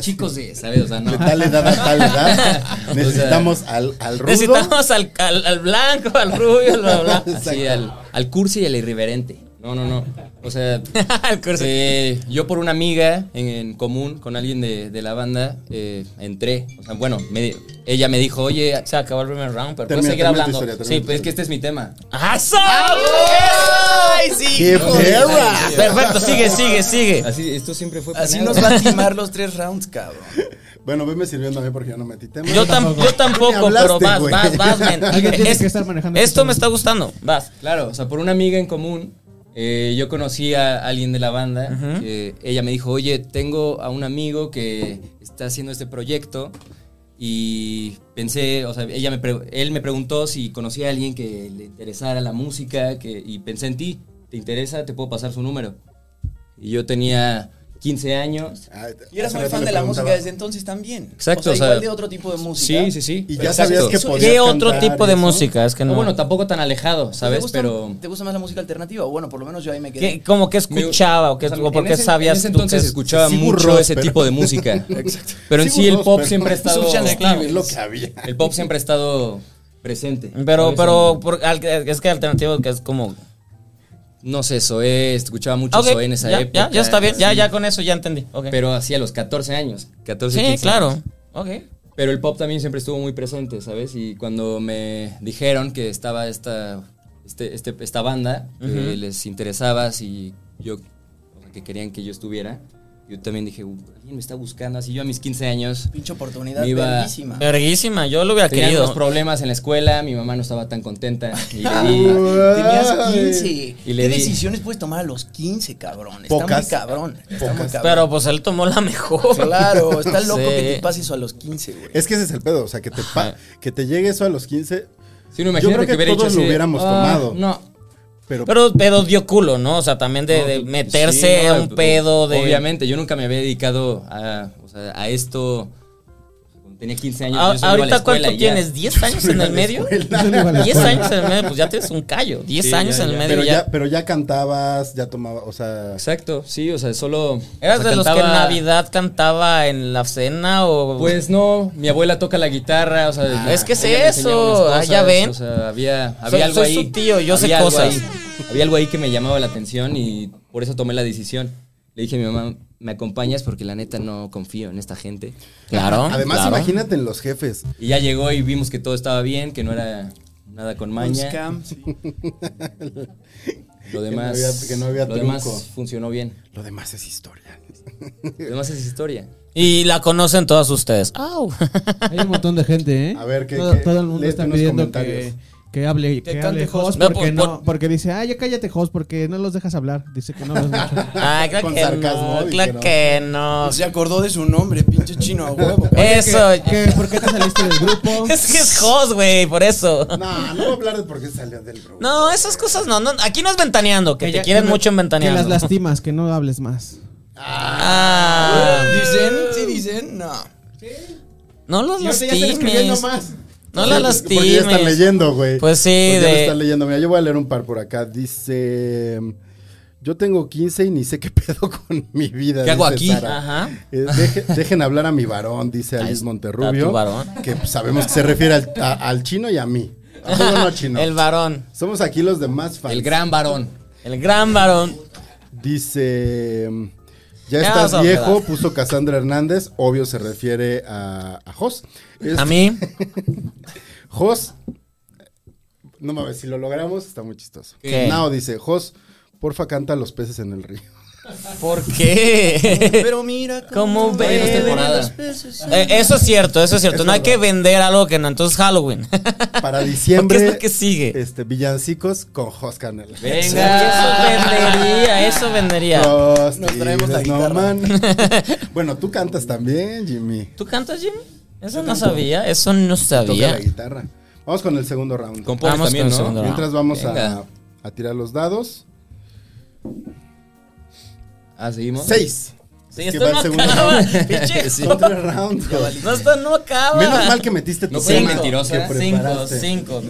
S4: Chicos de, ¿sabes? O sea, no.
S1: De tal edad a tal edad. Necesitamos al, al rudo.
S3: Necesitamos al, al- al blanco, al rubio, al bla, bla.
S4: Así al, al cursi y al irreverente. No, no, no. O sea,
S3: Al cursi.
S4: eh, yo por una amiga en, en común con alguien de, de la banda eh, entré. O sea, bueno, me- ella me dijo, oye,
S3: Se acabó el primer round, pero
S1: Termina,
S3: puedes seguir
S1: termina tu
S3: hablando.
S1: historia, termina
S3: sí,
S1: tu
S4: es
S3: pues,
S4: que este es mi tema.
S3: ¡Ah, ¡Ay,
S1: ¡Qué perra!
S3: Perfecto, sigue, sigue, sigue.
S4: Así, esto siempre fue
S5: Así
S4: planeado.
S5: nos va a timar los tres rounds, cabrón.
S1: Bueno, venme sirviendo a mí porque yo no metí tema.
S3: Yo, tam- yo
S1: Ni
S3: tampoco,
S1: hablaste,
S3: pero vas,
S1: güey.
S3: vas, vas, men.
S2: Alguien tiene
S3: Es-
S2: que estar manejando
S3: Esto
S2: esto,
S3: me
S2: ¿no?
S3: está gustando. Vas.
S4: Claro, o sea, por una amiga en común, eh, yo conocí a alguien de la banda, que ella me dijo, oye, tengo a un amigo que está haciendo este proyecto y pensé, o sea, ella me pre- él me preguntó si conocía a alguien que le interesara la música que, y pensé en ti, ¿te interesa? Te puedo pasar su número. Y yo tenía 15 años.
S1: Ah,
S5: Y eras
S1: hace
S5: muy
S1: rato
S5: fan
S1: le
S5: de la música
S1: preguntaba.
S5: desde entonces también.
S4: Exacto,
S5: O sea,
S4: o sea,
S5: igual de otro tipo de música.
S4: Sí, sí, sí.
S1: Y
S4: Pero
S1: ya sabías
S4: exacto.
S1: que podías
S3: ¿Qué otro
S1: cantar
S3: tipo
S1: y
S3: de
S1: eso?
S3: música? Es que
S4: No,
S3: no.
S4: bueno, tampoco tan alejado,
S5: Pues, ¿Te
S4: ¿sabes?
S5: gusta,
S4: Pero...
S5: ¿Te gusta más la música alternativa? O Bueno, por lo menos yo ahí me quedé.
S3: ¿Qué, como que escuchaba o, qué,
S4: O sea,
S3: o por
S4: pues, en
S3: qué
S4: ese-
S3: sabías
S4: en ese
S3: tú que
S4: entonces
S3: es-
S4: escuchaba
S1: sí,
S4: mucho
S1: burros,
S4: ese
S1: pero-
S4: tipo de música.
S5: Exacto.
S4: Pero en
S1: Sí,
S4: sí el
S1: burros,
S4: pop
S1: pero-
S4: siempre ha
S1: Eso
S4: estado.
S1: ya no es
S4: claro,
S1: lo que había.
S4: El pop siempre ha estado presente.
S3: Pero,
S4: ¿sabes?
S3: pero, por- al- es que alternativo que es como.
S4: No sé, Zoé, escuchaba mucho
S3: Ok,
S4: Zoé en esa
S3: ya,
S4: época.
S3: Ya, ya está bien, ya,
S4: así.
S3: ya con eso ya entendí. ok.
S4: Pero hacía los 14 años. 14,
S3: sí,
S4: 15
S3: claro.
S4: años.
S3: Ok.
S4: Pero el pop también siempre estuvo muy presente, ¿sabes? Y cuando me dijeron que estaba esta, este, este- esta banda, que les interesaba si yo, o sea, que querían que yo estuviera, Yo también dije, "Uh, alguien me está buscando. Así yo a mis 15 años
S5: Pinche oportunidad
S4: Me iba-
S5: verguísima.
S3: Verguísima, yo lo hubiera
S4: tenía unos
S3: querido.
S4: problemas en la escuela, mi mamá no estaba tan contenta. Y
S1: Ah,
S4: le di-
S5: Tenías 15.
S4: Y le
S5: ¿Qué
S4: di.
S5: decisiones puedes tomar a los 15, cabrón? Está
S1: Pocas.
S5: muy cabrón. Está muy
S1: Pocas.
S5: cabrón.
S3: Pero pues él tomó la mejor.
S5: Claro, está loco
S3: Sí.
S5: que te pase eso a los 15, güey.
S1: Es que ese es el pedo, o sea, que te, pa- que te llegue eso a los 15,
S4: Sí, no, imagínate
S1: Yo creo que
S4: hubiera
S1: todos
S4: dicho
S1: lo
S4: así de,
S1: hubiéramos
S4: "Ah,
S1: tomado".
S4: No.
S1: pero,
S3: Pero, pero dio culo, ¿no? O sea, también de, de
S4: No,
S3: meterse
S4: pues, sí,
S3: a
S4: no, pues,
S3: un pedo de.
S4: Obviamente, yo nunca me había dedicado a, o sea, a esto. Cuando Tenía 15 años.
S3: A-
S4: yo solo iba a la
S3: Ah, ahorita,
S4: escuela
S3: ¿cuánto
S4: y ya.
S3: tienes? ¿10 años en el medio?
S2: Yo no iba a la
S3: 10
S2: escuela.
S3: años en el medio, pues ya tienes un callo. 10
S4: Sí,
S3: años
S4: ya,
S3: en el
S4: ya.
S3: medio
S1: pero,
S3: ya.
S1: ya, pero ya cantabas, ya tomabas, o sea,
S4: Exacto, sí, o sea, solo.
S3: ¿Eras
S4: o sea,
S3: de los que en
S4: cantaba-
S3: Navidad cantaba en la cena o.?
S4: Pues no, mi abuela toca la guitarra, o sea.
S3: es que Ah, es
S4: ella me enseñó
S3: eso,
S4: unas
S3: ah, ya ven.
S4: O sea, había, había
S3: Soy-
S4: algo
S3: soy
S4: ahí.
S3: su tío, yo sé
S4: había algo
S3: cosas.
S4: ahí, había algo ahí que me llamaba la atención y por eso tomé la decisión. Le dije a mi mamá, ¿me acompañas? Porque la neta no confío en esta gente. Ah,
S3: claro.
S1: además
S3: claro.
S1: imagínate en los jefes.
S4: Y ya llegó y vimos que todo estaba bien, que no era nada con
S5: Un
S4: maña.
S5: scam, sí.
S4: Lo demás,
S1: no había- Pues que no había
S4: lo demás
S1: truco.
S4: funcionó bien.
S1: Lo demás es historia.
S4: Lo demás es historia.
S3: Y la conocen todas ustedes. Au.
S2: Hay un montón de gente, ¿eh?
S1: A ver, ¿qué-
S2: todo,
S1: qué?
S2: todo el mundo
S1: Léete
S2: está
S1: unos
S2: pidiendo que,
S1: comentarios.
S2: que hable, que,
S5: cante
S2: hable Jos
S5: Jos.
S3: No, pues,
S2: porque
S3: por-
S2: no, porque dice, ah, ya cállate Jos porque no los dejas hablar. Dice que no los mucho.
S3: Ay, creo
S1: Con
S3: que
S1: sarcasmo,
S3: no.
S1: dijeron.
S3: Claro que no.
S5: Se acordó de su nombre, pinche chino a huevo.
S3: Eso.
S2: ¿Qué? ¿Por qué te saliste del grupo?
S3: Es que es Jos, güey, por eso.
S1: No, no voy a hablar de por qué salió del grupo.
S3: No, esas cosas no, no. Aquí no es ventaneando, que, te
S2: ya-
S3: quieren
S2: no-
S3: mucho
S2: Que
S3: en
S2: las
S3: ventaneando.
S2: lastimas, que no hables más.
S3: Ah.
S5: ¿Dicen? Sí, dicen. No.
S3: No los lastimes. No las
S1: Porque- Porque ya están
S3: lastimes.
S1: leyendo, güey.
S3: Pues sí,
S1: Porque ya lo
S3: de-
S1: están leyendo. Mira, yo voy a leer un par por acá. Dice... Yo tengo 15 y ni sé qué pedo con mi vida.
S4: ¿Qué hago
S1: dice
S4: aquí?
S1: Sara.
S3: Ajá.
S1: Eh, deje- dejen hablar a mi varón, dice Alice
S3: tu
S1: Monterrubio.
S3: varón.
S1: Que pues, sabemos que se refiere al, a- al chino y a mí. ¿A poco no, chino?
S3: El varón.
S1: Somos aquí los demás fans.
S4: El gran varón.
S3: El gran varón.
S1: Dice. Ya
S3: Ya
S1: estás
S3: vas a
S1: viejo,
S3: operar.
S1: puso Cassandra Hernández. Obvio se refiere a, a Jos. Es-
S3: A mí.
S1: Jos. No mames, si lo logramos, está muy chistoso. Eh,
S3: ¿Qué?
S1: Nao dice: Jos, porfa, canta los peces en el río.
S3: ¿Por qué?
S5: Pero mira
S3: ¿Cómo
S4: Hay dos
S3: Eh,
S5: beben
S4: temporadas.
S5: los peces.
S3: Eh, eso es cierto, eso es cierto.
S1: Es
S3: no hay
S1: verdad.
S3: que vender algo que no. Entonces Halloween.
S1: Para diciembre.
S3: ¿Qué es lo que sigue?
S1: Este, villancicos con Jos Canela.
S3: eso vendería, eso vendería.
S1: Jos,
S5: Nos traemos la
S1: Tigres, no
S5: guitarra.
S1: man. bueno, tú cantas también, Jimmy.
S3: ¿Tú cantas, Jimmy? Eso no sabía, eso no
S1: Toca la
S3: sabía.
S1: guitarra. Vamos con el segundo round.
S4: Compones
S3: Vamos
S4: también,
S3: con el
S4: ¿no?
S3: segundo.
S1: Mientras vamos a,
S4: Venga.
S1: a tirar los dados.
S4: Ah, seguimos.
S1: Seis.
S3: Sí,
S1: Es que
S3: esto
S1: va
S3: no
S1: el segundo
S3: acaba.
S1: round.
S3: pinche
S1: Son tres rounds.
S3: No, esto no acaba.
S1: Menos mal que metiste tu
S4: No fue
S1: tema
S4: mentirosa.
S1: que
S3: Cinco,
S1: preparaste.
S3: cinco.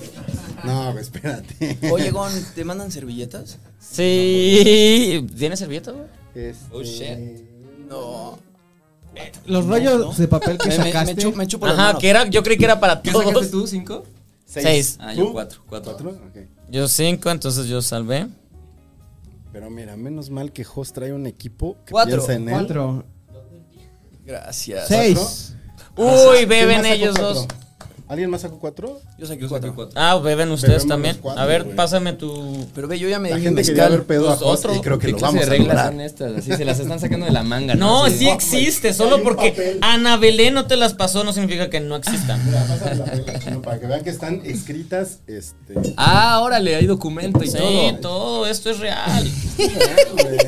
S1: No, güey, espérate.
S5: Oye, Gon, ¿te mandan servilletas?
S3: Sí. ¿Tienes servilleta, güey?
S1: Este,
S4: Oh, shit.
S5: No.
S2: Los rollos de papel que
S5: Me, me,
S2: sacaste.
S5: me, chu- me chupo las
S3: Ajá,
S5: manos.
S3: que era, yo creí que era para
S4: ¿Qué sacaste
S3: todos.
S4: tú? ¿Cinco?
S3: Seis.
S4: Ah,
S1: ¿Tú?
S4: yo cuatro. Cuatro.
S1: ¿Cuatro? Ok.
S3: Yo cinco, entonces yo salvé.
S1: Pero mira, menos mal que Jos trae un equipo que
S5: Cuatro,
S1: piensa en él.
S2: cuatro,
S5: Gracias.
S2: seis.
S3: Uy,
S1: Ah, ¿Quién más
S3: beben
S1: sacó
S3: ellos
S1: cuatro?
S3: dos.
S1: ¿Alguien más sacó cuatro?
S5: Yo saqué
S4: Yo saqué
S5: cuatro.
S4: cuatro.
S3: Ah, beben ustedes
S1: Bebemos
S3: también.
S1: los cuatro,
S3: a ver,
S1: güey.
S3: pásame tu.
S5: Pero ve, yo ya me
S1: La
S5: dije
S1: gente quería ver pedo a Jos y creo que
S4: ¿Qué
S1: lo
S4: clase
S1: vamos a
S4: de reglas
S1: lograr.
S4: son estas? Así se las están sacando de la manga.
S3: No,
S4: Así de-
S3: sí existe, solo
S1: Hay un
S3: porque
S1: papel. Ah,
S3: Ana Belén no te las pasó, no significa que no existan.
S1: Mira, pásame la regla, chino, para que vean que están escritas. Este.
S4: Ah, órale, hay documento y
S3: Sí,
S4: todo.
S3: todo, esto es real.
S1: güey.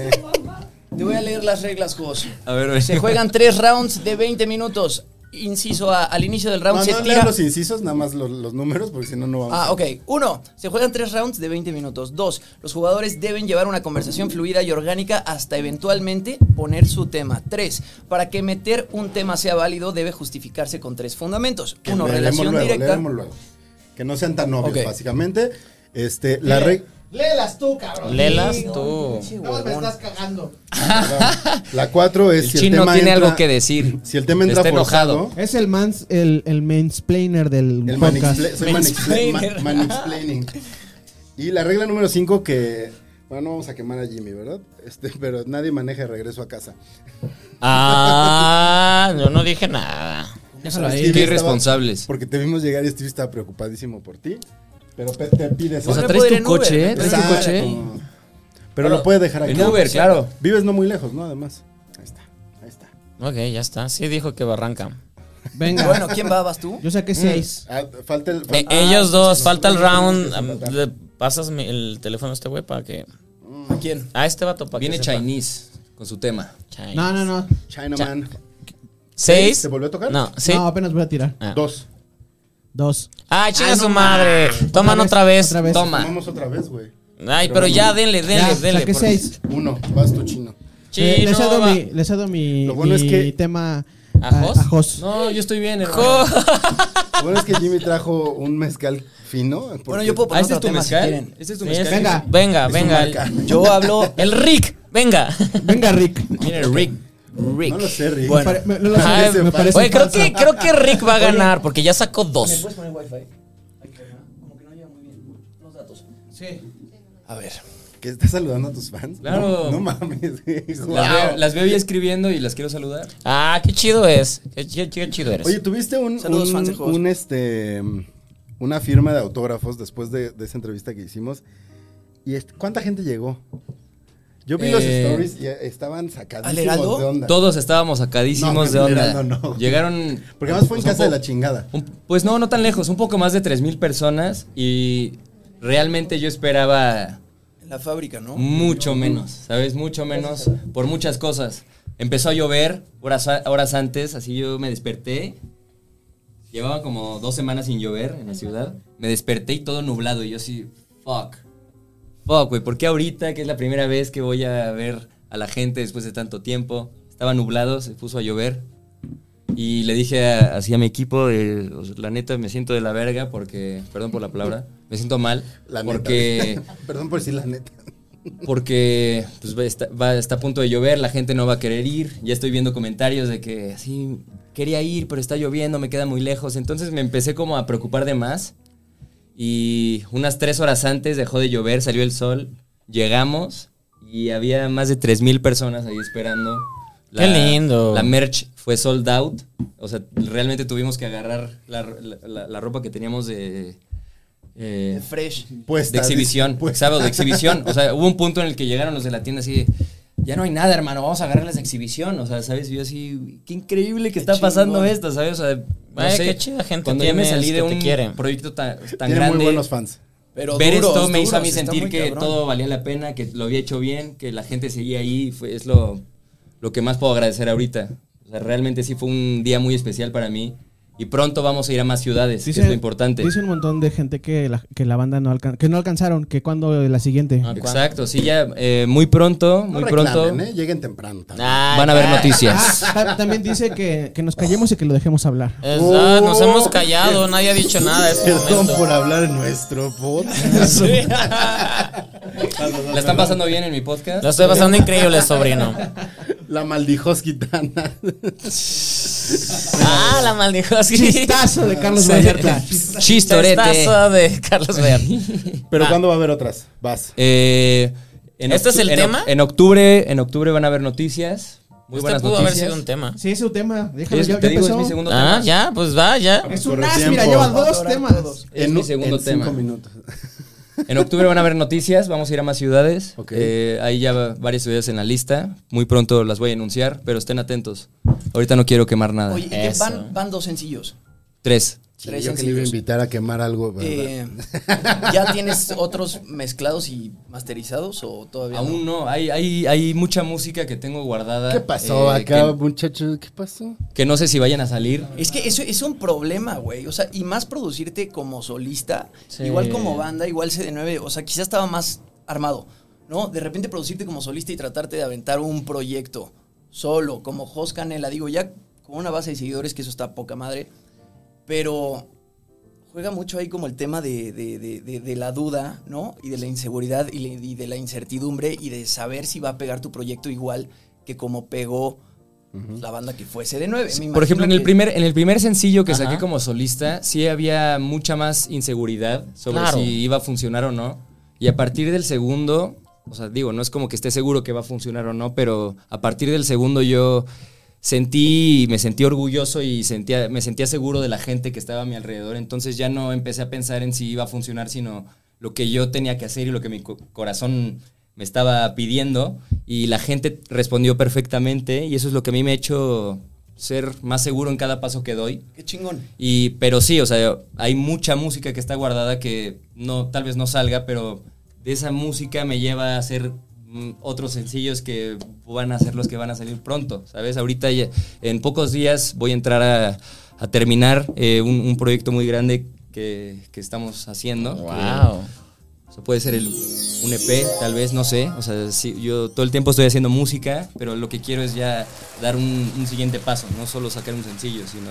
S5: Te voy a leer las reglas, Jos.
S4: A ver, a ver.
S5: Se juegan tres rounds de 20 minutos. Inciso A, al inicio del round
S1: No,
S5: se
S1: no
S5: tira...
S1: lean los incisos, nada más los, los números, porque si no, no vamos.
S5: Ah, ok. Uno, se juegan tres rounds de 20 minutos. Dos, los jugadores deben llevar una conversación fluida y orgánica hasta eventualmente poner su tema. Tres, para que meter un tema sea válido debe justificarse con tres fundamentos.
S1: Que
S5: Uno,
S1: le-
S5: relación
S1: leemos luego,
S5: directa.
S1: leemos luego. Que no sean tan obvios,
S5: Ok.
S1: básicamente. Este, la regla.
S2: Léelas tú, cabrón.
S3: Lelas tú.
S2: No, me estás cagando.
S1: Ah, La 4 es
S4: El
S1: si el
S4: chino
S1: tema
S4: tiene
S1: entra-
S4: algo que decir.
S1: Si el tema entra
S4: Está
S1: forzado,
S4: enojado.
S2: Es el mans, el, el mansplainer del
S1: el
S2: podcast.
S1: manexpla- soy manexpla-
S5: Mansplainer.
S1: ma- manexplaining. Y la regla número 5 que bueno, no vamos a quemar a Jimmy, ¿verdad? Este, pero nadie maneja de regreso a casa.
S3: Ah, yo no dije nada.
S2: Déjalo
S1: Stevie
S2: ahí.
S4: Qué
S1: estaba-
S4: irresponsables.
S1: Porque te vimos llegar y Steve estaba preocupadísimo por ti, pero pe- te pides
S4: O sea,
S5: me
S4: traes
S5: puedo ir
S4: tu
S5: en Uber,
S4: coche, ¿eh?
S5: ¿no?
S4: traes tu
S1: Exacto.
S4: coche.
S1: Pero lo puede dejar aquí.
S4: En Uber, claro.
S1: Vives no muy lejos, ¿no? Además. Ahí está.
S3: Ok, ya está. Sí dijo que Barranca.
S2: Venga.
S5: Bueno, ¿quién va? ¿Vas tú?
S2: Yo
S4: Mm.
S2: saqué seis.
S1: Ah, falta el.
S3: Eh,
S1: falta-
S2: Ah,
S3: ellos dos,
S1: sí,
S3: falta el
S1: sí, sí,
S3: round.
S1: sí,
S4: um,
S3: am,
S1: sí,
S3: le pasas mi- el teléfono a este güey para que.
S5: ¿A quién?
S3: A este vato para
S4: Viene
S3: que. sepa.
S4: Chinese con su tema.
S3: Chinese.
S2: No, no, no.
S1: Chinaman.
S3: ¿Seis?
S1: ¿Te volvió a tocar?
S3: No, sí.
S2: No, apenas voy a tirar.
S3: Ah.
S1: Dos.
S2: Dos.
S3: Ah, chinga su madre. Toman otra vez.
S2: otra vez.
S4: Ah.
S3: Toma.
S1: Vamos otra vez, güey.
S3: Ay, pero ya denle, denle,
S2: Ya,
S3: denle.
S2: saqué
S3: porque-
S2: seis.
S1: Uno, vas tú, chino.
S3: Chino,
S2: Eh, le cedo
S3: va.
S2: mi, le cedo mi,
S1: Lo bueno
S2: mi
S1: es que-
S2: tema
S3: ¿A
S2: a,
S3: Jos?
S2: a Jos.
S4: No, yo estoy bien, hermano.
S3: Jo-
S1: Lo Bueno, es que Jimmy trajo un mezcal fino. porque-
S5: Bueno, yo puedo
S4: Ah,
S5: poner
S4: ¿Este
S5: otro
S4: es tu
S5: tema si
S4: mezcal?
S5: quieren.
S4: ¿Este es tu
S3: Sí,
S4: mezcal?
S2: Venga.
S1: Es
S3: Venga,
S1: un
S3: venga.
S1: marca.
S3: El,
S5: Yo hablo.
S3: el Rick, venga.
S2: Venga, Rick.
S4: Mira, Rick.
S5: Rick.
S1: No lo sé, Rick.
S5: Bueno,
S2: Pare- me, no lo
S4: Ah,
S2: sé,
S3: Ay,
S2: me parece
S3: Oye, creo
S2: falso.
S3: que, creo que Rick va a ganar porque ya sacó dos.
S5: poner wifi? Como que no lleva muy bien los datos. A ver.
S1: ¿Que estás saludando a tus fans?
S4: Claro.
S1: No, no mames, hijo.
S4: Las veo, las veo ya escribiendo y las quiero saludar.
S3: Ah, qué chido es. Qué, chi- qué chido eres.
S1: Oye, ¿tuviste un,
S5: Saludos,
S1: un-
S5: fans de Jos.
S1: un, este mm, una firma de autógrafos después de, de esa entrevista que hicimos? ¿Y este- cuánta gente llegó? Yo vi los
S4: Eh,
S1: stories y eh, estaban
S5: ¿Al Heraldo?
S1: sacadísimos de onda.
S4: Todos estábamos sacadísimos
S1: No,
S4: de onda.
S1: no, no.
S4: Llegaron.
S1: Porque además fue en
S4: pues, un
S1: casa de
S4: po-
S1: la chingada.
S4: un- Pues no, no tan lejos. Un poco más de 3.000 personas. Y realmente yo esperaba
S5: En la fábrica, ¿no?
S4: mucho menos, ¿sabes? Mucho menos por muchas cosas. Empezó a llover horas, a- horas antes, así yo me desperté. Llevaba como dos semanas sin llover en la ciudad. Me desperté y todo nublado. Y yo así, fuck. Fuck, güey. ¿Por qué ahorita, que es la primera vez que voy a ver a la gente después de tanto tiempo? Estaba nublado, se puso a llover. Y le dije a- así a mi equipo, de, "O sea, la neta me siento de la verga porque, perdón por la palabra, me siento mal.
S1: La neta.
S4: porque
S1: Perdón por decir la neta.
S4: porque pues, va- está, va- está a punto de llover, la gente no va a querer ir. Ya estoy viendo comentarios de que sí, quería ir, pero está lloviendo, me queda muy lejos. Entonces me empecé como a preocupar de más. Y unas tres horas antes dejó de llover, salió el sol, llegamos y había más de 3.000 personas ahí esperando.
S3: Qué lindo.
S4: La merch fue sold out. O sea, realmente tuvimos que agarrar la, la- la- la ropa que teníamos de... eh,
S5: De Fresh.
S1: Pues,
S4: de exhibición,
S1: Pues,
S4: sábado de exhibición. O sea, hubo un punto en el que llegaron los de la tienda así, de, ya no hay nada, hermano, vamos a agarrarlas de exhibición. O sea, ¿sabes? Yo así, qué increíble que está
S5: chingón.
S4: pasando esto, ¿sabes? O sea, no
S3: Vaya,
S4: sé,
S3: qué chida gente
S4: Cuando ya me
S3: tienes
S4: salí
S3: que
S4: de
S3: te
S4: un
S3: quiere.
S4: proyecto tan, tan
S1: tiene muy
S4: grande,
S1: buenos fans.
S5: Pero
S4: ver
S5: duros,
S4: esto me hizo a
S5: duros,
S4: mí
S5: está
S4: sentir
S5: muy
S4: que
S5: cabrón.
S4: todo valía la pena, que lo había hecho bien, que la gente seguía ahí. Fue, es lo, lo que más puedo agradecer ahorita. O sea, realmente sí fue un día muy especial para mí. Y pronto vamos a ir a más ciudades, que es lo importante.
S2: Dice un montón de gente que la, que la banda no alcanzó, que no alcanzaron, que cuando la siguiente.
S3: Ah,
S4: Exacto, sí, ya eh, muy pronto,
S1: No
S4: muy
S1: reclamen,
S4: pronto. Ah,
S1: ¿eh? Lleguen temprano. también.
S3: Ay,
S4: Van a ver
S3: ay.
S4: noticias.
S2: Ah, ta- también dice que, que nos callemos y que lo dejemos hablar.
S3: Es- ah, nos
S1: Oh.
S3: hemos callado, nadie ha dicho nada. Es
S1: Perdón
S3: momento.
S1: por hablar en nuestro podcast.
S3: Sí.
S4: ¿La están pasando bien en mi podcast?
S3: Lo estoy pasando increíble, sobrino.
S1: La maldijos gitana.
S3: Ah, la maldijo así.
S2: Chistazo de Carlos Vallarta.
S4: Chistorete.
S3: Chistazo de Carlos Este Berni.
S1: Pero ¿cuándo va a haber otras? Vas.
S4: Eh, en
S3: ¿Este
S4: octu-
S3: es el
S4: en o-
S3: tema?
S4: En octubre, en octubre van a haber noticias. Muy
S3: Este
S4: buenas
S3: pudo haber
S4: noticias.
S3: sido un tema.
S2: Sí, es su tema. Déjalo,
S4: Ah. Es-
S2: ya,
S4: te
S2: ya
S4: digo, es
S2: empezó.
S4: mi segundo
S3: Ah,
S4: tema.
S3: ya, pues va, ya.
S2: Es un
S1: Corre
S2: as,
S1: tiempo.
S2: mira, lleva dos
S5: Adoran
S2: temas.
S5: todos.
S4: Es
S1: En
S4: mi
S1: un-
S4: segundo
S1: en
S4: tema.
S1: Cinco minutos.
S4: En octubre van a haber noticias, vamos a ir a más ciudades.
S1: Ok.
S4: Eh, hay ya va- varias ciudades en la lista. Muy pronto las voy a anunciar, pero estén atentos. Ahorita no quiero quemar nada.
S5: Oye, ¿y qué
S3: Eso.
S5: van, van dos sencillos.
S4: Tres.
S1: Sí,
S5: Tres
S1: yo que le iba a
S5: sencillos.
S1: invitar a quemar algo. ¿verdad?
S5: Eh, ¿Ya tienes otros mezclados y masterizados o todavía
S4: Aún no, hay, hay, hay mucha música que tengo guardada.
S1: ¿Qué pasó
S4: eh,
S1: acá,
S4: Que,
S1: muchachos? ¿Qué pasó?
S4: que no sé si vayan a salir.
S5: Es que eso es un problema, güey. O sea, y más producirte como solista,
S4: Sí.
S5: igual como banda, igual CD9, o sea, quizás estaba más armado, ¿no? De repente producirte como solista y tratarte de aventar un proyecto solo, como Jos Canela, digo, ya con una base de seguidores, que eso está poca madre, pero juega mucho ahí como el tema de, de- de- de- de la duda, ¿no? Y de la inseguridad y, le- y de la incertidumbre y de saber si va a pegar tu proyecto igual que como pegó. La banda que fue CD9. me
S4: Por ejemplo, en
S5: imagino
S4: el
S5: que-
S4: primer, en el primer sencillo que
S3: Ajá.
S4: saqué como solista, sí había mucha más inseguridad sobre
S3: Claro.
S4: si iba a funcionar o no. Y a partir del segundo, o sea, digo, no es como que esté seguro que va a funcionar o no, pero a partir del segundo yo sentí, me sentí orgulloso y sentía, me sentía seguro de la gente que estaba a mi alrededor. Entonces ya no empecé a pensar en si iba a funcionar, sino lo que yo tenía que hacer y lo que mi co- corazón me estaba pidiendo y la gente respondió perfectamente y eso es lo que a mí me ha hecho ser más seguro en cada paso que doy.
S5: Qué chingón.
S4: Y, pero sí, o sea, hay mucha música que está guardada que no, tal vez no salga, pero de esa música me lleva a hacer mm, otros sencillos que van a ser los que van a salir pronto, ¿sabes? Ahorita ya- en pocos días voy a entrar a, a terminar eh, un, un proyecto muy grande que, que estamos haciendo. que-
S3: Wow.
S4: o sea, puede ser el, un EP, tal vez, no sé. O sea, sí, yo todo el tiempo estoy haciendo música, pero lo que quiero es ya dar un, un siguiente paso, no solo sacar un sencillo, sino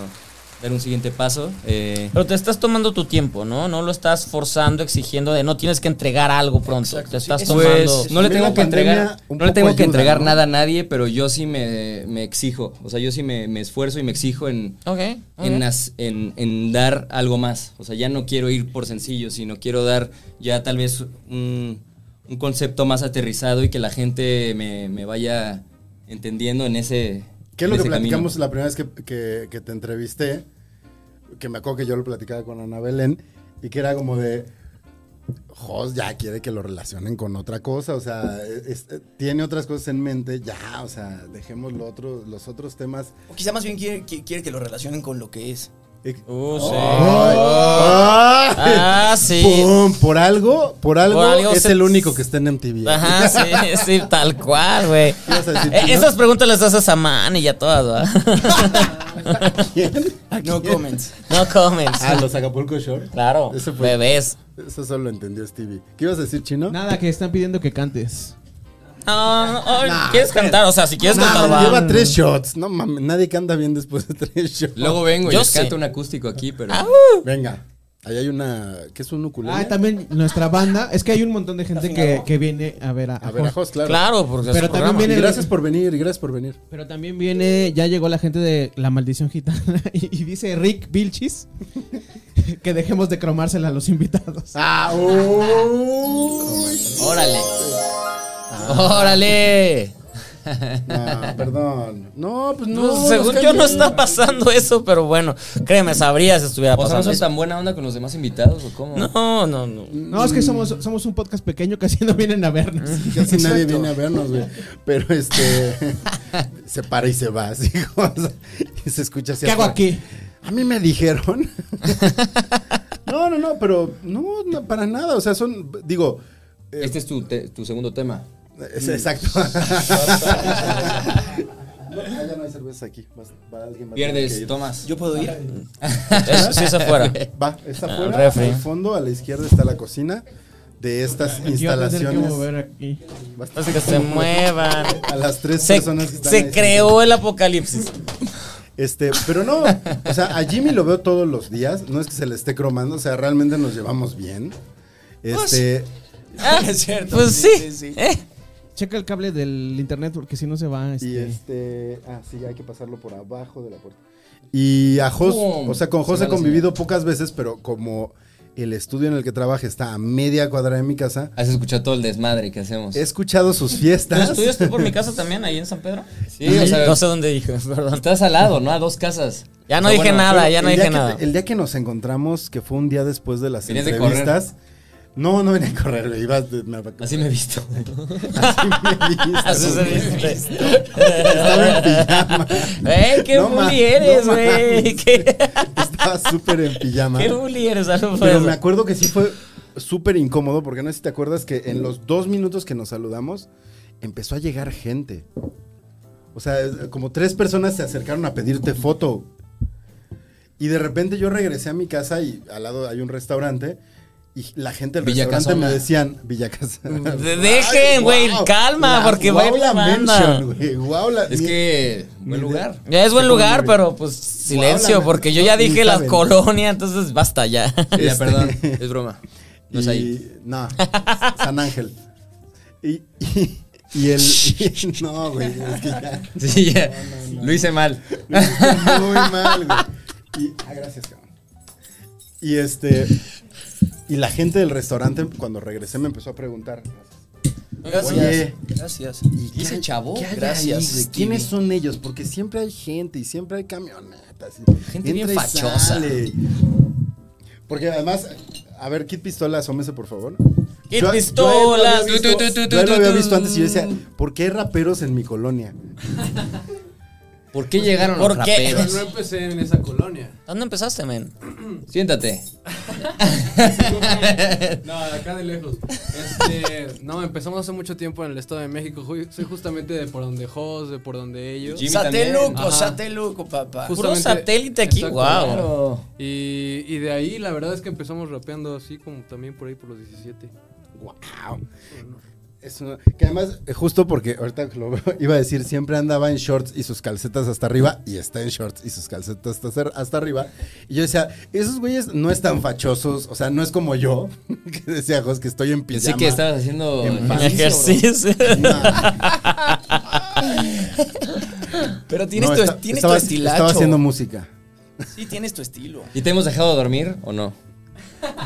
S4: dar un siguiente paso. eh,
S3: Pero te estás tomando tu tiempo, ¿no? No lo estás forzando, exigiendo de no tienes que entregar algo pronto.
S5: Exacto,
S3: te
S5: sí.
S3: estás
S5: Eso
S3: tomando.
S4: pues no
S1: También
S4: le tengo
S1: la
S4: que
S1: pandemia
S4: entregar,
S1: un
S4: no le
S1: poco
S4: tengo que
S1: ayuda,
S4: entregar
S1: ¿no?
S4: nada a nadie, pero yo sí me, me exijo. O sea, yo sí me, me esfuerzo y me exijo en,
S3: Ok, ok.
S4: en, as- en- en dar algo más. O sea, ya no quiero ir por sencillo, sino quiero dar ya tal vez un, un concepto más aterrizado y que la gente me, me vaya entendiendo en ese.
S1: ¿Qué es lo
S4: en
S1: que
S4: ese camino.
S1: platicamos la primera vez que, que- que te entrevisté? Que me acuerdo que yo lo platicaba con Ana Belén y que era como de. Jos ya quiere que lo relacionen con otra cosa, o sea, e-, es- es- tiene otras cosas en mente, ya, o sea, dejemos lo otro- los otros temas.
S5: O quizá más bien quiere, qui- quiere que lo relacionen con lo que es.
S1: Eh,
S3: Uh, sí.
S1: ¡Ay!
S3: Ah, sí.
S1: ¡Pum! Por algo, por algo,
S3: algo
S1: es
S3: se-
S1: el único que está en MTV.
S3: Ajá, sí, sí, tal cual, güey.
S1: ibas a decir,
S3: Eh,
S1: no?
S3: Esas preguntas las haces a Man y a todas, ¿verdad?
S5: No comments.
S3: No comments.
S1: Ah, los Acapulco Shore.
S3: Claro,
S1: Ese fue-
S3: bebés.
S1: Eso solo lo entendió Stevie. ¿Qué ibas a decir, chino?
S2: Nada, que están pidiendo que cantes.
S3: Ah, ay, ¿Quieres cantar? O sea, si quieres cantar,
S1: Nah,
S3: va.
S1: Pues lleva tres shots. No mames, nadie canta bien después de tres shots.
S4: Luego vengo y
S3: Yo
S4: les
S3: sé. Ah,
S4: canto un acústico aquí, pero.
S1: Venga, ahí hay una. ¿Qué es un ukulele?
S2: Ah, también nuestra banda. Es que hay un montón de gente que, que viene a ver a,
S1: A ver, a
S2: Jos.
S1: Jos, claro.
S3: Claro, porque es
S2: Pero
S3: un
S2: también
S3: programa.
S1: Y
S2: viene-
S1: gracias por venir, y gracias por venir.
S2: Pero también viene, ya llegó la gente de La Maldición Gitana y, y dice Rick Vilchis que dejemos de cromársela a los invitados.
S1: Ah, uy.
S3: Órale. Órale.
S1: No, perdón. No, pues no.
S3: No, según
S1: nos
S3: yo no
S1: cambies.
S3: está pasando eso, pero bueno, créeme, sabría si estuviera
S4: O sea, ¿no
S3: pasando
S4: son
S3: eso.
S4: tan buena onda con los demás invitados o cómo?
S3: No, no, no.
S2: No, es que somos, somos un podcast pequeño, casi no vienen a vernos.
S1: Ah, Casi nadie viene a vernos, güey. Pero este. se para y se va, así. o sea, y se escucha así.
S2: ¿Qué hago
S1: afuera.
S2: aquí?
S1: A mí me dijeron. no, no, no, pero no, no, para nada. O sea, son. Digo. eh,
S4: Este es tu, te- tu segundo tema.
S1: Es- exacto. No, ya no hay cerveza aquí. Vas- va- alguien va a tener que
S4: Pierdes,
S1: ir.
S4: tomas.
S5: Yo puedo ir.
S3: Eso sí se fuera.
S1: Va, está
S3: Ah,
S1: afuera.
S3: refri.
S1: Al fondo, a la izquierda, está la cocina de
S2: Yo
S1: estas
S2: voy a tener que
S1: instalaciones.
S2: mover aquí.
S1: Va a estar-
S3: Es que se muevan.
S1: A las tres
S3: Se,
S1: personas que están
S3: se
S1: ahí
S3: creó el apocalipsis.
S1: Este, pero no, o sea, a Jimmy lo veo todos los días, no es que se le esté cromando, o sea, realmente nos llevamos bien.
S3: Pues,
S1: Este,
S3: Ah,
S5: Es cierto,
S3: Pues
S5: sí,
S3: sí.
S5: sí, sí.
S3: eh.
S2: Checa el cable del internet porque si no se va.
S1: y
S2: Este.
S1: este, ah, sí, hay que pasarlo por abajo de la puerta. Y a Jos, o sea, con Jos he convivido pocas veces, pero como el estudio en el que trabaja está a media cuadra de mi casa,
S4: Has escuchado todo el desmadre que hacemos.
S1: he escuchado sus
S3: ¿No
S1: fiestas.
S3: estudias tú por mi casa también, ahí en San Pedro?
S1: Ah.
S4: Sí, o sea,
S3: no sé dónde dije, perdón.
S4: estás al lado, ¿no? A dos casas.
S3: Ya no
S4: O sea,
S3: dije
S4: bueno,
S3: nada, ya no
S1: Ah, El día
S3: dije
S1: que-
S3: nada.
S1: el día que nos encontramos, que fue un día después de las
S4: Venías de
S1: entrevistas, no, no venía a correr, güey, iba, me,
S4: Así me he visto.
S1: así me viste,
S3: Así se
S1: güey.
S3: viste.
S1: Estaba en pijama.
S3: ¡Ey, qué
S1: No ma-
S3: bully eres,
S1: no
S3: güey!
S1: mames.
S3: ¿Qué,
S1: Estaba súper en pijama.
S3: qué bully eres? algo fue
S1: Pero
S3: eso.
S1: me acuerdo que sí fue súper incómodo, porque no sé si te acuerdas que en los dos minutos que nos saludamos, empezó a llegar gente. O sea, es- como tres personas se acercaron a pedirte foto. Y de repente yo regresé a mi casa y al lado hay un restaurante. Y la gente del
S4: Villa
S1: restaurante
S4: Casona.
S1: me decían, Villacas.
S3: De- dejen, güey, calma, porque va a ir la banda.
S4: Es que. Buen lugar.
S3: Ya es buen
S1: Como
S3: lugar,
S1: mi-
S3: pero pues silencio,
S1: Guau, la-
S3: porque yo ya
S1: ni
S3: dije la
S1: saben.
S3: colonia, entonces basta ya.
S4: Ya,
S1: Este-
S4: perdón. Es broma. No es ahí.
S1: Y- No, San Ángel. Y, y, y el. y- no, güey, es que ya.
S4: Sí, ya. Lo hice mal.
S1: lo hice Muy mal, güey. Y, ah, gracias, cabrón. Y este. Y la gente del restaurante, cuando regresé, me empezó a preguntar. Oye,
S5: Gracias.
S1: ¿y qué
S4: ese
S1: hay-
S4: chavo?
S1: qué hay
S5: Gracias,
S1: ahí, güey?
S5: Stevie.
S1: ¿Quiénes son ellos? Porque siempre hay gente y siempre hay camionetas.
S4: Gente bien
S1: Entra y
S4: fachosa.
S1: sale. Porque además, a ver, Kid Pistola, asómese por favor.
S3: Y
S1: Yo- yo a él lo había
S3: pistolas.
S1: visto-
S4: Tu, tu, tu,
S1: Yo a él lo había
S4: tu, tu.
S1: visto antes y yo decía, ¿por qué hay raperos en mi colonia?
S4: ¿Por qué llegaron
S3: ¿Por
S4: los
S3: qué?
S4: raperos?
S7: No empecé en esa colonia.
S3: ¿Dónde empezaste, men?
S4: Siéntate.
S7: No, de acá de lejos. Este, no, empezamos hace mucho tiempo en el Estado de México. Ju- Soy justamente de por donde Jos, de por donde ellos.
S4: Jimmy también.
S5: Sateluco,
S7: Ajá.
S5: sateluco, papá.
S7: Justo.
S3: Puro
S7: Justamente-
S3: satélite aquí,
S7: Exacto.
S3: wow.
S4: Claro.
S7: Y, y de ahí la verdad es que empezamos rapeando así como también por ahí por los 17.
S1: ¡Wow! Es una- que además, eh, justo porque ahorita que lo veo, iba a decir, siempre andaba en shorts y sus calcetas hasta arriba, y está en shorts y sus calcetas hasta, cer- hasta arriba. Y yo decía, esos güeyes no están fachosos, o sea, no es como yo, que decía Jos que estoy en
S4: Pensé
S1: pijama.
S4: que estabas haciendo.
S1: En paz.
S3: Ejercicio.
S5: Pero
S1: No,
S5: tienes tu,
S1: esta-
S5: tienes tu
S1: estaba,
S5: estilacho.
S1: estaba haciendo música.
S5: Sí, tienes tu estilo.
S4: ¿Y te hemos dejado dormir o no?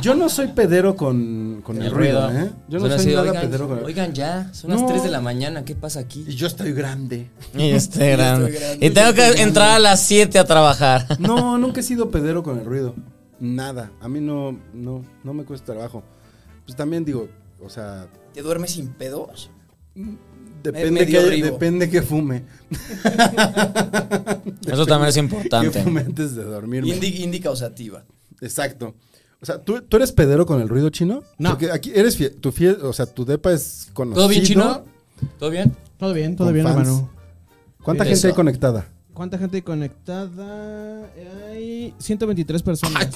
S1: Yo no soy pedero con, con el, ruido, ¿eh? Yo no
S4: Suena
S1: soy
S4: así,
S1: nada
S4: oigan,
S1: pedero con el
S4: Oigan, ya, son las
S1: No.
S4: 3 de la mañana, ¿qué pasa aquí?
S1: Y yo estoy grande.
S3: Y este
S5: Yo estoy
S3: grande.
S5: grande,
S3: Y tengo
S5: yo estoy
S3: que
S5: grande.
S3: entrar a las 7 a trabajar.
S1: No, nunca he sido pedero con el ruido. Nada. A mí no, no, no me cuesta trabajo. Pues también digo, o sea,
S5: ¿Te duermes sin pedos? Me-
S1: depende
S5: me
S1: que,
S5: dio ribo.
S1: depende que fume.
S3: Eso también es
S1: Que
S3: importante.
S1: fume antes de dormirme.
S5: Indi, indi causativa.
S1: Exacto. O sea, ¿tú, tú eres pedero con el ruido chino?
S2: No.
S1: Porque aquí eres fiel, tu fiel, o sea, tu depa es conocido.
S4: ¿Todo bien, chino? ¿Todo bien?
S2: Todo bien, todo
S1: Con
S2: bien,
S1: fans.
S2: hermano.
S1: ¿Cuánta
S2: Eso.
S1: gente hay conectada?
S2: ¿Cuánta gente hay conectada? Hay 123 personas.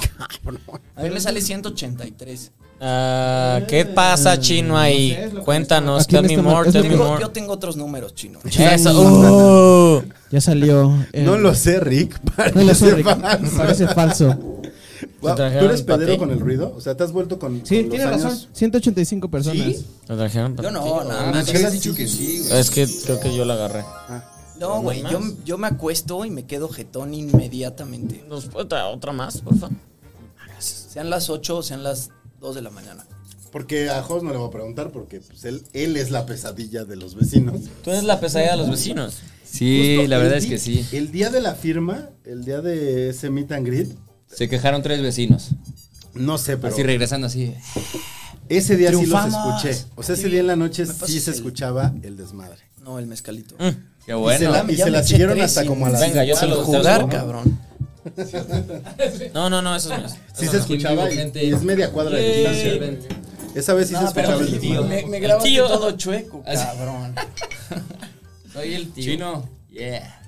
S5: A ver, me sale 183.
S3: Ah, ¿Qué pasa, chino, ahí?
S2: No sé, es lo que
S3: Cuéntanos,
S2: está- aquí
S3: tell
S2: en este
S3: me more,
S2: momento-
S3: tell me
S2: Tengo-
S3: more.
S5: Yo tengo otros números, chino.
S3: Eso. uh.
S2: Ya salió. el-
S1: No lo sé, Rick. para
S2: No lo
S1: que
S2: sé, Rick.
S1: sepas.
S2: Parece falso.
S1: Wow, ¿Tú
S3: trajeron
S1: eres
S3: pa'
S1: pedero
S3: ti?
S1: con el ruido? O sea, ¿te has vuelto con,
S2: Sí,
S1: con los
S2: tienes
S1: años?
S2: razón. 185 personas.
S3: ¿Lo trajeron?
S5: Yo no, nada más.
S4: habías dicho que sí,
S3: Es que creo que yo la agarré.
S5: No, güey, yo, yo me acuesto y me quedo jetón inmediatamente.
S3: ¿Nos puede traer otra más, por favor?
S5: Sean las 8 o sean las 2 de la mañana.
S1: Porque a Jos no le voy a preguntar porque pues, él, él es la pesadilla de los vecinos.
S3: Tú eres la pesadilla de los vecinos.
S4: Sí,
S1: Justo
S4: la
S1: el
S4: verdad es
S1: di-
S4: que sí.
S1: El día de la firma, el día de ese meet and greet,
S4: Se quejaron tres vecinos.
S1: no sé, pero
S4: Así regresando así.
S1: ese día sí los
S5: Triunfamos.
S1: escuché. O sea, ese día en la noche
S5: Me pasas
S1: sí se
S5: el-
S1: escuchaba el desmadre.
S4: Ah,
S5: No, el mezcalito.
S4: Mm,
S1: Y
S4: Qué
S1: se
S4: bueno.
S1: la,
S5: Ya me-
S1: y
S5: Ah, ya
S1: se
S5: me
S1: la
S5: eché
S1: siguieron
S5: tres Ah,
S1: hasta
S5: sin-
S1: como a las
S3: Venga, yo se
S1: sin
S3: lo- se lo-
S1: jugar,
S5: Jugar,
S1: cabrón.
S5: cabrón.
S3: No, no, no, eso es mío.
S1: Sí se escuchaba y, y es media cuadra de distancia. Esa vez sí se
S5: No,
S1: escuchaba
S5: pero
S1: el
S5: tío,
S1: desmadre.
S5: me, me grabaste
S3: Tío.
S5: todo chueco,
S4: Así.
S5: cabrón.
S4: Soy el tío. Chino. Yeah.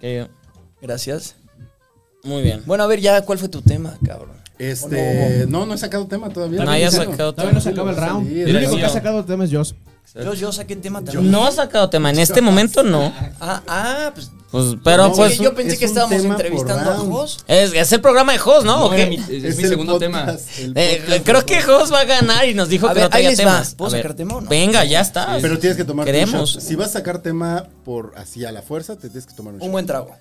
S3: Que-
S5: Gracias.
S3: Muy bien.
S5: Bueno, a ver, ya, ¿cuál fue tu tema, cabrón?
S1: Este, no, no he sacado tema todavía.
S3: No, ya sacado
S2: Todavía no
S3: tema.
S2: se acaba el round.
S1: Sí,
S2: el único
S3: sí.
S2: que ha sacado el tema es Joss.
S5: Yo, yo saqué el tema también.
S3: No ha sacado tema. En este momento no.
S5: Ah, ah, pues.
S3: Pues, pero
S1: No,
S3: pues.
S5: que yo pensé
S1: es
S5: que
S1: un
S5: estábamos
S1: tema por
S5: entrevistando a
S1: round.
S5: Jos.
S3: Es, es el programa de Jos, ¿no? ¿O
S4: era
S3: qué?
S4: mi- es, mi
S1: el
S4: segundo
S1: podcast,
S4: tema.
S1: el
S3: Eh,
S1: podcast
S3: creo
S1: de
S3: que
S1: Jos.
S3: Jos va a ganar y nos dijo
S5: A
S3: que
S5: ver,
S3: no traía
S5: ahí les va.
S3: temas.
S5: ¿Puedo
S3: A ver,
S5: sacar tema o no?
S3: Venga, ya está.
S1: Ah, Pero tienes que tomar tu
S3: Queremos.
S1: shot. Si vas a sacar tema por así a la fuerza, te tienes que tomar un,
S5: Un
S1: shot.
S5: buen trago.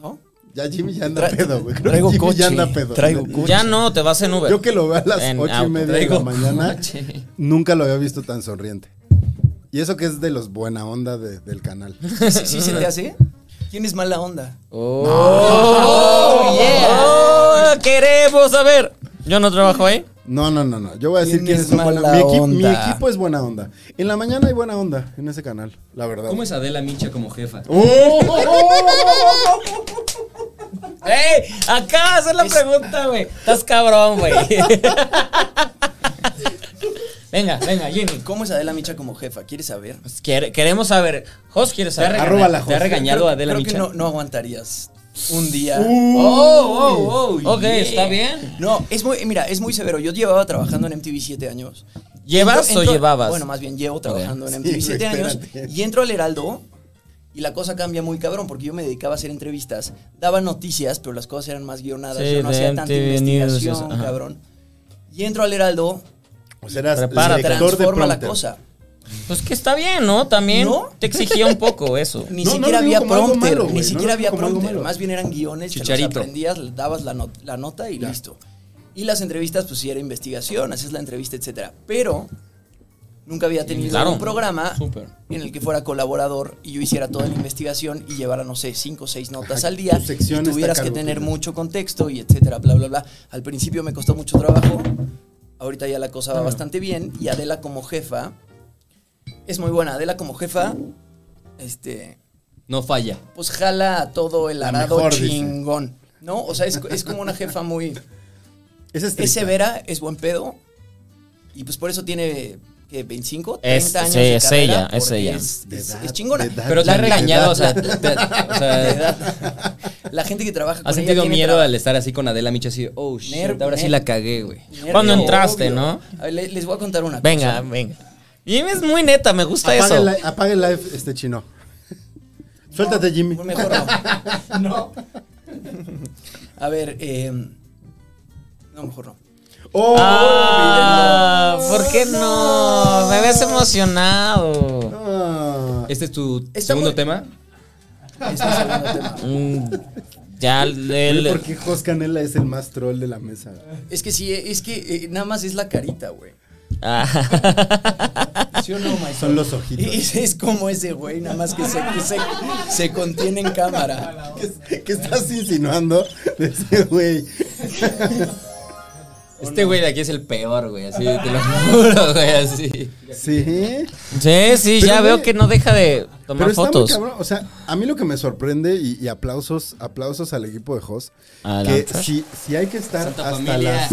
S5: ¿No?
S1: Ya Jimmy ya anda
S5: Tra-
S1: pedo, güey. Creo
S5: traigo
S1: que Jimmy
S5: coche,
S1: ya anda pedo.
S5: traigo coche.
S3: Ya no, te vas en Uber.
S1: Yo que lo veo a las
S3: En
S1: ocho y
S3: auto.
S1: media de la
S3: Traigo
S1: mañana,
S4: coche.
S1: nunca lo había visto tan sonriente. Y eso que es de los buena onda de- del canal.
S5: ¿Sí, sí se te hace? ¿Quién es mala onda?
S3: Oh, yeah. Oh, queremos saber. Yo no trabajo ahí.
S1: No, no, no, no. Yo voy a decir
S5: ¿Quién
S1: quién
S5: es
S1: es buena
S5: mala
S1: mi, equi- mi
S5: onda?
S1: equipo es buena onda. En la mañana hay buena onda en ese canal, la verdad. ¡Oh!
S4: ¿Cómo es Adela Micha como jefa?
S3: ¡Ey! Acá hacer la pregunta, güey. Estás cabrón, güey. venga, venga, Jimmy.
S5: ¿Cómo es Adela Micha como jefa? ¿Quieres saber?
S3: Quiere- queremos saber. Jos quiere saber.
S1: Arroba la
S4: ¿Te ha
S1: Jos.
S4: regañado
S5: Creo-
S4: Adela
S5: creo
S4: Micha?
S5: que no, no aguantarías un día.
S4: Oh, oh, oh.
S3: Ok, está bien.
S5: No, es muy, mira, es muy severo. Yo llevaba trabajando en MTV 7 años.
S3: ¿Llevas
S5: Entro-
S3: o
S5: entro-
S3: llevabas?
S5: Bueno, más bien llevo trabajando en
S1: Sí,
S5: MTV 7
S1: güey,
S5: años.
S1: espérate.
S5: Y entro al Heraldo y la cosa cambia muy cabrón porque yo me dedicaba a hacer entrevistas. Daba noticias, pero las cosas eran más guionadas.
S3: Sí,
S5: yo no
S3: de
S5: hacía tanta
S3: MTV
S5: investigación,
S3: News, ajá.
S5: cabrón. Y entro al Heraldo,
S1: O sea, eras
S3: Prepárate.
S1: lector de
S5: transforma la
S1: prompter.
S5: cosa.
S3: Pues que está bien, ¿no? También
S5: ¿No?
S3: te exigía un poco eso.
S5: Ni
S1: No, no
S5: siquiera
S1: lo digo
S5: había
S1: como algo
S5: prompter,
S1: malo, güey,
S5: ni
S1: no
S5: siquiera
S1: lo digo
S5: había
S1: como algo
S5: prompter.
S1: malo.
S5: Más bien eran guiones, te los
S4: Chicharito.
S5: aprendías, le dabas la, not- la nota y
S1: Ya.
S5: listo. Y las entrevistas, pues sí, era investigación, haces la entrevista, etcétera. Pero nunca había tenido
S3: Claro.
S5: un programa
S3: Súper.
S5: en el que fuera colaborador y yo hiciera toda la investigación y llevara, no sé, cinco o seis notas al día.
S1: tu sección
S5: Y
S1: está
S5: tuvieras que
S1: cargotita.
S5: tener mucho contexto y etcétera, bla, bla, bla. Al principio me costó mucho trabajo. Ahorita ya la cosa va bastante bien. Y Adela como jefa es muy buena. Adela como jefa, este,
S4: No falla.
S5: pues jala a todo el
S1: La
S5: arado
S1: mejor, dice.
S5: chingón. ¿No? O sea, es, es como una jefa muy.
S1: Es estricta.
S5: Es severa, es buen pedo. Y pues por eso tiene. ¿qué, 25, 30
S3: Es-
S5: años.
S3: sí,
S5: de
S3: es
S5: carrera,
S3: ella, es
S5: porque
S3: ella.
S5: Es,
S1: De
S5: es-
S1: edad,
S5: es chingona.
S1: de edad.
S4: Pero te ha
S1: La-
S4: regañado,
S5: la-
S4: o sea, te- o sea,
S5: De edad. La gente que trabaja con
S4: ¿Has
S5: ella
S4: sentido
S5: tiene
S4: miedo
S5: tra-
S4: al estar así con Adela Micha así, oh shit,
S5: Nerv-
S4: ahora sí
S5: nerv-
S4: la cagué, güey?
S5: nervio,
S3: Cuando entraste,
S5: obvio.
S3: ¿no?
S5: A ver, le- les voy a contar una
S3: Venga,
S5: cosa.
S3: venga. Y es muy neta, me gusta
S1: Apaga
S3: eso.
S1: el, li- apaga el live, este chino. Suéltate, Jimmy.
S5: Mejor no. no. A ver, eh, no, mejor no.
S1: Oh,
S3: Ah, ¿por qué no? Me ves emocionado.
S1: Ah.
S4: ¿Este es tu
S5: Está
S4: segundo
S5: muy- Este
S4: tema?
S5: Es mi segundo tema.
S3: Mm, Ya, el-
S1: ¿Por qué Jos Canela es el más troll de la mesa?
S5: Es que sí, es que eh, nada más es la carita, güey.
S3: Ah.
S5: ¿Sí o no, Maestro?
S1: Son los ojitos.
S5: Es, es como ese güey, nada más que se, que se, se contiene en cámara.
S1: ¿Qué, qué estás insinuando de ese güey?
S4: Este güey de aquí es el peor, güey, así, te lo juro, güey, así.
S1: Sí.
S3: Sí, sí,
S1: Pero,
S3: ya
S1: güey,
S3: veo que no deja de tomar
S1: Pero está
S3: fotos.
S1: muy cabrón. O sea, a mí lo que me sorprende, y, y aplausos, aplausos al equipo de Jos, que
S3: Adelante.
S1: si, si hay que estar
S4: Santa
S1: hasta
S4: familia.
S1: las,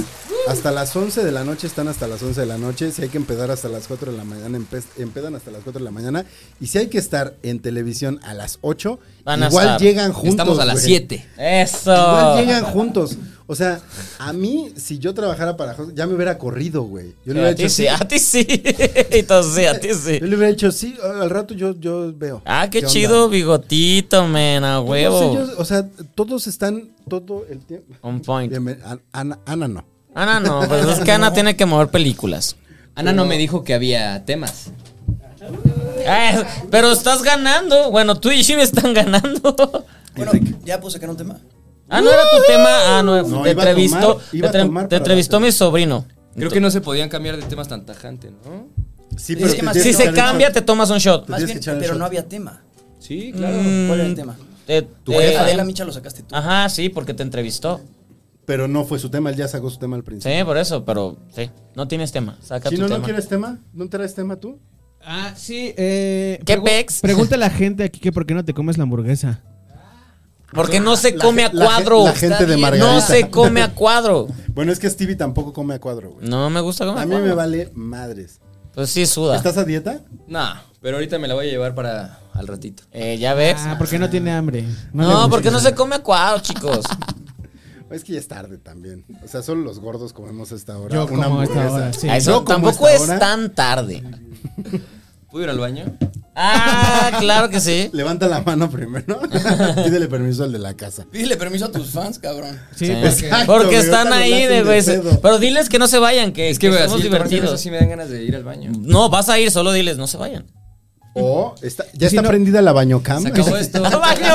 S1: hasta las 11 de la noche, están hasta las 11 de la noche. Si hay que empezar hasta las 4 de la mañana, empe- empedan hasta las 4 de la mañana. Y si hay que estar en televisión a las 8,
S3: Van a
S1: igual
S3: estar.
S1: llegan juntos.
S4: Estamos a las
S1: güey.
S4: 7.
S3: Eso.
S1: Igual llegan juntos. O sea, a mí, si yo trabajara para Jos, ya me hubiera corrido, güey. Yo le
S3: a
S1: hubiera
S3: ti
S1: dicho,
S3: sí, a ti sí. Y todos, sí, a ti sí.
S1: Yo le hubiera dicho, sí, al rato yo, yo veo.
S3: Ah, qué,
S1: onda?
S3: chido bigotito, men, a huevo.
S1: Todos ellos, o sea, todos están todo el tiempo.
S3: On point.
S1: Bienven- An- Ana, Ana no.
S3: Ana no, pues es que Ana tiene que mover películas.
S4: Ana no me dijo que había temas.
S3: Ah, pero estás ganando. Bueno, tú y Jimmy están ganando.
S5: Bueno, ya puedo sacar un tema.
S3: Ah, no era tu tema. Ah, no,
S1: No,
S3: te
S1: iba a
S3: entrevistó,
S1: tomar- iba a
S3: te entre-
S1: tomar
S3: te
S1: para
S3: entrevistó
S1: hacer-
S3: mi sobrino.
S4: Creo que no se podían cambiar de temas tan tajante, ¿no?
S1: Sí,
S5: pero Es que te más-
S3: Si
S5: tienes
S3: se cambia, te tomas un shot.
S5: Más
S1: tienes
S5: bien,
S1: que echar el
S5: pero
S1: shot.
S5: no había tema.
S4: Sí,
S5: ¿Cuál era el
S3: Mm,
S5: tema? Eh,
S3: te-
S4: Tu
S1: ¿eh?
S3: te-
S4: jefa.
S5: Adela Micha lo sacaste tú.
S3: Ajá, sí, porque te entrevistó.
S1: Pero no fue su tema, él ya sacó su tema al principio.
S3: Sí, por eso, pero sí, no tienes tema. Saca
S1: Si
S3: tu
S1: no,
S3: tema.
S1: ¿no quieres tema? ¿No traes tema tú?
S2: Ah, sí. Eh,
S3: ¿Qué
S2: pregu-
S3: pex?
S2: Pregunta a la gente aquí que por qué no te comes la hamburguesa.
S3: Porque no se
S1: La
S3: come a
S1: gen- la gen-
S3: cuadro.
S1: la gente
S3: Está
S1: de
S3: bien,
S1: Margarita.
S3: No se come a cuadro.
S1: Bueno, es que Stevie tampoco come a cuadro, güey.
S3: No me gusta comer a
S1: A mí
S3: cuadro.
S1: me vale madres.
S3: Pues sí, suda.
S1: ¿Estás a dieta?
S4: Nah, pero ahorita me la voy a llevar para al ratito.
S3: Eh, ya ves.
S2: Ah, porque no tiene hambre. le
S3: no,
S2: gusta.
S3: porque no se come a cuadro, chicos.
S1: Pues Es que ya es tarde también. O sea, solo los gordos comemos a esta hora.
S2: Yo
S1: una
S2: como a esta
S1: hamburguesa.
S2: hora, sí.
S3: A Eso
S1: Yo como
S3: tampoco
S1: esta
S3: es
S1: hora-
S3: tan tarde.
S4: ¿Puedo ir al baño?
S3: Ah, claro que sí.
S1: Levanta la mano primero. Pídele permiso al de la casa.
S5: Pídele permiso a tus fans, cabrón.
S2: Sí,
S3: Sí.
S2: porque-
S1: Exacto,
S3: Porque
S1: güey,
S3: están
S1: ahorita lo
S3: ahí
S1: hacen
S3: de
S1: de
S3: güey, se-
S1: pedo.
S3: Pero diles que no se vayan, que,
S4: Es que,
S3: que
S4: güey,
S3: somos
S4: así divertidos.
S3: divertidos.
S4: Sí me dan ganas de ir al baño.
S3: No, vas a ir, solo diles, no se vayan.
S1: O está- ya
S2: Si
S1: está
S2: no-
S1: prendida la bañocam.
S4: Se acabó esto.
S3: La baño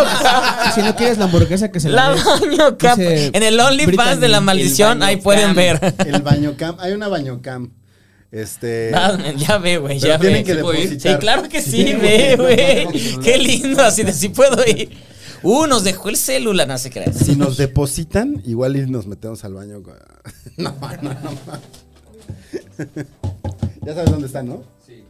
S2: si no quieres la hamburguesa que se la,
S3: La
S2: des.
S3: baño cap.
S2: Dice
S3: En el OnlyFans
S2: Brittany,
S3: de la
S2: el
S3: maldición, ahí
S4: baño
S3: pueden
S4: cam.
S3: ver.
S1: El bañocam. Hay una bañocam. Este.
S3: Ah, Ya ve, güey,
S1: Pero
S3: ya
S1: tienen
S3: ve.
S1: que
S3: Sí puedo ir.
S1: depositar.
S3: Sí, claro que sí,
S1: Tienen
S3: ve,
S1: que-
S3: güey. Qué lindo, así de sí puedo ir. Uh, nos dejó el celular, no se creas.
S1: Si nos depositan, igual y nos metemos al baño. con- No, no, no. ya sabes dónde está, ¿no? Sí.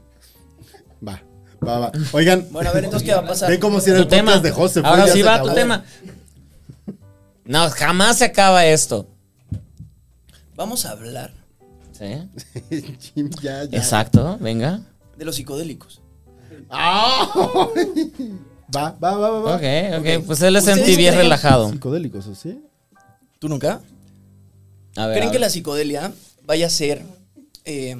S1: Va, va, va. Oigan.
S5: Bueno, a ver, entonces, ¿qué va a pasar?
S1: Ven cómo si era
S3: Tu
S1: el
S3: tema.
S1: podcast de José. fue,
S3: Ahora
S1: ya
S3: sí
S1: se
S3: va
S1: acabó.
S3: tu tema. No, jamás se acaba esto.
S5: Vamos a hablar
S3: ¿Sí?
S1: Jim, ya, ya.
S3: Exacto, venga.
S5: de los psicodélicos.
S1: Ah. va, va, va, va. va.
S3: Ok, ok, pues él es
S5: ¿Ustedes
S3: MTV es
S5: creen-
S3: relajado.
S1: Psicodélicos, ¿o sí?
S5: ¿Tú nunca?
S3: A ver,
S5: ¿Creen
S3: a
S5: que
S3: ver.
S5: la psicodelia vaya a ser eh,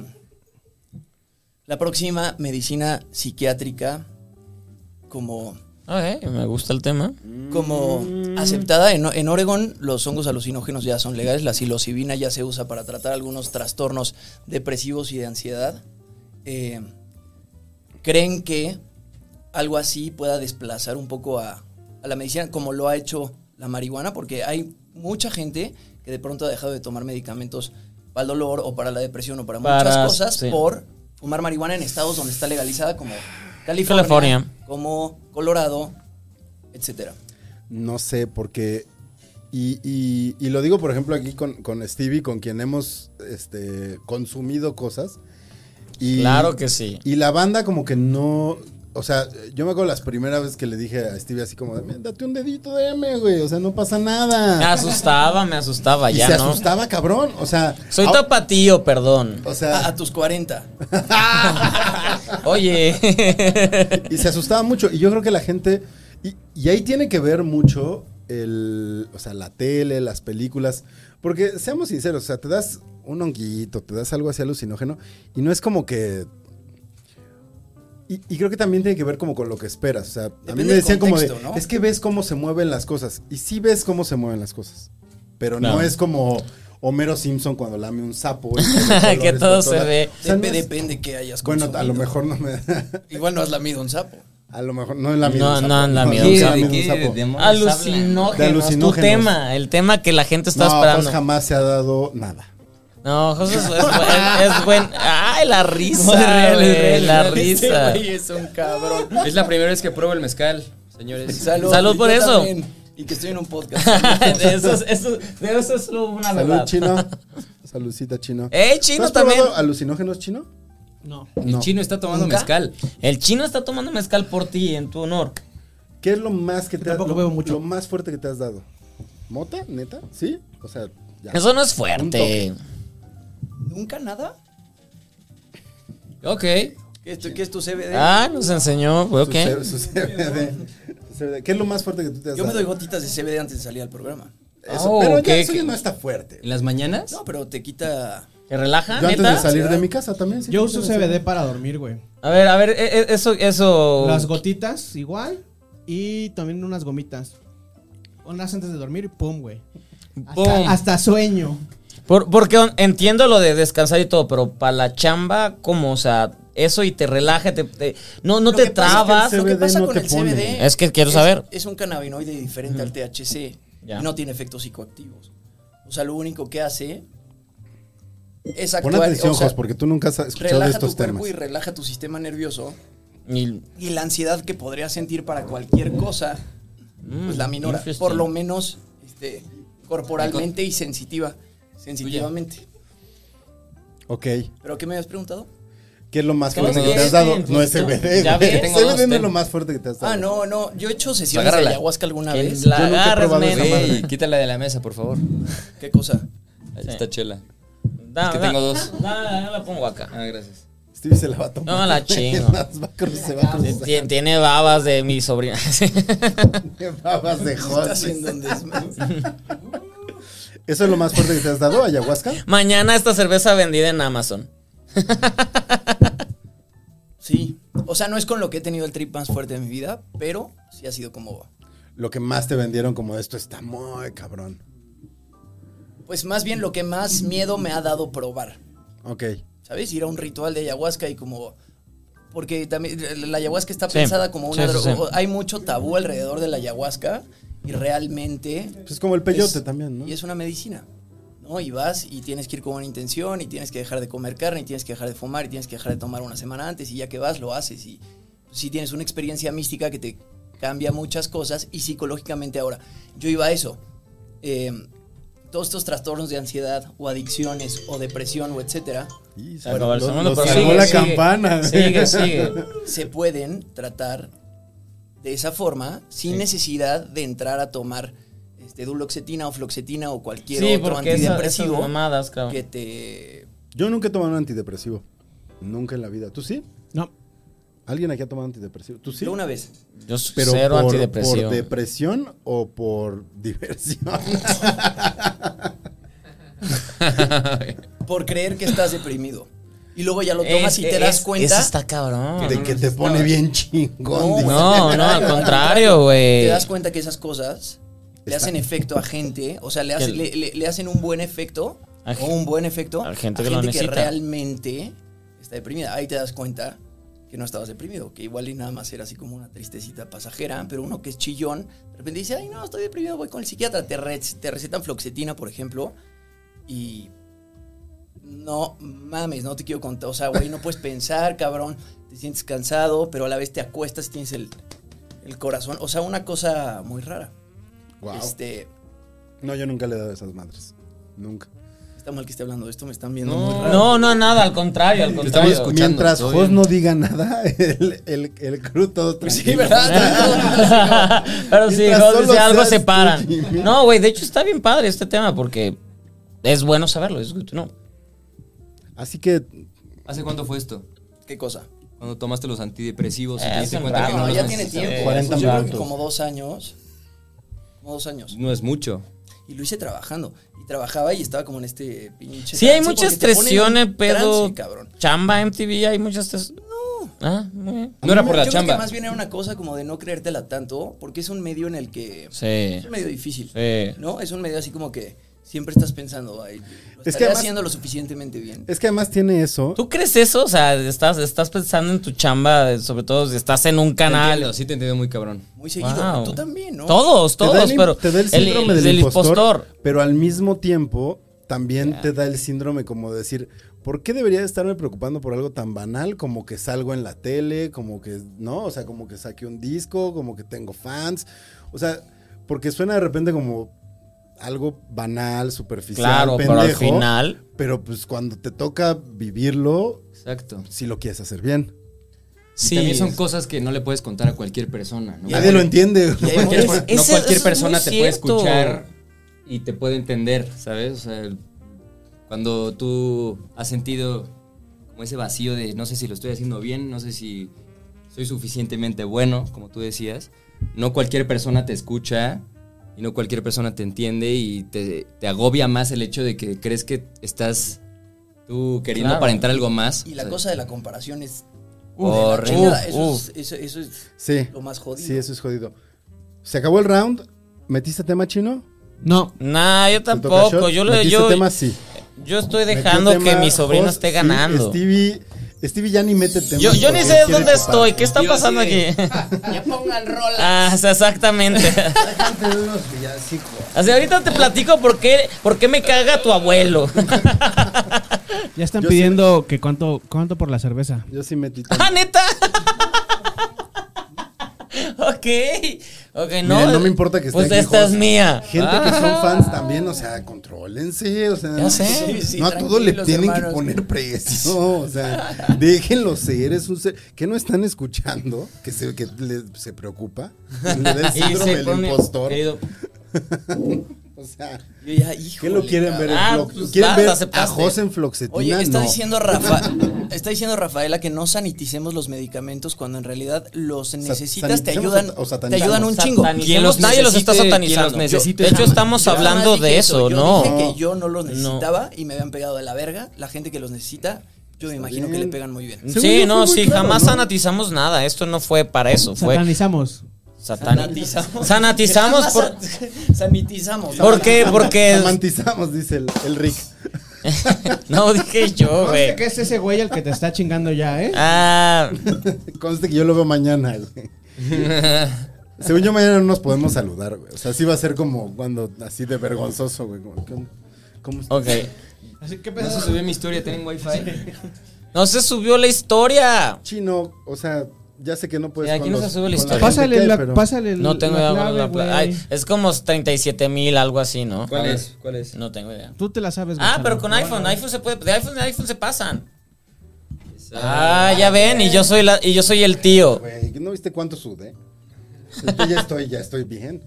S5: la próxima medicina psiquiátrica como,
S3: Ok, me gusta el tema.
S5: como
S3: Mm.
S5: aceptada? En, en Oregon los hongos alucinógenos ya son legales, la psilocibina ya se usa para tratar algunos trastornos depresivos y de ansiedad. Eh, ¿Creen que algo así pueda desplazar un poco a, a la medicina como lo ha hecho la marihuana, porque hay mucha gente que de pronto ha dejado de tomar medicamentos para el dolor o para la depresión o para, muchas
S3: Para-
S5: cosas
S3: sí.
S5: por fumar marihuana en estados donde está legalizada como California,
S3: California.
S5: como Colorado, etcétera.
S1: No sé, porque Y, y- y lo digo, por ejemplo, aquí con, con Stevie, con quien hemos este, consumido cosas. Y,
S3: Claro que sí.
S1: Y la banda como que no... O sea, yo me acuerdo las primeras veces que le dije a Stevie así como, "Mira, date un dedito de M, güey, o sea, no pasa nada.
S3: Me asustaba, me asustaba,
S1: y
S3: ya
S1: se
S3: no.
S1: asustaba, cabrón, o sea...
S3: Soy
S1: au-
S3: tapatío, perdón.
S1: O
S5: A,
S1: sea,
S5: a tus 40.
S3: Oye.
S1: y se asustaba mucho. Y yo creo que la gente. Y, y ahí tiene que ver mucho el. O sea, la tele, las películas. Porque seamos sinceros, o sea, te das un honguito, te das algo así alucinógeno. Y no es como que. Y, y creo que también tiene que ver como con lo que esperas. O sea, a mí
S5: Depende
S1: me
S5: del
S1: decían como de.
S5: contexto, ¿no?
S1: Es que ves cómo se mueven las cosas. Y sí ves cómo se mueven las cosas. Pero no,
S3: Claro.
S1: es como. Homero Simpson cuando lame un sapo. y se ve
S3: Que
S1: colores
S3: todo
S1: por
S3: se
S1: todas-
S3: ve.
S1: O sea, no
S5: Dep-
S1: es-
S5: Depende que hayas
S1: bueno, a lo
S5: consumido.
S1: mejor no me.
S5: Igual no has lamido un sapo.
S1: A lo mejor no es la
S3: No,
S1: misma.
S3: no han lamido
S4: ¿Qué-
S3: un
S4: de
S3: sapo.
S4: qué demonios
S3: Alucinógenos,
S1: De
S3: tu
S1: alucinógenos.
S3: tema, el tema que la gente está
S1: No, Jos
S3: esperando.
S1: pues, jamás se ha dado nada.
S3: No, José es, es, es- es buen. Ay, la risa,
S4: No,
S3: güey,
S4: real,
S3: la
S4: real.
S3: risa.
S5: Este güey es un cabrón.
S4: Es la primera vez que pruebo el mezcal, señores.
S5: Salud,
S3: Salud por
S5: yo
S3: eso.
S5: también. Y que estoy en un podcast.
S3: de eso, es- eso- de eso es lo- una
S1: Salud,
S3: Ah, verdad.
S1: chino. Saludcita, chino.
S3: Eh,
S1: ¿Tú
S3: chino
S1: has
S3: también.
S1: probado alucinógenos, chino?
S5: No.
S4: El chino está tomando
S3: ¿Nunca?
S4: mezcal.
S3: El chino está tomando mezcal por ti, en tu honor.
S1: ¿Qué es lo más que te has
S2: tampoco
S1: lo,
S2: bebo mucho.
S1: lo más fuerte que te has dado? ¿Mota? ¿Neta? ¿Sí? O sea, ya.
S3: Eso no es
S1: Un
S3: fuerte.
S1: toque.
S5: ¿Nunca nada?
S4: Ok.
S5: ¿Qué es tu, qué es tu CBD?
S3: Ah, nos enseñó, güey,
S1: Su
S3: ok.
S1: C- su CBD. Su CBD. ¿Qué es lo más fuerte que tú te has
S5: Yo me
S1: dado?
S5: doy gotitas de CBD antes de salir al programa.
S1: Eso,
S3: Oh,
S1: pero ya,
S3: ¿qué-
S1: eso
S3: qué?
S1: ya no está fuerte.
S4: ¿En las mañanas?
S5: No, pero te quita.
S3: ¿Te relaja,
S1: Yo antes de
S3: neta?
S1: salir de mi casa también. sí,
S2: Yo
S1: sí,
S2: uso
S1: sí.
S2: CBD para dormir, güey.
S3: A ver, a ver, e- e- eso, eso.
S2: Las gotitas igual y también unas gomitas. Unas antes de dormir y pum, güey.
S3: Pum.
S2: Hasta, hasta sueño.
S3: Por- porque on- entiendo lo de descansar y todo, pero para la chamba, ¿cómo? O sea, eso y te relaja, te, te- no, no
S5: Lo
S3: te
S5: que pasa es que el
S3: trabas.
S1: se-
S5: Lo que
S1: CBD
S5: pasa
S1: no
S5: con
S1: te
S5: el
S1: pone.
S5: CBD.
S3: Es que quiero saber.
S5: Es un cannabinoide diferente al THC.
S3: Ya.
S5: y No tiene efectos psicoactivos. O sea, lo único que hace es
S1: Pon
S5: actuar.
S1: atención,
S5: o sea,
S1: Jos, porque tú nunca has escuchado de
S5: relaja
S1: estos
S5: tu cuerpo
S1: temas.
S5: y relaja tu sistema nervioso.
S3: Y-
S5: Y la ansiedad que podrías sentir para cualquier cosa, pues la minora.
S3: interesting.
S5: Por lo menos este, corporalmente y sensitiva. Sensitivamente.
S1: Ok.
S5: ¿Pero qué me habías preguntado?
S1: ¿Qué es lo más
S3: Claro,
S1: fuerte que
S3: sí,
S1: te has
S3: sí,
S1: dado?
S3: pues,
S1: No es
S3: tú-
S1: CBD.
S3: ya
S1: güey.
S3: ves.
S4: Tengo dos
S1: CBD no es lo
S4: temas.
S1: más fuerte que te has dado.
S5: Ah, no, no. Yo he hecho sesiones de
S4: Agárrala.
S5: ayahuasca alguna
S3: Que
S5: vez.
S3: la
S1: Yo nunca he
S3: agarres,
S1: probado esa
S3: men.
S1: madre.
S4: Ey, quítala de la mesa, por favor.
S5: ¿Qué cosa?
S4: Ahí
S3: Sí.
S4: está chela.
S3: Da-
S4: Es que
S3: da-
S4: tengo dos.
S3: da- da- da- la pongo acá.
S4: Ah, gracias.
S1: Stevie se la va a tomar.
S3: No, la chingo.
S1: Va a cruzar, se va a
S3: Tien-
S1: cruzar.
S3: Tiene, babas de mi sobrina.
S1: Qué babas de
S5: Está
S1: jodas.
S5: haciendo un desmadre.
S1: ¿Eso es lo más fuerte que te has dado, ayahuasca?
S3: Mañana esta cerveza vendida en Amazon.
S5: Sí. O sea, no es con lo que he tenido el trip más fuerte de mi vida, pero sí ha sido como.
S1: Lo que más te vendieron como esto está muy cabrón.
S5: Pues más bien lo que más miedo me ha dado probar.
S1: Ok.
S5: ¿Sabes? Ir a un ritual de ayahuasca y como. Porque también la ayahuasca está
S3: Sí.
S5: pensada como una
S3: Sí, sí,
S5: droga.
S3: sí.
S5: Hay mucho tabú alrededor de la ayahuasca y realmente.
S1: Pues es como el peyote
S5: es-
S1: también, ¿no?
S5: Y es una medicina. ¿no? Y vas y tienes que ir con una intención y tienes que dejar de comer carne y tienes que dejar de fumar y tienes que dejar de tomar una semana antes y ya que vas lo haces y si tienes una experiencia mística que te cambia muchas cosas y psicológicamente ahora. Yo iba a eso. Eh, todos estos trastornos de ansiedad o adicciones o depresión o etcétera
S1: Y
S3: Se acabó el segundo, pero
S1: salvó
S3: sigue,
S1: la
S3: sigue.
S1: campana.
S3: Sigue, sigue.
S5: se pueden tratar de esa forma sin necesidad de entrar a tomar este, duloxetina o floxetina o cualquier
S3: Sí,
S5: otro
S3: porque esa- esas
S5: antidepresivo
S3: mamadas, claro.
S5: que te
S1: Yo nunca he tomado un antidepresivo. Nunca en la vida. ¿Tú sí?
S2: No.
S1: ¿Alguien aquí ha tomado antidepresivo? ¿Tú sí?
S5: Yo una vez.
S3: Yo soy
S1: Pero
S3: cero
S1: por,
S3: antidepresivo.
S1: ¿Por depresión o por diversión?
S5: Por creer que estás deprimido. Y luego ya lo tomas
S3: Es-
S5: y te
S3: es-
S5: das cuenta.
S3: Eso está cabrón.
S1: de que te pone bien chingón.
S5: No,
S1: dice.
S3: No, no, al contrario, güey.
S5: Te das cuenta que esas cosas le hacen efecto a gente. O sea, le, hace-
S3: Que-
S5: le, le- le hacen un buen efecto.
S3: A
S5: o
S3: gen-
S5: un buen efecto.
S3: a gente que lo necesita.
S5: realmente está deprimida. Ahí te das cuenta que no estabas deprimido. Que igual y nada más era así como una tristecita pasajera. Pero uno que es chillón, de repente dice, ay, no, estoy deprimido, voy con el psiquiatra. Te, re- te recetan floxetina, por ejemplo. Y no mames, no te quiero contar. O sea, güey, no puedes pensar, cabrón. Te sientes cansado, pero a la vez te acuestas y tienes el, el corazón. O sea, una cosa muy rara.
S1: Guau.
S5: Este,
S1: No, yo nunca le he dado esas madres. Nunca.
S5: Está mal que esté hablando de esto, me están viendo muy raro.
S3: No, no, nada, al contrario, al
S4: estamos
S3: contrario.
S4: escuchando.
S1: Mientras
S4: todo
S1: Jos
S4: bien.
S1: no diga nada, el, el, el crew todo
S3: Pues
S5: Sí,
S1: tranquilo.
S5: ¿verdad?
S3: Pero si
S1: Mientras
S3: Jos
S1: solo
S3: dice algo,
S1: seas
S3: se
S1: tú,
S3: paran.
S1: Jimmy.
S3: No, güey, de hecho está bien padre este tema porque es bueno saberlo, es good to know.
S1: Así que
S4: ¿Hace cuánto fue esto?
S5: ¿Qué cosa?
S4: Cuando tomaste los antidepresivos y
S3: Eh,
S4: te
S3: hace
S4: diste
S3: un
S4: cuenta
S3: rato,
S4: que Ah, no
S5: No,
S4: los
S5: ya tiene
S4: necesitas.
S5: tiempo.
S1: 40
S5: yo creo que
S1: minutos.
S5: como dos años. Como dos años.
S4: No es mucho.
S5: Y lo hice trabajando. Y trabajaba y estaba como en este pinche.
S3: Sí, hay
S5: trance,
S3: muchas
S5: porque te ponen
S3: presiones,
S5: en
S3: pedo.
S5: trance, cabrón.
S3: Chamba, MTV, hay muchas tres. Ah, muy bien.
S4: No era por la
S5: Yo creo que
S4: chamba.
S5: más bien era una cosa como de no creértela tanto, porque es un medio en el que.
S3: Sí.
S5: Es un medio difícil.
S3: Sí.
S5: ¿No? Es un medio así como que siempre estás pensando, ay, lo
S1: que
S5: estaré
S1: además-
S5: haciendo lo suficientemente bien.
S1: es que además tiene eso.
S3: ¿Tú crees eso? O sea, estás, estás pensando en tu chamba, eh, sobre todo si estás en un
S4: Te
S3: canal.
S4: entiendo, sí te entiendo muy cabrón.
S5: Muy seguido.
S3: Wow.
S5: Tú también, ¿no?
S3: Todos,
S1: te da
S3: todos,
S1: el-
S3: pero.
S1: te da el síndrome del, impostor, Pero al mismo tiempo también te da el síndrome como de decir, ¿por qué debería de estarme preocupando por algo tan banal como que salgo en la tele, como que, no, o sea, como que saque un disco, como que tengo fans? O sea, porque suena de repente como algo banal, superficial,
S3: Claro,
S1: pendejo,
S3: pero al final.
S1: pero pues cuando te toca vivirlo,
S4: Exacto.
S1: si lo quieres hacer bien.
S4: Sí. También son
S3: es-
S4: cosas que no le puedes contar a cualquier persona. ¿no?
S1: Nadie lo entiende.
S5: Y hay
S4: No cualquier,
S5: muchas-
S4: no
S3: Ese-
S4: cualquier
S3: eso es
S4: persona
S3: muy
S4: te puede
S3: cierto.
S4: escuchar y te puede entender, ¿sabes? O sea, el- cuando tú has sentido como ese vacío de no sé si lo estoy haciendo bien, no sé si soy suficientemente bueno, como tú decías, no cualquier persona te escucha y no cualquier persona te entiende y te, te agobia más el hecho de que crees que estás tú queriendo
S3: Claro.
S4: aparentar algo más.
S5: Y
S4: O
S5: la
S4: sea,
S5: cosa de la comparación es.
S4: Uf,
S5: de la chingada.
S3: uf, uf.
S5: eso, Es, eso- eso es
S1: Sí,
S5: lo más jodido.
S1: sí, eso es jodido. Se acabó el round. ¿Metiste tema chino?
S2: No.
S3: Nah,
S1: ¿Te
S3: yo
S1: toca
S3: tampoco.
S1: shot?
S3: Yo, le-
S1: Metiste
S3: yo,
S1: tema sí.
S3: yo estoy dejando
S1: Metió
S3: que
S1: tema,
S3: mi sobrino
S1: Jos,
S3: esté
S1: sí,
S3: ganando.
S1: Stevie, Stevie ya ni mete tema.
S3: Yo, yo ni sé dónde estoy. ¿Qué está
S4: Yo
S3: pasando
S4: así de-
S3: aquí? Ah, o sea, exactamente. Así, ahorita te platico por qué, por qué me caga tu abuelo.
S2: Ya están
S1: Yo
S2: pidiendo que cuánto, cuánto por la cerveza.
S1: Yo sí metí tema.
S3: ¡Ah, neta! ok. Ok, no.
S1: Miren, no me importa que esté
S3: Pues
S1: aquí,
S3: esta es
S1: Jos.
S3: mía.
S1: Gente que son fans también, o sea, contrólense, o sea,
S3: Ah. Ya sé.
S1: no,
S5: Sí, sí,
S1: no a todo le
S5: tranquilos,
S1: tienen que
S5: hermanos.
S1: poner precio, o sea, déjenlo ser, es un ser que no están escuchando, que se, que le- se preocupa, le da el síndrome del
S3: pone-
S1: impostor,
S3: querido,
S1: o sea,
S5: Yo ya, híjole,
S1: ¿qué lo quieren ver? en
S3: Ah,
S1: Flox-
S3: pues
S1: ¿Quieren
S3: vas,
S1: ver a
S3: aceptaste.
S1: José en Floxetina?
S5: Oye, está
S1: No.
S5: diciendo Rafa, está diciendo Rafaela que no saniticemos los medicamentos cuando en realidad los necesitas, te
S1: satanicemos
S5: ayudan,
S1: o- o
S5: te
S1: satanizamos.
S5: ayudan un chingo.
S3: satanicemos,
S4: Quien los
S3: nadie los está
S4: necesite,
S3: satanizando.
S4: quien los necesite.
S3: de hecho,
S4: Jamás.
S3: estamos
S5: Yo
S3: hablando
S5: jamás dije
S3: de eso,
S5: yo
S3: ¿no?
S5: Dije que yo no los
S3: No.
S5: necesitaba y me habían pegado de la verga. La gente que los necesita, yo me imagino que le pegan muy bien.
S1: Según
S3: sí,
S1: yo
S3: no,
S1: fue muy
S3: sí,
S1: claro,
S3: jamás
S1: ¿no?
S3: sanatizamos nada. Esto no fue para eso.
S2: Pues,
S3: Fue
S2: Satanizamos.
S3: satani- Sanatizamos por-
S5: sanitizamos.
S3: ¿Por qué? eh, Porque.
S1: Romantizamos, dice el, el Rick.
S3: No dije yo,
S2: Conste
S3: güey.
S2: que es ese güey el que te está chingando ya, ¿eh?
S3: Ah.
S1: Conste que yo lo veo mañana, güey. Según yo, mañana no nos podemos saludar, güey. O sea, sí va a ser como cuando, así de vergonzoso, güey. Como, ¿qué- ¿Cómo está?
S3: Ok.
S2: Así que
S4: No se subió mi historia, tienen wifi.
S3: No se subió la historia.
S1: Chino, o sea, ya sé que no puedes.
S3: Sí, aquí
S1: con
S3: no
S1: los-
S3: se sube
S1: con
S3: la historia.
S1: gente que
S2: Pásale
S1: hay,
S2: la,
S1: pero-
S2: pásale el-
S3: No tengo idea.
S2: la clave,
S3: la
S2: güey.
S3: pla- Ay, es como 37 mil, algo así, ¿no?
S4: ¿Cuál
S3: A ver,
S4: es? ¿Cuál es?
S3: No tengo idea.
S2: Tú te Pues la sabes.
S3: Ah,
S2: Gonzalo.
S3: pero con iPhone. iPhone se puede. De iPhone, de iPhone se pasan. Ah, ya ven. Y yo soy, la, y yo soy el tío.
S1: Güey, ¿no viste cuánto sudé? Yo ya estoy, ya estoy bien.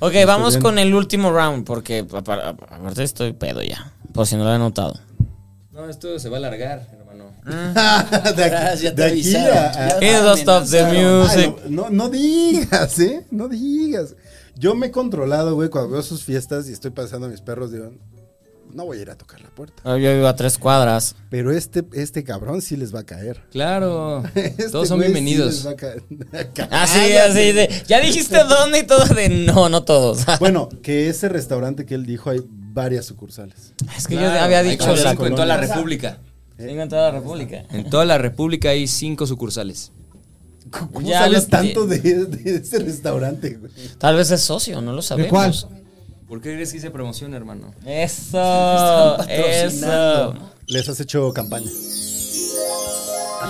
S3: Ok, vamos con el último round. Porque pa- pa- aparte estoy pedo ya. Por si no lo he notado.
S4: No, esto se va a alargar, hermano.
S3: Ah.
S1: de aquí,
S5: Ya te
S1: de aquí
S5: avisaron.
S1: a- a-
S5: Ya te
S3: Here's the stuff, the
S5: amenazaron.
S3: music.
S1: Ay, Ah, no, no, no digas, ¿eh? No digas. Yo me he controlado, güey, cuando veo sus fiestas y estoy pasando a mis perros, digo, no voy a ir a tocar la puerta.
S3: Ah, Yo vivo a tres cuadras.
S1: Pero este, este cabrón sí les va a caer.
S4: Claro.
S1: Este
S4: Todos son
S1: güey sí
S4: bienvenidos.
S1: les va a caer.
S3: Así, así. De, ya dijiste dónde y todo. De no, no todos.
S1: Bueno, que ese restaurante que él dijo hay varias sucursales.
S3: es que yo
S4: Claro,
S3: había
S4: hay
S3: dicho
S4: cosas
S3: la.
S4: en toda la República.
S3: Tengo en toda la República.
S4: En toda la República hay cinco sucursales.
S1: ¿Cómo
S3: Ya
S1: sabes
S3: lo-
S1: tanto de, de ese restaurante, güey?
S3: Tal vez es socio, no lo
S2: ¿De
S3: sabemos.
S2: cuál?
S4: ¿Por qué crees que hice promoción, hermano?
S3: Eso, eso.
S1: Les has hecho campaña.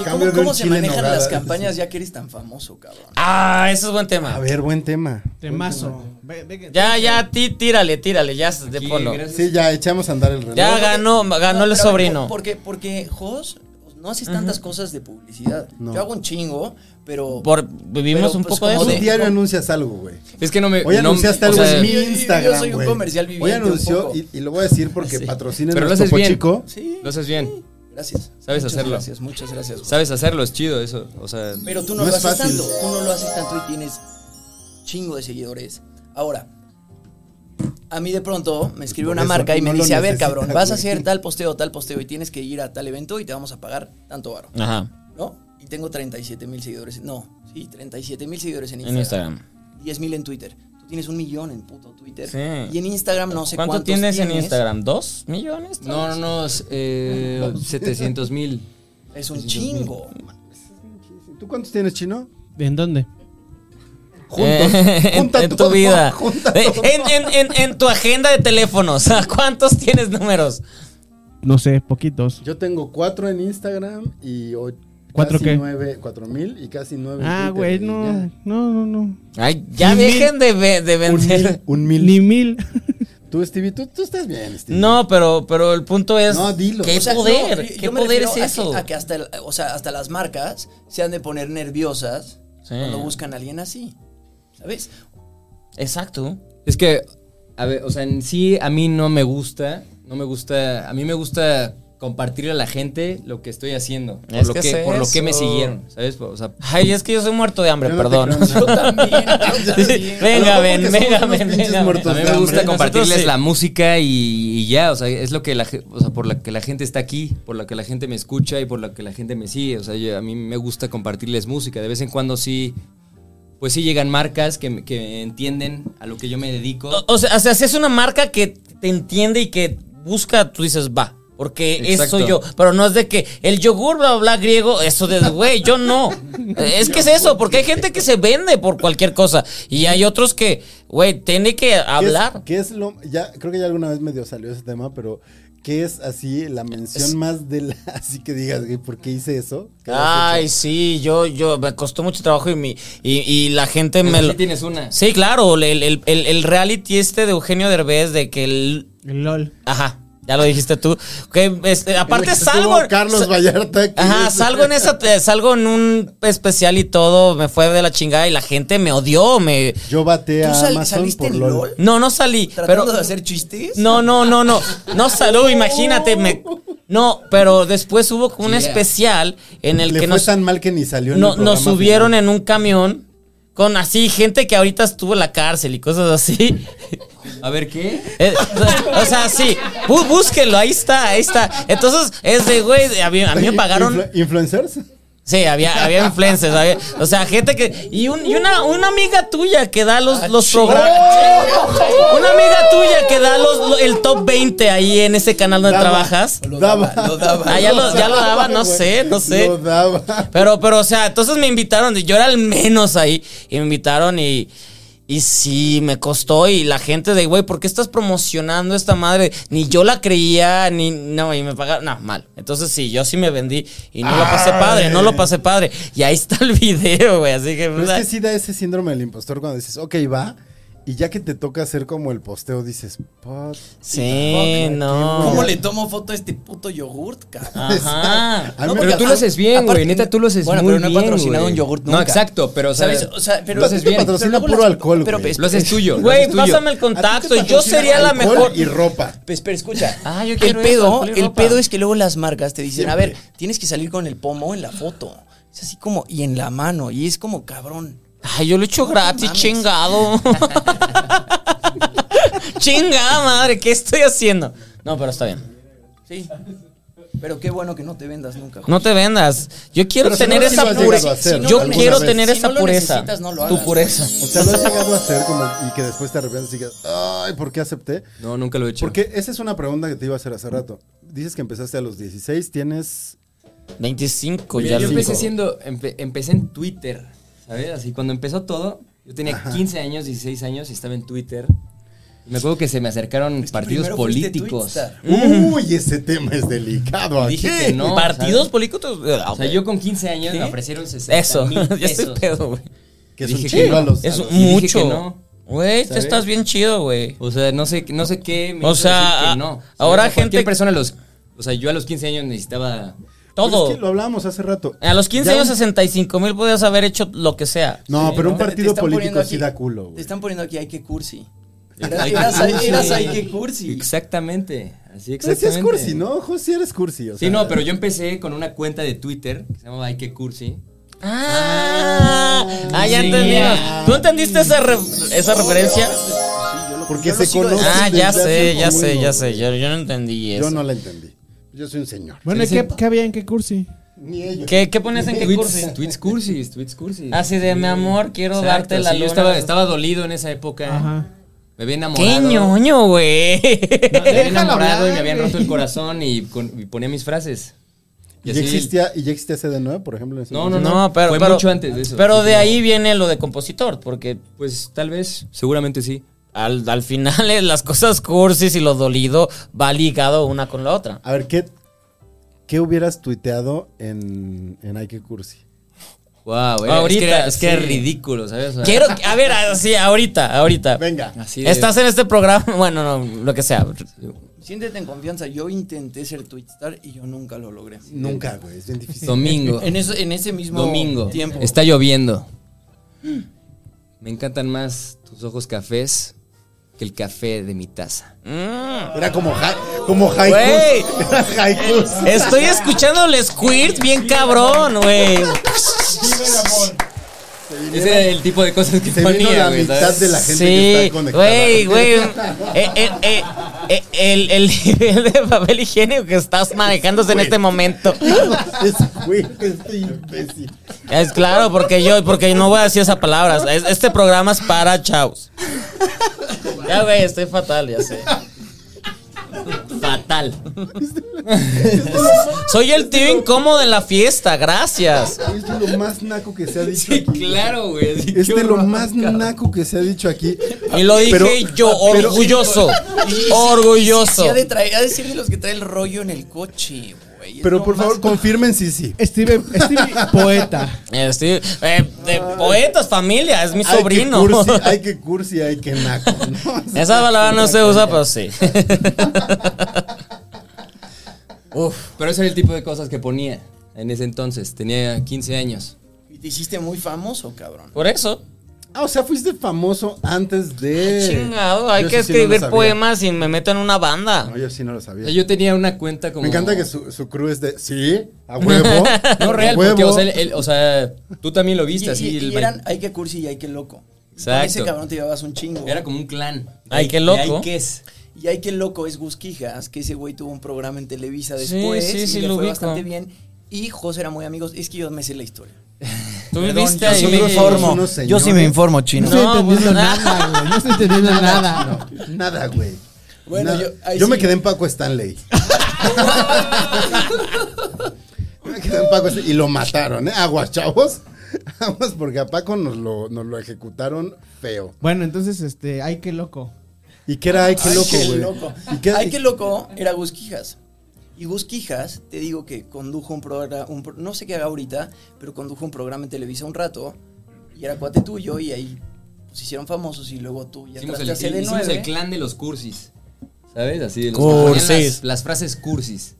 S5: ¿Y
S1: cambio
S5: cómo,
S1: de un
S5: cómo se
S1: chile en
S5: manejan
S1: nogada.
S5: las campañas ya que eres tan famoso, cabrón?
S3: Ah, ese es buen
S1: A
S3: tema.
S1: ver, buen tema.
S2: Temazo. Ve- ve-
S3: Ya, ya, tí- tírale, tírale, ya es de polo.
S4: gracias.
S1: Sí, ya echamos a andar el reloj.
S3: Ya Ah, ganó, ganó
S5: No,
S3: el
S5: pero a ver,
S3: sobrino.
S5: Porque, porque, Jos, no haces tantas cosas de publicidad.
S1: No.
S5: Yo hago un chingo, pero.
S3: Por, vivimos
S5: Pero,
S3: un
S5: pues,
S3: poco de eso.
S5: como
S1: Tú
S5: de-
S1: diario anuncias algo, güey.
S4: Es que no me.
S1: Hoy
S4: no-
S1: anunciaste
S3: o
S1: algo
S3: sea,
S1: en mi
S5: yo- yo- yo
S1: Instagram,
S5: soy un
S1: güey.
S5: comercial
S1: Hoy
S5: viviente, un
S1: anunció,
S5: poco.
S1: y, y lo voy a decir porque
S3: Sí.
S1: patrocina
S4: Pero lo
S1: nuestro
S4: haces bien.
S1: Pochico.
S5: Sí.
S4: Lo haces bien.
S5: Gracias.
S4: Sabes
S5: Muchas
S4: hacerlo.
S5: Gracias, muchas gracias. Jos.
S4: Sabes hacerlo, es chido eso. O sea.
S5: Pero tú no,
S1: No
S5: lo
S1: es
S5: haces
S1: fácil.
S5: tanto. Tú no lo haces tanto y tienes chingo de seguidores. Ahora, a mí de pronto me escribe
S1: por
S5: una
S1: eso
S5: marca y
S1: no
S5: me
S1: lo
S5: dice, a ver,
S1: necesitas,
S5: cabrón, vas a
S1: güey".
S5: hacer tal posteo, tal posteo y tienes que ir a tal evento y te vamos a pagar tanto varo,
S3: Ajá,
S5: ¿no? Y tengo 37 mil seguidores. No, sí, 37 mil seguidores en
S3: en
S5: Instagram.
S3: Instagram.
S5: 10 mil en Twitter. Tú tienes un millón en puto Twitter.
S3: Sí.
S5: Y en Instagram no sé
S3: ¿Cuánto
S5: cuántos
S3: tienes, en Instagram? ¿Dos millones?
S4: No, no, no. es, Eh, 700 mil.
S5: Es un chingo.
S1: ¿Tú cuántos tienes, Chino?
S2: ¿En dónde?
S1: Juntos.
S3: Eh, en,
S1: Junta
S3: en tu
S1: todo,
S3: vida.
S1: junta
S3: Eh,
S1: todo.
S3: En, en- en- en tu agenda de teléfonos. ¿Cuántos tienes números?
S2: No sé, poquitos.
S1: Yo tengo cuatro en Instagram y o-
S2: ¿Cuatro
S1: casi
S2: qué?
S1: nueve, cuatro mil y casi nueve. en
S2: Ah,
S1: Twitter,
S2: güey,
S1: y
S2: no,
S1: ya.
S2: no, no, no.
S3: Ay, ya dejen de, ve- de
S1: Un mil,
S3: vender.
S1: un mil.
S2: Ni mil.
S1: Tú, Stevie, tú, tú estás bien, Stevie.
S3: No, pero, pero el punto es.
S1: No, dilo.
S3: ¿Qué
S1: O sea,
S3: poder?
S5: no, yo-
S3: ¿Qué
S5: yo me
S3: poder es
S5: refiero a que-
S3: eso?
S5: A que hasta, el- o sea, hasta las marcas se han de poner nerviosas
S3: Sí.
S5: cuando buscan a alguien así. ¿Sabes?
S3: Exacto.
S4: Es que, a ver, o sea, en sí a mí no me gusta, no me gusta, a mí me gusta compartir a la gente lo que estoy haciendo, por,
S3: Es
S4: lo,
S3: que
S4: que,
S3: es
S4: por lo que me
S3: eso.
S4: siguieron, ¿sabes? O sea,
S3: Ay, es que yo soy muerto de hambre,
S1: Yo no te
S3: perdón.
S1: creo nada.
S3: Sí, venga,
S1: Pero
S3: ven,
S1: tampoco que
S3: venga,
S1: somos unos
S3: ven,
S1: pinches
S3: venga. ven.
S1: muertos
S4: a mí
S1: de
S4: me
S1: hambre.
S4: gusta
S3: pues, Nosotros
S4: compartirles
S3: sí.
S4: la música y, y ya, o sea, es lo que la, ge- o sea, por la que la gente está aquí, por la que la gente me escucha y por la que la gente me sigue, o sea, yo- a mí me gusta compartirles música, de vez en cuando sí, pues sí llegan marcas que, que entienden a lo que yo me dedico.
S3: O, o sea, o sea, si es una marca que te entiende y que busca, tú dices, va. Porque
S4: Exacto.
S3: eso yo. Pero no es de que el yogur, bla, bla, griego, eso de, güey, yo no. Es que es eso, porque hay gente que se vende por cualquier cosa. Y hay otros que, güey, tiene que
S1: ¿Qué es-
S3: hablar.
S1: ¿Qué es, lo.? Ya, creo que ya alguna vez medio salió ese tema, pero. ¿Qué es así la mención
S3: Es-
S1: más de la. Así que digas, güey, ¿por qué hice eso? ¿Qué has
S3: Ay, sí, yo, yo, me costó mucho trabajo y mi, y, y la gente
S4: Pero
S3: me
S4: sí
S3: lo-
S4: tienes una.
S3: Sí, claro, el, el- el- el reality este de Eugenio Derbez, de que el
S2: El LOL.
S3: Ajá, ya lo dijiste tú. Que este, aparte
S1: Estuvo
S3: salgo.
S1: Carlos
S3: sa-
S1: Vallarta aquí.
S3: Ajá, salgo en esa, eh, salgo en un especial y todo, me fue de la chingada y la gente me odió, me.
S1: Yo bateé
S5: ¿Tú
S1: a
S5: sal-
S1: Amazon
S5: saliste
S1: por
S5: en
S1: LOL.
S5: LOL?
S3: No, no salí.
S5: ¿Tratando
S3: pero,
S5: de hacer chistes?
S3: No, no, no, no. No salud, imagínate. Me, no, pero después hubo un especial en el
S1: Le
S3: que
S1: fue
S3: nos,
S1: tan mal que ni salió en
S3: no-
S1: el
S3: nos
S1: programa
S3: subieron
S1: final.
S3: en un camión con así gente que ahorita estuvo en la cárcel y cosas así.
S4: A ver, ¿qué?
S3: Eh, o sea, sí, bú- búsquenlo, ahí está, ahí está. Entonces, es de, güey, a mí, a mí me pagaron.
S1: Influ- ¿Influencers?
S3: Sí, había, había influencers, había- o sea, gente que. Y, un- y una, una amiga tuya que da
S1: Ah,
S3: los, los programas. Ah, Una amiga tuya que da los, lo- el top 20 ahí en ese canal donde
S1: Daba,
S3: trabajas.
S5: Lo daba, lo daba.
S3: Ah, ya lo, ya lo daba, no
S1: güey.
S3: sé, no sé.
S1: Lo daba.
S3: Pero, pero, o sea, entonces me invitaron, yo era el menos ahí, y me invitaron y, y sí, me costó, y la gente de, güey, ¿por qué estás promocionando esta madre? Ni yo la creía, ni, no, y me pagaron, no, mal. Entonces sí, yo sí me vendí, y no lo pasé padre, no lo pasé padre, y ahí está el video, güey, así que,
S1: Pero
S3: o sea,
S1: es que sí da ese síndrome del impostor cuando dices, ok, va. Y ya que te toca hacer como el posteo, dices, "Pot".
S3: sí, no.
S5: ¿Cómo le tomo foto a este puto yogurt, cabrón?
S3: Ajá.
S1: A mí
S5: No,
S1: me-
S4: Ah. Pero tú lo haces bien,
S5: Aparte-
S4: güey. Neta, tú lo haces
S5: Bueno,
S4: muy
S5: pero
S4: bien.
S5: no he patrocinado
S4: güey.
S5: un yogurt nunca.
S4: No, exacto, pero, o sea,
S5: ¿Sabes? O sea, pero
S4: lo haces
S1: Tú te
S4: bien.
S1: patrocina
S5: Pero luego
S1: puro
S5: las-
S1: alcohol,
S5: pero
S1: güey.
S5: es-
S4: Lo haces tuyo. lo
S3: Güey,
S4: haces tuyo.
S3: pásame el contacto, y yo sería la
S1: Alcohol
S3: mejor.
S1: Y ropa.
S5: Pues, pero escucha.
S3: Ah, yo
S5: el
S3: quiero eso,
S5: pedo,
S3: alcohol y
S5: el
S3: ropa.
S5: pedo es que luego las marcas te dicen, a ver,
S1: Siempre.
S5: tienes que salir con el pomo en la foto. Es así como, y en la mano, y es como cabrón.
S3: Ay, yo lo he hecho gratis,
S5: mames.
S3: chingado. Chingada madre, ¿qué estoy haciendo? No, pero está bien.
S5: Sí. Pero qué bueno que no te vendas nunca.
S3: No te vendas. Yo quiero
S1: Pero si
S3: tener
S1: no, sí lo
S3: esa
S1: has llegado a
S3: pureza.
S1: hacer,
S3: yo
S1: alguna
S3: quiero
S1: vez.
S3: tener
S5: Si
S3: esa
S5: no lo
S3: pureza.
S5: necesitas, no lo
S3: tu
S5: hagas.
S3: pureza.
S1: O sea, lo has llegado a hacer como y que después te arrepientes y digas, ay, ¿por qué acepté?
S4: No, nunca lo he hecho.
S1: Porque esa es una pregunta que te iba a hacer hace rato. Dices que empezaste a los 16, tienes
S3: 25
S4: Mira,
S3: ya
S4: yo
S3: lo
S4: empecé
S3: digo.
S4: siendo, empe- empecé en Twitter, ¿sabes? Así cuando empezó todo, yo tenía 15 años, 16 años y estaba en Twitter. Me acuerdo que se me acercaron partidos
S5: Primero fuiste
S4: políticos.
S1: Ah,
S5: Twitstar.
S3: Mm.
S1: Uy, ese tema es delicado aquí.
S4: Dije que no.
S3: ¿Partidos
S4: ¿sabes?
S3: políticos?
S4: O sea, yo con 15 años
S3: ¿Qué?
S4: me ofrecieron 60
S3: Eso,
S4: mil
S3: yo
S4: pesos.
S3: estoy pedo, güey.
S1: Que es un
S4: Dije que
S1: chingo a los. a
S3: Es
S1: los-
S4: Y dije
S3: mucho.
S4: que no.
S3: Güey, tú
S1: ¿Sabes?
S3: estás bien chido, güey.
S4: O sea, no sé, no sé qué. me
S3: O
S4: hizo
S3: sea,
S4: decir
S3: a-
S4: que no. O sea,
S3: ahora
S4: cualquier
S3: gente-
S4: persona a los. O sea, yo a los 15 años necesitaba.
S1: Pero
S3: Todo.
S1: es que lo hablábamos hace rato.
S3: A los 15
S1: Ya
S3: años,
S1: un-
S3: 65 mil podías haber hecho lo que sea.
S1: No, pero un
S5: Te- te
S1: partido
S5: están poniendo
S1: político sí
S5: aquí-
S1: da culo,
S5: Te
S1: güey.
S5: están poniendo aquí, hay que cursi. Eras,
S4: Ay,
S5: eras,
S4: cursi.
S5: eras ay, que cursi.
S4: Exactamente. Así
S1: Pero
S4: exactamente.
S1: sí Pues es cursi, ¿no? José, sí eres cursi. O
S4: Sí,
S1: sea,
S4: no, pero yo empecé con una cuenta de Twitter que se llamaba Ay que Cursi.
S3: Ah, ah, ya
S4: Sí.
S3: entendimos. ¿Tú entendiste esa, re- esa referencia?
S1: Porque
S5: Yo
S1: se
S5: lo sigo
S1: conoce.
S3: Ah,
S1: desde
S3: ya
S1: hace
S3: sé, ya
S1: como
S3: sé,
S1: uno,
S3: ya sé.
S1: güey.
S3: Yo, yo no entendí
S1: Yo
S3: eso.
S1: no la entendí. Yo soy un señor.
S2: Bueno, ¿y qué, qué había en qué cursi?
S1: Ni ellos.
S3: ¿Qué, ¿Qué pones en qué curso?
S4: Tweets cursis, tweets cursis.
S3: Así Ah, de, mi amor, quiero
S4: Exacto,
S3: darte la
S4: sí,
S3: luna.
S4: Yo estaba, estaba dolido en esa época.
S2: Ajá.
S4: Me
S3: ¡Qué
S4: había enamorado.
S3: ñoño, güey!
S4: Me había
S2: Déjalo
S4: enamorado y
S2: hablar,
S4: me habían
S2: güey.
S4: roto el corazón y, con- y ponía mis frases.
S1: ¿Y,
S4: así-
S1: ya existía, ¿Y ya existía CD9, por ejemplo? en ese
S4: No, no,
S1: momento?
S4: no.
S3: No, pero,
S4: Fue
S3: pero-
S4: mucho antes de eso.
S3: Pero
S4: Sí,
S3: de
S4: no.
S3: ahí viene lo de compositor, porque
S4: Pues tal vez, seguramente sí.
S3: al, al final eh, las cosas cursis y lo dolido va ligado una con la otra.
S1: A ver, ¿qué, qué hubieras tuiteado en, en Ay, qué cursi?
S4: Wow,
S3: Ahorita,
S4: es que, era- es que era
S3: sí.
S4: ridículo, ¿sabes? O sea,
S3: Quiero, a ver, así, ahorita, ahorita.
S1: Venga.
S4: así de-
S3: Estás en este programa, bueno, no, lo que sea.
S5: Siéntete en confianza. Yo intenté ser Twitstar y yo nunca lo logré.
S1: Nunca, güey. Es bien difícil.
S4: Domingo.
S5: En, eso- en ese mismo
S4: Domingo.
S5: tiempo.
S4: Está lloviendo. Me encantan más tus ojos cafés que el café de mi taza.
S1: Era como, ja, como haikus.
S3: Güey.
S1: Era haikus.
S3: Estoy escuchando el squirt bien cabrón, güey.
S4: Ese era el tipo de cosas que
S1: Se vino
S4: ponía,
S1: la
S4: güey,
S1: mitad
S4: ¿sabes?
S1: de la gente que
S3: Sí,
S1: está conectada.
S3: güey, güey. Eh, eh, eh, eh, el, el nivel de papel higiénico que estás manejándose en este momento.
S1: Es, güey, este imbécil.
S3: Es claro, porque yo, porque no voy a decir esas palabras. Es- Este programa es para chavos. Ya, güey, estoy fatal, ya sé. Fatal. Soy el tío incómodo en la fiesta, gracias.
S1: Es de lo más naco que se ha dicho.
S4: Sí,
S1: aquí.
S4: claro, güey. así,
S1: Es
S4: qué
S1: de lo
S4: horror,
S1: más
S4: cabrón.
S1: naco que se ha dicho aquí.
S3: Y lo dije
S1: Pero-
S3: yo,
S1: pero-
S3: orgulloso.
S5: Sí, sí,
S3: Orgulloso.
S5: ha de, traer- ha de ser de los que trae el rollo en el coche, güey. Es
S1: Pero
S5: lo
S1: por
S5: más-
S1: favor, confirmen si sí.
S2: Steve, Steve Poeta.
S3: Estoy- eh, de poetas, familia, es mi
S1: Ay, qué
S3: sobrino.
S1: cursi, Ay, que cursi, ay, que naco. ¿no?
S3: Esa palabra no se usa, pero sí.
S4: Uf, pero ese era el tipo de cosas que ponía en ese entonces. Tenía 15 años.
S5: Y te hiciste muy famoso, cabrón.
S3: Por eso.
S1: Ah, o sea, fuiste famoso antes de.
S3: Chingado, hay
S1: Yo
S3: que
S1: eso sí no lo
S3: escribir
S1: sabía.
S3: poemas y me meto en una banda.
S1: No, yo sí no lo sabía.
S4: O sea, yo tenía una cuenta como...
S1: Me encanta que su, su crew es de. Sí, a huevo.
S4: No,
S1: a
S4: real,
S1: huevo.
S4: porque, o sea, el- el- o sea, tú también lo
S5: Y,
S4: viste,
S5: y-
S4: así.
S5: y
S4: el-
S5: eran hay que cursi y hay que loco. Con
S4: Exacto.
S5: ese cabrón te llevabas un chingo.
S4: Era como un clan.
S3: Ay, qué
S4: Y
S3: loco.
S4: ahí, ¿qué es?
S5: Y hay que loco es Gus Quijas, que ese güey tuvo un programa en Televisa
S3: Sí,
S5: después
S3: sí,
S5: y
S3: sí,
S5: le
S3: lo
S5: fue
S3: ubico.
S5: bastante bien. Y José era muy amigos. Es que yo me sé la historia.
S3: Tú
S5: Perdón,
S3: viviste
S5: yo
S3: ahí.
S5: sí me
S1: Nosotros
S5: informo.
S1: somos unos
S5: Yo sí me
S1: señores.
S5: informo, chino.
S2: No estoy
S3: No,
S2: entendiendo
S3: pues,
S2: nada, güey. No estoy entendiendo nada.
S1: Nada, güey.
S5: Bueno,
S1: Nada.
S5: yo- ahí
S1: me
S5: sí.
S1: quedé en Paco Stanley. Yo me quedé en Paco Stanley. Y lo mataron, ¿eh? Aguas, chavos. Aguas, porque a Paco nos lo, nos lo ejecutaron feo.
S2: Bueno, entonces, este, ay, qué loco.
S1: ¿Y qué era? Ay, qué
S5: Ay,
S1: loco,
S5: qué
S1: güey.
S5: loco.
S1: ¿Y qué-
S5: Ay, qué loco era Gus Quijas. Y Gus Quijas, te digo que condujo un programa, un pro- no sé qué haga ahorita, pero condujo un programa en Televisa un rato y era cuate tuyo y ahí pues, se hicieron famosos y luego tú ya
S4: Hicimos
S5: entraste
S4: el,
S5: a CD9.
S4: hicimos el clan de los cursis. ¿Sabes? Así de los
S3: Cursis.
S4: que ponían Las, las frases cursis.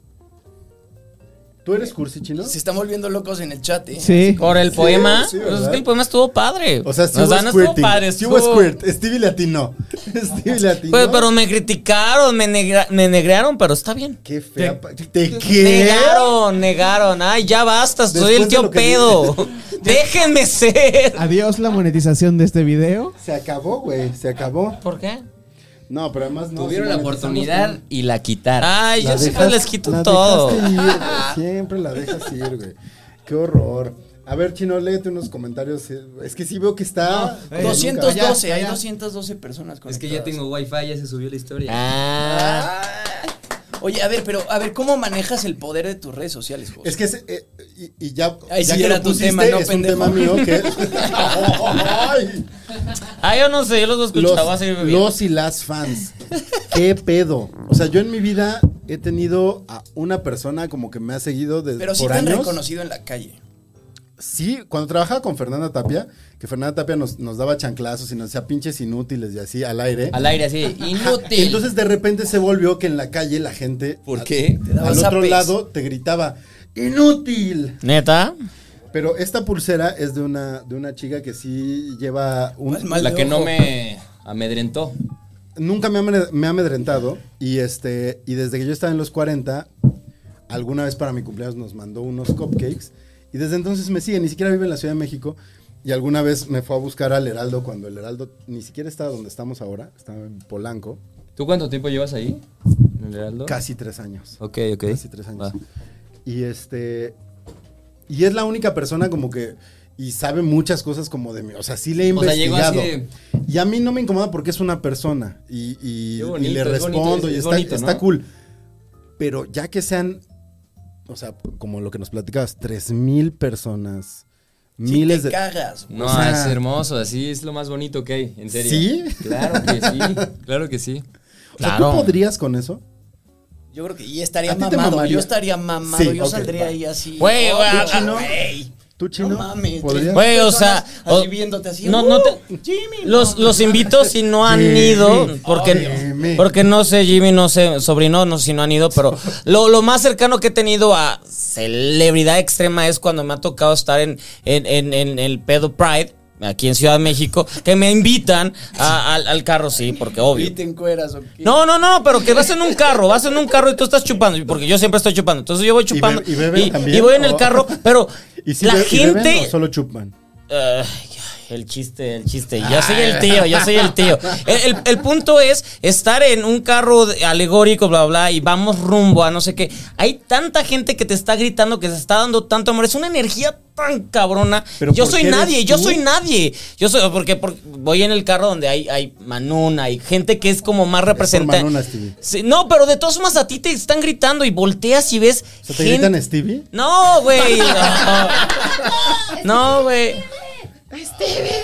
S1: ¿Tú eres cursi chino?
S5: Se están volviendo locos en el chat, ¿eh?
S2: Sí.
S3: Por el
S1: Sí,
S3: poema.
S1: sí,
S3: Pues es
S1: ¿verdad?
S3: que el poema estuvo padre.
S1: O sea, sí
S3: O
S1: hubo
S3: sea, no estuvo
S1: squirting.
S3: padre.
S1: Sí hubo
S3: estuvo-
S1: squirt. Stevie latino. Stevie latino.
S3: Pues, pero me criticaron, me, negra- me negrearon, pero está bien.
S1: Qué fea. pa- ¿Te qué?
S3: Negaron, negaron. Ay, ya basta, soy
S1: Después
S3: el
S1: de
S3: tío
S1: lo que
S3: pedo. Déjenme ser.
S2: Adiós la monetización de este video.
S1: Se acabó, güey. Se acabó.
S3: ¿Por qué?
S1: No, pero además no.
S4: Tuvieron
S1: sí,
S4: la
S1: monetizamos,
S4: oportunidad
S1: ¿no?
S4: y la quitaron.
S3: Ay, yo
S1: La
S3: siempre
S1: dejas-
S3: les quito
S1: la
S3: todo.
S1: dejaste ir, güey. Siempre la dejas ir, güey. Qué horror. A ver, Chino, léete unos comentarios. Es que sí veo que está.
S3: eh,
S1: como nunca.
S5: 212,
S2: Ya,
S5: hay
S2: ya.
S5: 212 personas
S4: Es que ya
S5: conectadas.
S4: tengo wifi, ya se subió la historia.
S3: Ah,
S5: Oye, a ver, pero a ver, ¿cómo manejas el poder de tus redes sociales, José?
S1: Es que es, eh, y, y ya.
S5: Ahí
S1: ya
S5: sí
S1: que
S5: era
S1: lo
S5: tu tema, ¿no,
S1: es
S5: pendejo?
S1: un tema mío que. ¡Ay!
S3: Ah, yo no sé, yo los voy a escuchar, voy a
S1: los,
S3: seguir bebiendo.
S1: los y las fans. ¿Qué pedo? O sea, yo en mi vida he tenido a una persona como que me ha seguido desde
S5: Pero sí
S1: por
S5: te han
S1: años.
S5: reconocido en la calle.
S1: Sí, cuando trabajaba con Fernanda Tapia, que Fernanda Tapia nos, nos daba chanclazos y nos decía pinches inútiles y así al aire.
S3: Al aire así, inútil.
S1: Entonces de repente se volvió que en la calle la gente
S5: ¿Por qué? Te daba
S1: al otro
S5: zapes.
S1: lado te gritaba inútil.
S3: Neta.
S1: Pero esta pulsera es de una de una chica que sí lleva un
S5: Mal, mal
S4: La
S5: de
S4: que no
S5: ojo.
S4: me amedrentó.
S1: nunca me ha, amedre- me ha amedrentado y este y desde que yo estaba en los 40 alguna vez para mi cumpleaños nos mandó unos cupcakes y desde entonces me sigue, ni siquiera vive en la Ciudad de México y alguna vez me fue a buscar al Heraldo cuando el Heraldo ni siquiera estaba donde estamos ahora, estaba en Polanco,
S4: ¿Tú cuánto tiempo llevas ahí? ¿En el Heraldo?
S1: casi tres años.
S4: Ok, ok.
S1: Casi tres años.
S4: Va.
S1: Y este. Y es la única persona como que. Y sabe muchas cosas como de mí. O sea, sí le he
S4: O sea, llegó
S1: investigado.
S4: así de-
S1: Y a mí no me incomoda porque es una persona. Y, y- y
S4: Qué bonito,
S1: le
S4: es
S1: respondo
S4: bonito, es-
S1: y
S4: es
S1: está,
S4: bonito,
S1: está
S4: ¿no?
S1: cool. Pero ya que sean. O sea, como lo que nos platicabas, tres mil personas.
S5: Sí,
S1: Miles
S5: te
S1: de.
S5: cagas. güey.
S4: No,
S1: O sea-
S4: es hermoso, así es lo más bonito que hay, en serio.
S1: ¿Sí?
S4: Claro que sí, claro que sí.
S1: O sea,
S3: Claro.
S1: ¿tú podrías con eso?
S5: Yo creo que y estaría
S1: ¿A ti te
S5: mamado.
S1: mamaría?
S5: Yo estaría mamado.
S1: Sí,
S5: yo
S1: ok,
S5: saldría
S1: va.
S5: ahí así.
S3: Güey,
S5: Oh,
S3: güey,
S5: yo
S3: ah,
S5: chino.
S3: güey.
S1: ¿Tú, chino?
S5: No mames.
S1: ¿Podrías?
S3: Güey, o sea,
S5: Personas
S3: o-
S5: así viéndote así.
S3: No,
S5: "Uh,
S3: no te-
S5: Jimmy,
S3: Los,
S5: no,
S3: los
S5: no,
S3: invito si no han
S1: Jimmy.
S3: ido, porque,
S1: Jimmy.
S3: porque no sé, Jimmy, no sé, sobrino, no sé si no han ido, pero lo, lo más cercano que he tenido a celebridad extrema es cuando me ha tocado estar en, en, en- en el Pedo Pride, aquí en Ciudad de México, que me invitan a- al, al carro, sí, porque obvio.
S5: Y te encueras, ¿o qué?
S3: No, no, no, pero que vas en un carro, vas en un carro y tú estás chupando, porque yo siempre estoy chupando. Entonces yo voy chupando
S1: be- y beben también?
S3: voy en el
S1: ¿O?
S3: carro, pero
S1: ¿Y si
S3: la
S1: be- y beben
S3: gente...
S1: o solo chupan?
S3: Ay, el chiste, el chiste. Yo soy el tío, yo soy el tío. El, el- el punto es estar en un carro de- alegórico, bla, bla, y vamos rumbo a no sé qué. Hay tanta gente que te está gritando, que se está dando tanto amor. Es una energía tan cabrona.
S1: Pero
S3: yo
S1: ¿por
S3: soy
S1: qué eres
S3: nadie, yo
S1: tú?
S3: soy nadie. Yo soy, porque, porque voy en el carro donde hay, hay Manuna, hay gente que es como más representante.
S1: Manuna, Stevie.
S3: Sí, no, pero de todos modos a ti te están gritando y volteas y ves.
S1: O sea, ¿te
S3: gente-
S1: gritan Stevie?
S3: no, güey. No. No, güey.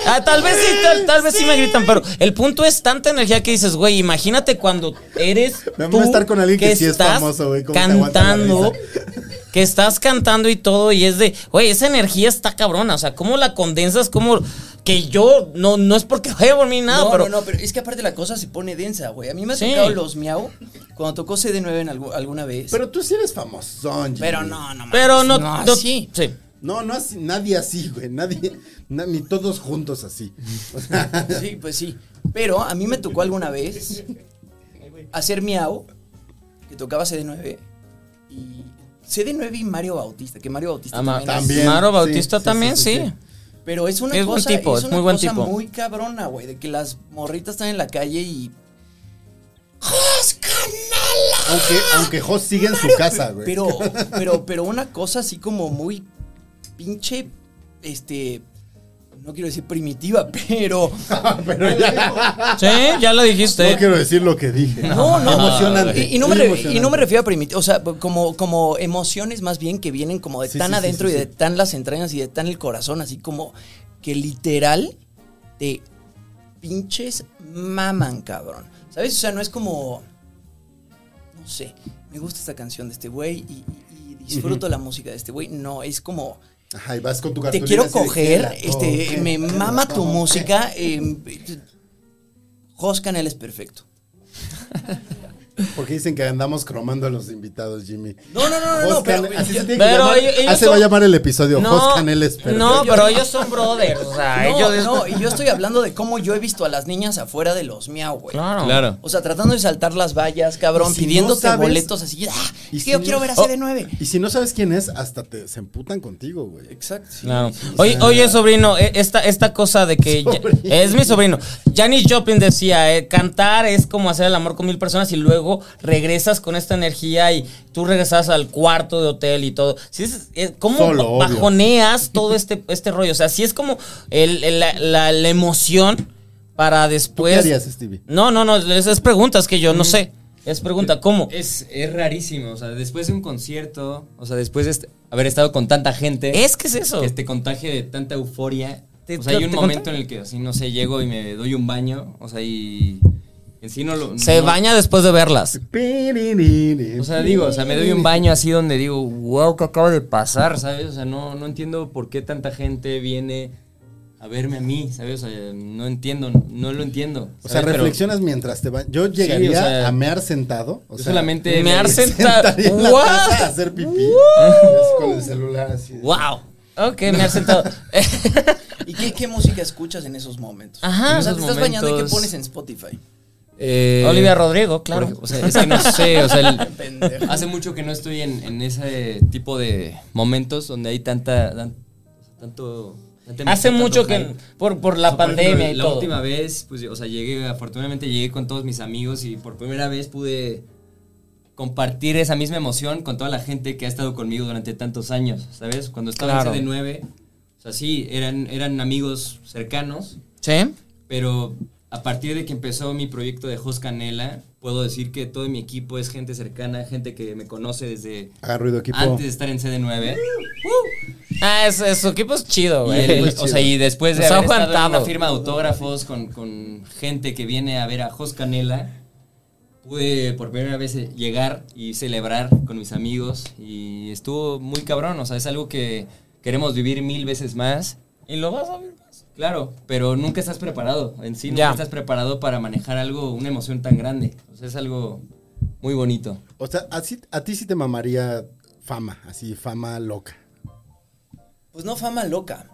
S3: Ah, tal vez sí, tal, tal vez sí me gritan, pero el punto es tanta energía que dices, güey, imagínate cuando eres
S1: Me
S3: tú
S1: mama estar con alguien que sí es
S3: estás
S1: famoso, güey, ¿cómo te aguanta la
S3: cantando,
S1: risa?
S3: que estás cantando y todo y es de, güey, esa energía está cabrona, o sea, cómo la condensas, cómo que yo no no es porque vaya por mí ni nada,
S5: no,
S3: pero
S5: no, no, pero es que aparte la cosa se pone densa, güey. A mí me ha
S3: Sí.
S5: tocado los miau cuando tocó CD9 en algu- alguna vez.
S1: Pero
S5: Pero,
S1: tú sí eres famosón, Jimmy.
S5: no, no mames,
S3: pero no, no-
S5: así.
S3: sí.
S1: No, no así, nadie así, güey. Nadie, na- ni todos juntos así. O sea,
S5: Sí, pues sí. Pero a mí me tocó alguna vez hacer miau que tocaba CD9 y CD9 y Mario Bautista, que Mario Bautista
S3: Ama-
S5: también, es-
S1: También,
S3: Maro
S1: sí,
S3: Bautista
S1: sí,
S3: también,
S1: sí,
S3: sí.
S1: sí,
S5: Pero es una
S3: Es buen
S5: cosa,
S3: tipo, es
S5: es una
S3: muy buen
S5: cosa
S3: tipo.
S5: muy cabrona, güey, de que las morritas están en la calle y
S1: aunque, aunque Jos sigue en su casa, güey.
S5: Pero, pero, pero una cosa así como muy pinche, este, no quiero decir primitiva, pero
S1: Pero ya.
S3: Sí, ya lo dijiste.
S1: No quiero decir lo que dije.
S5: no, no,
S1: Emocionante.
S5: Y, y no me
S1: Muy
S5: re-
S1: emocionante.
S5: y no me refiero a primitiva, o sea, como, como emociones más bien que vienen como de
S1: Sí,
S5: tan
S1: sí, sí,
S5: adentro
S1: sí,
S5: y de
S1: sí.
S5: tan las entrañas y de tan el corazón, así como que literal te pinches maman, cabrón. ¿Sabes? O sea, no es como, no sé, me gusta esta canción de este güey y, y- y disfruto la música de este güey. No, es como...
S1: Ajá, y vas con tu
S5: Te
S1: cartulina
S5: quiero
S1: así de, "Oh,
S5: coger,
S1: "Te la
S5: este,
S1: toqué,
S5: me
S1: te la
S5: mama tu
S1: toqué".
S5: música. eh, Jos Canel es perfecto.
S1: Porque dicen que andamos cromando a los invitados, Jimmy.
S5: No, no, no, no,
S1: Jos
S5: no, pero-
S1: Canel- así se
S5: yo-
S1: tiene que
S3: Pero
S1: llamar.
S3: ellos- ellos
S1: Ah, se va a
S3: son-
S1: llamar el episodio. Jos Canel es
S3: no,
S1: perfecto.
S3: pero ellos son brothers, o sea,
S5: No,
S3: ellos
S5: no, y yo estoy hablando de cómo yo he visto a las niñas afuera de los miau, güey.
S3: Claro.
S4: Claro.
S5: O sea, tratando de saltar las vallas, cabrón,
S1: Y si
S5: pidiéndote
S1: no sabes-
S5: boletos así. "Ah,
S1: Y
S5: es
S1: si
S5: que yo
S1: no-
S5: quiero ver a
S1: Oh.
S5: CD9.
S1: Y si no sabes quién es, hasta te, se emputan contigo, güey.
S5: Exacto.
S3: Claro. Oye, oye, sobrino, e- esta, esta cosa de que ya-
S1: Sobrino.
S3: es mi sobrino. Janis Joplin decía, eh, cantar es como hacer el amor con mil personas y luego regresas con esta energía y tú regresas al cuarto de hotel y todo. Sí, es- es- ¿Cómo
S1: Solo,
S3: ba-
S1: obvio.
S3: bajoneas todo este, este rollo? O sea, sí es como el- el- la, la- la emoción para después...
S1: ¿Qué harías, Mm. Stevie?
S3: No, no, no, es, es pregunta, es que yo no sé. Es pregunta, ¿cómo?
S4: Es, es rarísimo, o sea, después de un concierto, o sea, después de est- haber estado este, con tanta gente,
S3: Es que es eso.
S4: que te contagie de tanta euforia,
S3: te-
S4: O sea, hay
S3: te-
S4: un
S3: te
S4: momento
S3: conté.
S4: en el que así, no sé, llego y me doy un baño. O sea, y. En sí no lo.
S3: Se
S4: no-
S3: baña después de verlas.
S4: O sea, digo, o sea, me doy un baño así donde digo, wow, ¿qué acaba de pasar? ¿Sabes? O sea, no, no entiendo por qué tanta gente viene a verme a mí, ¿sabes? O sea, no entiendo, no lo entiendo.
S1: O sea,
S4: ¿sabes? Pero
S1: reflexionas mientras te bañas. Yo llegaría
S4: o sea,
S1: a mear sentado. O
S4: Yo
S1: sea,
S4: solamente.
S3: Me
S4: me-
S3: arce-
S1: sentaría en la
S3: What?
S1: taza a hacer pipí. Así con el celular así.
S3: ¡Wow! Ok, me Eh, ha sentado.
S5: ¿Y qué, qué música escuchas en esos momentos?
S3: Ajá.
S5: O sea,
S3: En
S5: te
S3: esos
S5: estás bañando y qué
S3: momentos.
S5: pones en Spotify.
S4: Eh,
S3: Olivia Rodrigo,
S4: por
S3: claro.
S4: ejemplo, O sea, es que no sé, o sea, el-
S5: Pendejo.
S4: hace mucho que no estoy en, en ese tipo de momentos donde hay tanta. tan- tanto. tanta emoción,
S3: Hace
S4: tanto
S3: mucho que.
S4: hype.
S3: Por, por la
S4: O sea, por ejemplo,
S3: pandemia y
S4: la
S3: todo.
S4: última vez, pues, o sea, llegué, afortunadamente llegué con todos mis amigos y por primera vez pude compartir esa misma emoción con toda la gente que ha estado conmigo durante tantos años, ¿sabes? Cuando estaba
S3: Claro.
S4: en CD9, o sea, sí, eran, eran amigos cercanos,
S3: ¿Sí?
S4: pero a partir de que empezó mi proyecto de Jos Canela, puedo decir que todo mi equipo es gente cercana, gente que me conoce desde
S1: Haga ruido, equipo.
S4: antes de estar en CD9.
S3: Ah, es, es- su equipo es chido,
S4: Y
S3: güey.
S4: el- o sea, y después de
S3: Nos ha
S4: haber estado en
S3: aguantado.
S4: una firma de autógrafos con, con gente que viene a ver a Jos Canela, pude por primera vez llegar y celebrar con mis amigos y estuvo muy cabrón, o sea, es algo que queremos vivir mil veces más.
S3: Y lo vas a ver.
S4: Claro, pero nunca estás preparado, en sí nunca
S3: Ya.
S4: estás preparado para manejar algo, una emoción tan grande. O sea, es algo muy bonito.
S1: O sea, así, a ti sí te mamaría fama, así, fama loca.
S5: Pues no fama loca.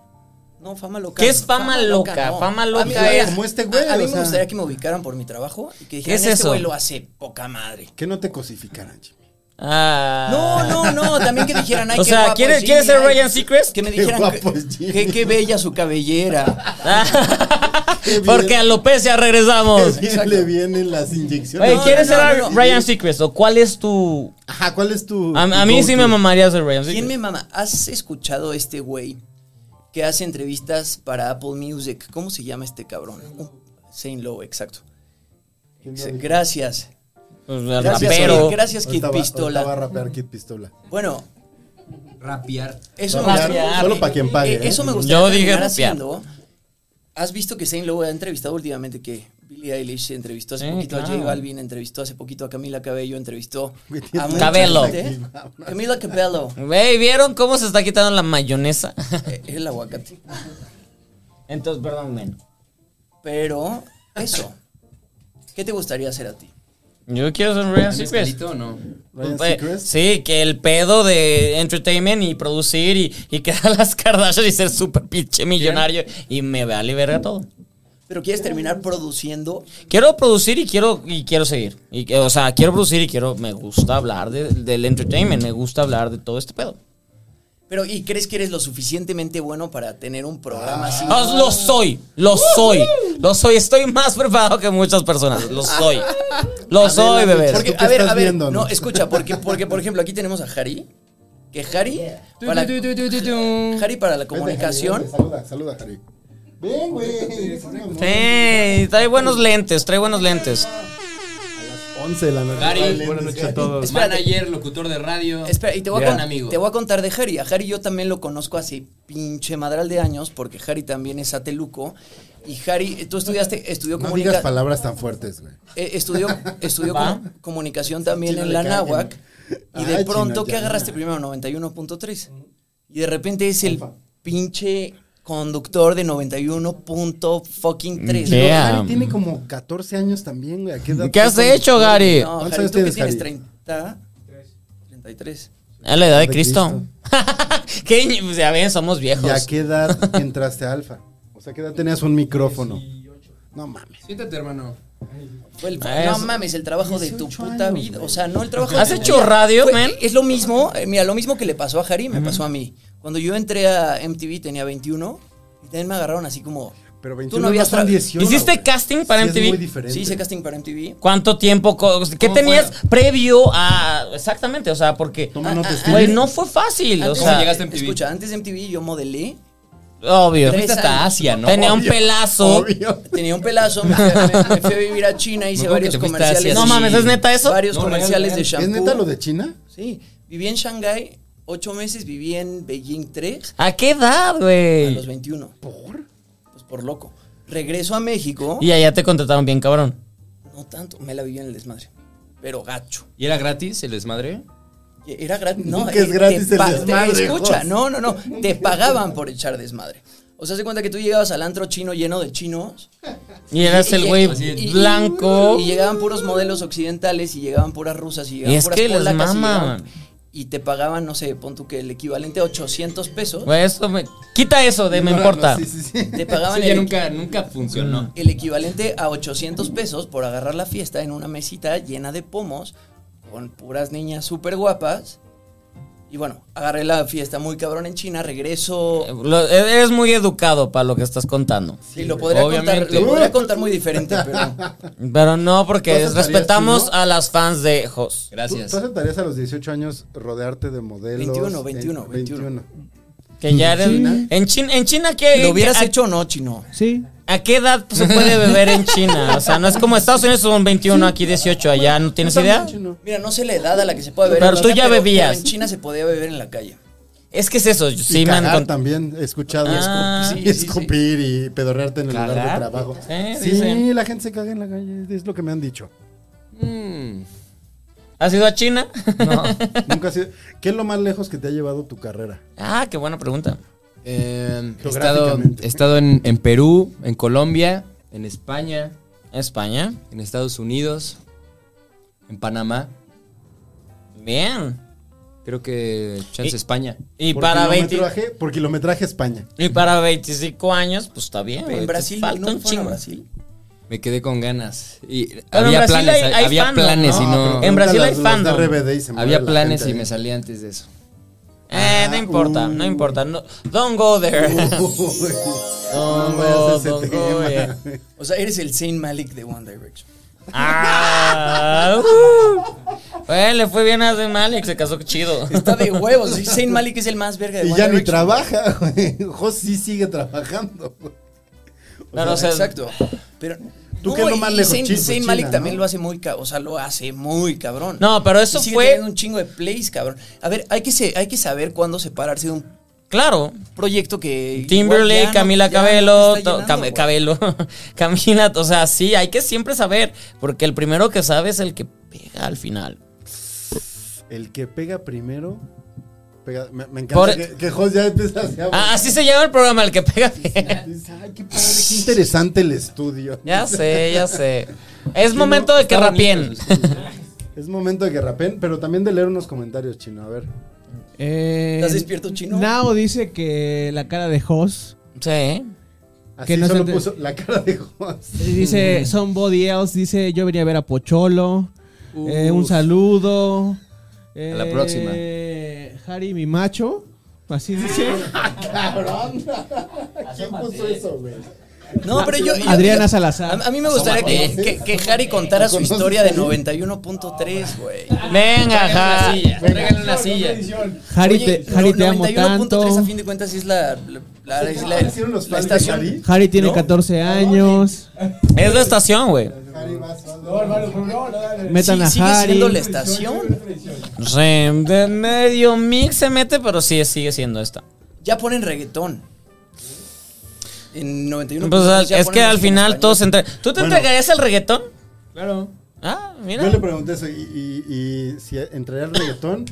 S5: No, fama loca.
S3: ¿Qué es fama loca?
S5: no.
S3: Fama
S5: A mí-
S3: loca
S5: mira,
S3: es-
S1: como este güey,
S5: A, a mí
S1: o
S5: me
S1: sea.
S5: gustaría que me ubicaran por mi trabajo y que
S3: ¿Qué
S5: dijeran,
S3: es
S5: este
S3: eso?
S5: güey lo hace poca madre.
S1: Que no te cosificaran, Jimmy.
S3: Ah.
S5: No, no, no, también que dijeran, ay,
S3: O
S5: qué
S3: sea,
S5: guapo
S3: ¿quieres,
S5: es
S3: ¿quieres
S5: Jimmy,
S3: ser
S5: ay,
S3: Ryan Seacrest?
S5: Que me
S1: Qué
S5: dijeran,
S1: guapo es
S5: que,
S1: Jimmy.
S5: que- qué bella su cabellera.
S3: Ah.
S1: Qué bien.
S3: Porque a López ya regresamos.
S1: Que bien le vienen las inyecciones.
S3: Oye,
S5: No,
S3: ¿quieres
S5: no,
S3: ser
S5: no, no.
S3: Ryan Seacrest? ¿O cuál es tu.?
S1: Ajá, ¿cuál es tu.
S3: A, a mí sí me
S1: mamaría.
S3: mamaría ser Ryan
S5: ¿Quién
S3: Seacrest.
S5: me mama? ¿Has escuchado a este güey que hace entrevistas para Apple Music? ¿Cómo se llama este cabrón? Saint Lowe, exacto. Gracias.
S3: Pues,
S5: Gracias,
S3: rapero.
S5: Kid- gracias Kid Pistola.
S1: Estaba a rapear Kid Pistola.
S5: Bueno,
S4: Rapear.
S5: eso
S1: Rapear,
S5: gustaría-
S1: solo pa' quien pague,
S5: eh, Eso me
S1: ¿eh?
S5: gustaría
S3: Yo
S5: terminar
S3: dije rapear.
S5: haciendo. ¿Has visto que Saint Lowe ha entrevistado últimamente que Billie Eilish se entrevistó hace
S3: Sí,
S5: poquito a
S3: claro.
S5: J Balvin, entrevistó hace poquito a Camila Cabello, entrevistó
S1: Güey,
S5: a
S1: tienes
S5: mucha
S3: Cabello.
S5: gente. Camila Cabello,
S3: Güey, ¿vieron cómo se está quitando la mayonesa?
S5: eh, el aguacate.
S3: Entonces, perdón, men.
S5: Pero eso. ¿Qué te gustaría hacer a ti?
S3: Yo quiero ser Ryan Seacrest.
S4: ¿Mezcalito o no?
S1: Ryan
S3: Pues,
S1: Seacrest.
S3: Sí, que el pedo de entertainment y producir y, y crear las Kardashian y ser súper pinche millonario y me vale verga todo.
S5: Pero quieres terminar produciendo.
S3: Quiero producir y quiero y quiero seguir. Y, que- o sea, quiero producir y quiero. Me gusta hablar de- del entertainment, me gusta hablar de todo este pedo.
S5: Pero, ¿y crees que eres lo suficientemente bueno para tener un programa así?
S3: Ah, Lo soy, lo soy, lo soy. Estoy más preparado que muchas personas. Lo soy, lo soy, bebé.
S1: ¿Tú
S5: Porque,
S1: qué
S5: a ver,
S1: estás
S5: a ver.
S1: viendo,
S5: no,
S1: no?
S5: escucha, porque, porque, por ejemplo, aquí tenemos a Harry. Que Harry. Para, Harry para la comunicación.
S1: Vente, Harry, vente, saluda, saluda, Harry. Ven, güey. Sí, mamón.
S3: Sí, trae buenos lentes, trae buenos lentes.
S1: 11 de la noche.
S4: Harry,
S1: Vale, pues, lentes,
S4: buenas
S7: noches a
S1: Harry.
S7: todos.
S5: Espérate.
S4: Manager, locutor de radio.
S5: Espera, y te voy, a
S4: gran
S5: con-
S4: amigo.
S5: te voy a contar de Harry. A Harry yo también lo conozco hace pinche madral de años, porque Harry también es ateluco. Y Harry, tú estudiaste, estudió
S1: No
S5: comunica-
S1: digas palabras tan fuertes, güey.
S5: Eh, estudió estudió
S3: ¿Va?
S5: comu- comunicación también
S1: Chino
S5: en
S1: le
S5: la
S1: cae,
S5: náhuac.
S1: ¿no?
S5: Y de
S1: Ay,
S5: pronto,
S1: chino,
S5: ¿qué
S1: ya.
S5: agarraste primero? 91.3. Y de repente es el pinche conductor de 91.3.
S3: ¿Qué?
S1: Harry
S3: Damn.
S1: tiene como 14 años también, güey. ¿A qué edad
S3: ¿Qué has
S1: tienes?
S3: hecho, Gary?
S5: No,
S1: ¿Cuántos
S5: Harry,
S1: años
S5: tú que
S1: tienes,
S5: tienes
S1: Harry?
S5: 30. 33.
S3: A la edad de Cristo. ¿Qué? ñe- pues Ya ven, somos
S1: ¿Y a
S3: viejos.
S1: qué edad entraste a Alfa? O sea, ¿qué edad tenías un micrófono? No mames.
S7: Siéntate, hermano.
S5: Fue el-
S3: Ah,
S5: no
S3: es-
S5: mames, el trabajo de tu
S1: 18
S5: puta
S1: años,
S5: vida.
S1: güey.
S5: O sea, no el trabajo
S3: ¿Has
S5: de tu
S3: hecho
S5: vida.
S3: radio,
S5: Fue-
S3: man?
S5: Es lo mismo, eh, mira, lo mismo que le pasó a Harry, me pasó a mí. Cuando yo entré a MTV tenía 21 y también me agarraron así como...
S1: Pero
S5: tú
S1: 21
S5: no habías
S1: son
S5: tra-
S1: 18.
S3: ¿Hiciste
S1: güey.
S3: casting para
S1: Sí, Es muy
S3: MTV?
S1: diferente.
S5: Sí, hice casting para MTV.
S3: ¿Cuánto tiempo? co- ¿Qué
S4: ¿Cómo
S3: tenías previo a...? Exactamente, o sea, porque...
S5: Ah,
S1: Toma nota, Stevie.
S3: Güey, no fue fácil, o
S5: Antes-
S3: sea...
S4: llegaste a MTV?
S5: Escucha, antes de MTV yo modelé,
S3: Obvio.
S5: Tres
S4: hasta
S5: años.
S4: Asia, ¿no?
S3: Tenía un
S1: Obvio,
S3: pelazo.
S1: Obvio.
S5: tenía un pelazo, me fui, a- me- me fui a vivir a China, hice
S4: creo que
S5: varios
S4: te fuiste a
S5: comerciales.
S4: Asia,
S3: No
S4: sí.
S3: mames, ¿es neta eso?
S5: Varios
S4: No,
S5: comerciales
S4: real,
S5: de
S4: real.
S5: shampoo.
S1: ¿Es neta lo de China?
S5: Sí, viví en Shanghái ocho meses, viví en Beijing tres,
S3: ¿A qué edad,
S5: a
S3: güey?
S5: los 21.
S1: ¿Por?
S5: pues por loco. Regreso a México.
S3: Y allá te contrataron bien, cabrón.
S5: No tanto, me la viví en el desmadre. Pero gacho.
S4: ¿Y era gratis el desmadre?
S5: Era gratis. No,
S1: Nunca es
S5: eh,
S1: gratis
S5: te
S1: el
S5: pa- te-
S1: desmadre,
S5: Escucha,
S1: Jos.
S5: no, no, no. Te pagaban por echar desmadre. O sea, se cuenta que tú llegabas al antro chino lleno de chinos.
S3: Y eras
S5: y-
S3: el
S5: y-
S3: güey
S5: y-
S3: blanco.
S5: Y llegaban puros modelos occidentales y llegaban puras rusas y llegaban
S3: Y es
S5: puras
S3: que les
S5: polacas y
S3: maman.
S5: llegaban- Y te pagaban, no sé, pon tú que el equivalente a 800 pesos.
S3: Güey, eso me- Quita eso de me importa. Mm.
S1: Sí, sí, sí.
S5: Te pagaban
S4: Eso ya
S5: el,
S4: nunca, nunca funcionó.
S5: el equivalente a 800 pesos por agarrar la fiesta en una mesita llena de pomos con puras niñas súper guapas. Y bueno, agarré la fiesta muy cabrón en China, regreso.
S3: Lo- e, Eres muy educado para lo que estás contando.
S5: y lo podría, contar,
S3: obviamente.
S5: lo podría contar muy diferente, pero
S3: Pero no, porque
S1: ¿Tú aceptarías
S3: respetamos
S1: chino?
S3: a las fans de Jos.
S1: ¿Tú,
S4: Gracias.
S1: tú aceptarías a los 18 años rodearte de modelos?
S5: 21,
S1: en-
S5: 21, 21.
S3: Que ya eres.
S1: China?
S3: En China, en China ¿qué,
S5: ¿lo hubieras
S3: a,
S5: hecho o no, chino?
S2: Sí.
S3: ¿A qué edad se puede beber en China? O sea, no es como Estados Unidos son 21, aquí 18, allá no tienes idea.
S5: Mira, no sé la edad a la que se puede beber.
S3: Pero
S5: en
S3: tú
S5: China,
S3: ya bebías.
S5: pero en China se podía beber en la calle.
S3: Es que es eso, yo-
S1: Sí,
S3: sí me han contado.
S1: también he escuchado
S3: Ah,
S1: escupir,
S5: sí, sí, sí.
S1: escupir y pedorrearte en el lugar de
S3: Cagar.
S1: trabajo.
S3: Sí,
S1: Sí,
S3: ¿Eh? dicen.
S1: la gente se caga en la calle, es lo que me han dicho.
S4: Mm.
S3: ¿Has ido a China?
S1: Nunca ha sido. ¿Qué es lo más lejos que te ha llevado tu carrera?
S3: ah, qué buena pregunta.
S4: Eh, he estado,
S1: Geográficamente.
S4: he estado en, en Perú, en Colombia, en España,
S3: España.
S4: en Estados Unidos, en Panamá.
S3: Bien.
S4: Creo que chance
S3: Y-
S4: España.
S3: Y
S1: por,
S3: para, 20,
S1: kilometraje, por kilometraje España.
S3: y para 25 años, pues está bien. güey,
S5: en
S3: te
S5: Brasil,
S3: falta un
S5: ¿no? ¿Fueron a
S3: chingo.
S5: Brasil?
S4: Me quedé con ganas. Y
S3: en
S4: había
S3: Brasil
S4: planes,
S3: hay- hay
S4: había
S3: fandom,
S4: planes
S1: Ah,
S4: y
S3: ¿no?
S4: no.
S3: En Brasil hay fandom.
S1: fandom.
S4: Había planes y me salí antes de eso.
S3: Eh,
S5: Ah,
S3: no importa, no importa. no- don't go there.
S5: Uh,
S3: Don't go, don't go, yeah.
S5: O sea, eres el Saint Malik de One Direction.
S3: Ah, uh. Güey, le fue bien a Zayn Malik, se casó chido.
S5: Está de huevos. Saint Malik es el más verga de
S1: Y
S5: One
S1: ya ni
S5: Direction.
S1: trabaja, güey. Jos sí sigue trabajando. güey.
S3: Pero, o sea,
S5: Exacto. Pero.
S1: ¿Tú qué es lo más
S5: y
S1: lejos?
S5: Zayn,
S1: Chi-
S5: Zayn
S1: China,
S5: Malik
S1: ¿no?
S5: también lo hace muy cabrón. O sea, lo hace muy cabrón.
S3: No, pero eso
S5: Y sigue
S3: fue-
S5: teniendo un chingo de plays, cabrón. A ver, hay que, se- hay que saber cuándo separarse de un
S3: claro.
S5: proyecto que.
S3: Timberlake,
S5: igual ya no-
S3: Camila
S5: ya no te
S3: Cabello,
S5: está
S3: to-
S5: llenando,
S3: Cam-
S5: güey.
S3: Cabello, Camila, o sea, sí, hay que siempre saber, porque el primero que sabe es el que pega al final.
S1: El que pega primero. pega- me, me encanta
S3: Por-
S1: que, que Jos ya empieza
S3: Ah,
S1: a
S3: así se llama el programa, el que pega. bien.
S1: Dice, Ay, qué padre, qué interesante el estudio.
S3: ya sé, ya sé. Es momento de que rapien.
S1: Es momento de que rapen, pero también de leer unos comentarios, chino. A ver.
S2: Eh,
S5: ¿Estás despierto, chino?
S2: Nao dice que la cara de Hoss.
S3: Sí.
S1: Así
S2: Que no se
S1: solo
S2: ente-
S1: puso la cara de Jos.
S5: Mm.
S2: Dice Somebody Else. Dice yo venía a ver a Pocholo. Eh, un saludo.
S4: A la próxima.
S2: Harry, mi macho. Así dice.
S1: ¿Quién puso eso, güey?
S5: No, pero yo. yo-
S2: Adriana
S5: yo-
S2: Salazar.
S5: A, a mí me gustaría que, que, que Harry contara su
S1: ¿Conoces
S5: historia de
S1: Harry?
S5: 91.3, güey.
S3: Venga, ja.
S4: Tráiganle una silla.
S2: Harry,
S5: Oye,
S2: te, Harry
S5: no-
S2: te amo
S5: 91.3
S2: tanto.
S5: a fin de cuentas es la, la, la- es la-
S1: ¿Hicieron los
S5: la
S1: fans de
S5: estación.
S1: Harry?
S2: Harry tiene
S5: ¿No?
S2: 14 años.
S3: Es la estación, güey.
S2: Metan
S5: Sí, sigue
S2: a Harry.
S5: siendo la estación.
S3: Sí, de medio mix se mete, pero sí sigue siendo esta.
S5: Ya ponen reggaetón. En 91.
S3: Pues, al-
S5: ya
S3: es
S5: ponen
S3: que al
S5: música en
S3: final
S5: español.
S3: todos se entre... ¿Tú te
S1: Bueno.
S3: entregarías al reggaetón?
S4: Claro.
S3: Ah, mira.
S1: Yo le pregunté eso, y, y- y si entraré al reggaetón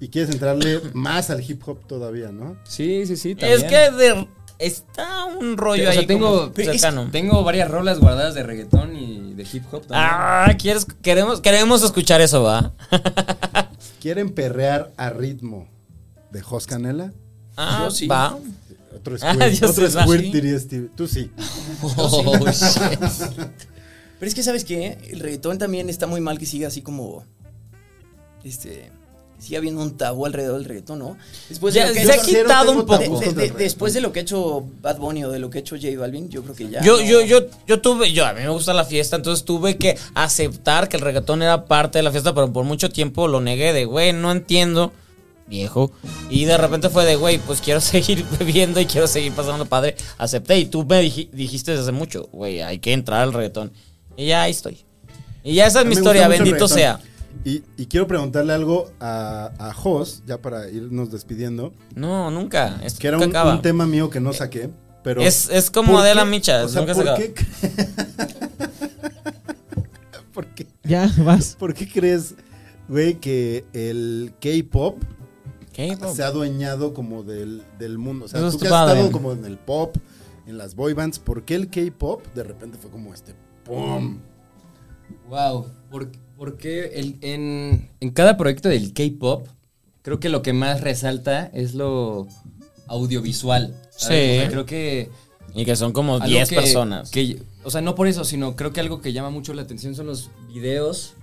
S1: y quieres entrarle más al hip hop todavía, ¿no?
S4: Sí, sí, sí. También.
S3: Es que de- está un rollo
S4: o sea,
S3: ahí
S4: tengo,
S3: como pues, cercano.
S4: tengo varias rolas guardadas de reggaetón y de hip hop también.
S3: Ah, ¿quieres, queremos, queremos escuchar eso, ¿va?
S1: ¿Quieren perrear a ritmo de Jos Canela?
S3: Ah,
S5: Yo sí.
S3: va.
S1: Otro
S3: Ah,
S1: squirt,
S3: yo
S1: otro
S3: sí,
S1: squirt,
S3: sí.
S1: diría Steve. Tú sí.
S3: Oh, shit.
S5: Pero es que, ¿sabes qué? El reggaetón también está muy mal que siga así como. Este. Sigue habiendo un tabú alrededor del reggaetón, ¿no? Después
S3: Ya,
S5: de lo que
S3: se
S5: ha
S3: ha
S5: hecho-
S1: cero
S3: quitado
S1: tengo
S3: un poco.
S1: tabú.
S5: de- de- de- después de lo que ha hecho Bad Bunny o de lo que ha hecho J Balvin, yo creo que ya.
S3: Yo,
S5: no.
S3: yo, yo, yo tuve, yo a mí me gusta la fiesta, entonces tuve que aceptar que el reggaetón era parte de la fiesta, pero por mucho tiempo lo negué de, güey, no entiendo, viejo. Y de repente fue de, güey, pues quiero seguir bebiendo y quiero seguir pasando padre. Acepté y tú me dij- dijiste desde hace mucho, güey, hay que entrar al reggaetón. Y ya ahí estoy. Y ya esa es
S1: Me
S3: mi
S1: gusta
S3: historia,
S1: mucho el
S3: bendito
S1: reggaetón.
S3: sea.
S1: Y, y quiero preguntarle algo a, a Jos, ya para irnos despidiendo,
S3: No, nunca. Esto
S1: que era
S3: nunca
S1: un,
S3: acaba.
S1: un tema mío que no saqué. Pero
S3: Es- es como
S1: ¿por
S3: Adela
S1: qué?
S3: Micha,
S1: O sea,
S3: nunca se
S1: ¿por
S3: acaba.
S1: qué? ¿Por qué?
S2: Ya, vas.
S1: ¿Por qué crees, güey, que el K-pop
S3: ¿Qué?
S1: se ha adueñado como del, del mundo? O sea,
S3: Eso
S1: tú
S3: es
S1: que has
S3: padre.
S1: estado como en el pop, en las boy bands, ¿por qué el K-pop de repente fue como este pum?
S4: Wow, porque, en, en cada proyecto del K-pop, creo que lo que más resalta es lo audiovisual. ¿sabes?
S3: Sí.
S4: O sea, creo que.
S3: Y que son como
S4: algo
S3: 10
S4: que-
S3: personas.
S4: que- o sea, no por eso, sino creo que algo que llama mucho la atención son los videos.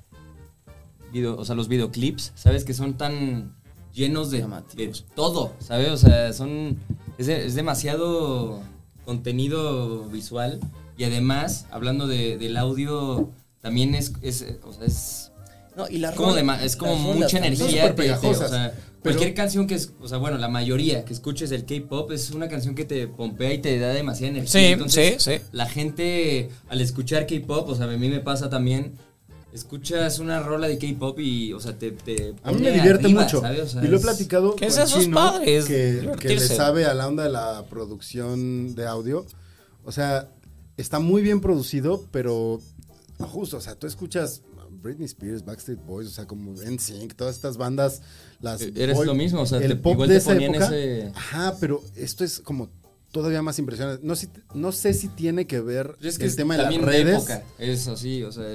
S4: video- o sea, los videoclips, ¿sabes? Que son tan llenos de, de todo, ¿sabes? O sea, son. Es, de- es demasiado contenido visual. Y además, hablando de- del audio, también es. es, o sea, es
S5: No, y la
S4: como
S5: ronda-
S4: de ma- es como
S5: las rondas
S4: mucha
S5: también.
S4: energía.
S1: Son súper
S4: te- te- o sea,
S1: pegajosas, pero-
S4: cualquier canción que es, o sea, bueno, la mayoría que escuches del K-pop es una canción que te pompea y te da demasiada energía.
S3: Sí,
S4: Entonces,
S3: sí, sí.
S4: La gente al escuchar K-pop, o sea, a mí me pasa también. Escuchas una rola de K-pop y, o sea, te. te
S1: A mí me
S4: pone
S1: divierte
S4: arriba,
S1: mucho.
S4: ¿sabes? O sea,
S1: y lo he
S4: es-
S1: platicado
S3: ¿Qué es
S1: con
S3: eso, es
S1: Chino,
S3: padre? Es
S1: que, que le
S3: divertirse.
S1: sabe a la onda de la producción de audio. O sea, está muy bien producido, pero justo, o sea, tú escuchas Britney Spears, Backstreet Boys, o sea, como NSYNC, todas estas bandas, las
S4: E- eres
S1: boy-
S4: lo mismo, o sea,
S1: el
S4: te-
S1: pop
S4: igual
S1: de
S4: te
S1: esa
S4: ponían
S1: época.
S4: ese-
S1: Ajá, pero esto es como todavía más impresionante. No, si- no sé si tiene que ver
S4: Es que
S1: el tema de las
S4: también
S1: redes,
S4: época, es así, o sea.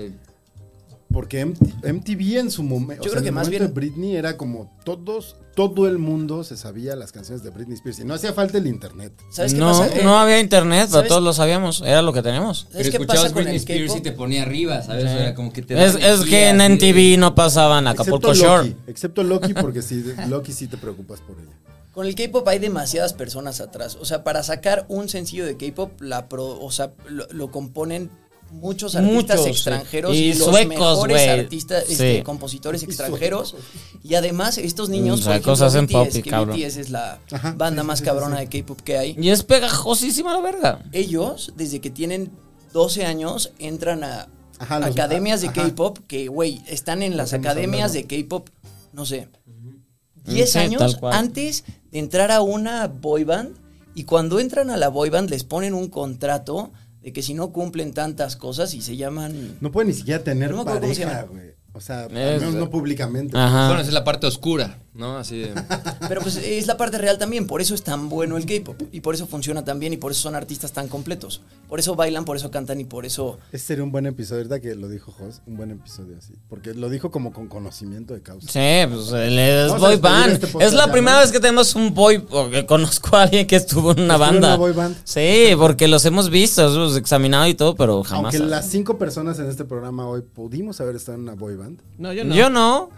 S1: porque M- MTV en su momento,
S5: Yo creo que más
S1: de Britney era como todos, todo el mundo se sabía las canciones de Britney Spears y no hacía falta el internet.
S5: ¿Sabes qué
S3: no,
S5: pasa? Eh,
S3: no había internet, pero
S5: ¿sabes?
S3: todos lo sabíamos. Era lo que teníamos.
S4: Pero
S5: ¿Sabes qué
S4: escuchabas
S5: pasa con
S4: Britney
S5: el
S4: Spears y te
S5: K-pop?
S4: ponía arriba, ¿sabes? O sea, como que te da
S3: Es, es que
S4: energía,
S3: en
S4: así de-
S3: NTV no pasaban Acapulco
S1: Excepto
S3: Shore.
S1: Loki, excepto Loki porque sí, Loki sí te preocupas por ella.
S5: Con el K-pop hay demasiadas personas atrás. O sea, para sacar un sencillo de K-pop, la pro- o sea, lo, lo componen muchos artistas
S3: Muchos, sí.
S5: extranjeros
S3: Y
S5: los
S3: suecos,
S5: mejores
S3: güey.
S5: artistas, este,
S3: Sí.
S5: compositores extranjeros. Y además estos
S3: Mm,
S5: niños, por
S3: suecos
S5: ejemplo,
S3: hacen
S5: BTS,
S3: pop y
S5: que
S3: cabrón.
S5: BTS es la
S1: Ajá,
S5: banda
S1: sí,
S5: más
S1: sí, sí,
S5: cabrona
S1: sí.
S5: de K-pop que hay.
S3: Y es pegajosísima la verga.
S5: ellos, desde que tienen 12 años, entran a
S1: Ajá, los-
S5: academias de
S1: ajá.
S5: K-pop que, güey, están en las
S1: hemos
S5: academias
S1: hablado.
S5: de K-pop, no sé, 10
S3: Sí,
S5: años
S3: tal cual.
S5: antes de entrar a una boy band. Y cuando entran a la boy band, les ponen un contrato de que si no cumplen tantas cosas y se llaman.
S1: No puede ni siquiera tener
S5: No me acuerdo cómo se
S1: pareja,
S5: llama.
S1: güey. O sea, al
S3: Es- eh, ah.
S1: menos no públicamente.
S3: Ajá.
S4: Bueno, esa es la parte oscura, ¿no? Así de.
S5: Pero pues es la parte real también, por eso es tan bueno el K-pop. Y por eso funciona tan bien y por eso son artistas tan completos. Por eso bailan, por eso cantan y por eso.
S1: Ese sería un buen episodio, ¿verdad? Que lo dijo Jos, un buen episodio así. Porque lo dijo como con conocimiento de causa.
S3: Sí, pues el- es
S1: Vamos a
S3: boy
S1: despedir
S3: band.
S1: este podcast
S3: es la
S1: ya,
S3: primera
S1: ¿no?
S3: vez que tenemos un boy, porque conozco a alguien que estuvo en una
S1: Estuvo en
S3: banda.
S1: una boy band.
S3: Sí, porque los hemos visto, los examinado y todo, pero jamás.
S1: Aunque las cinco personas en este programa hoy pudimos haber estado en una boy band.
S2: No, yo no.
S3: Yo no.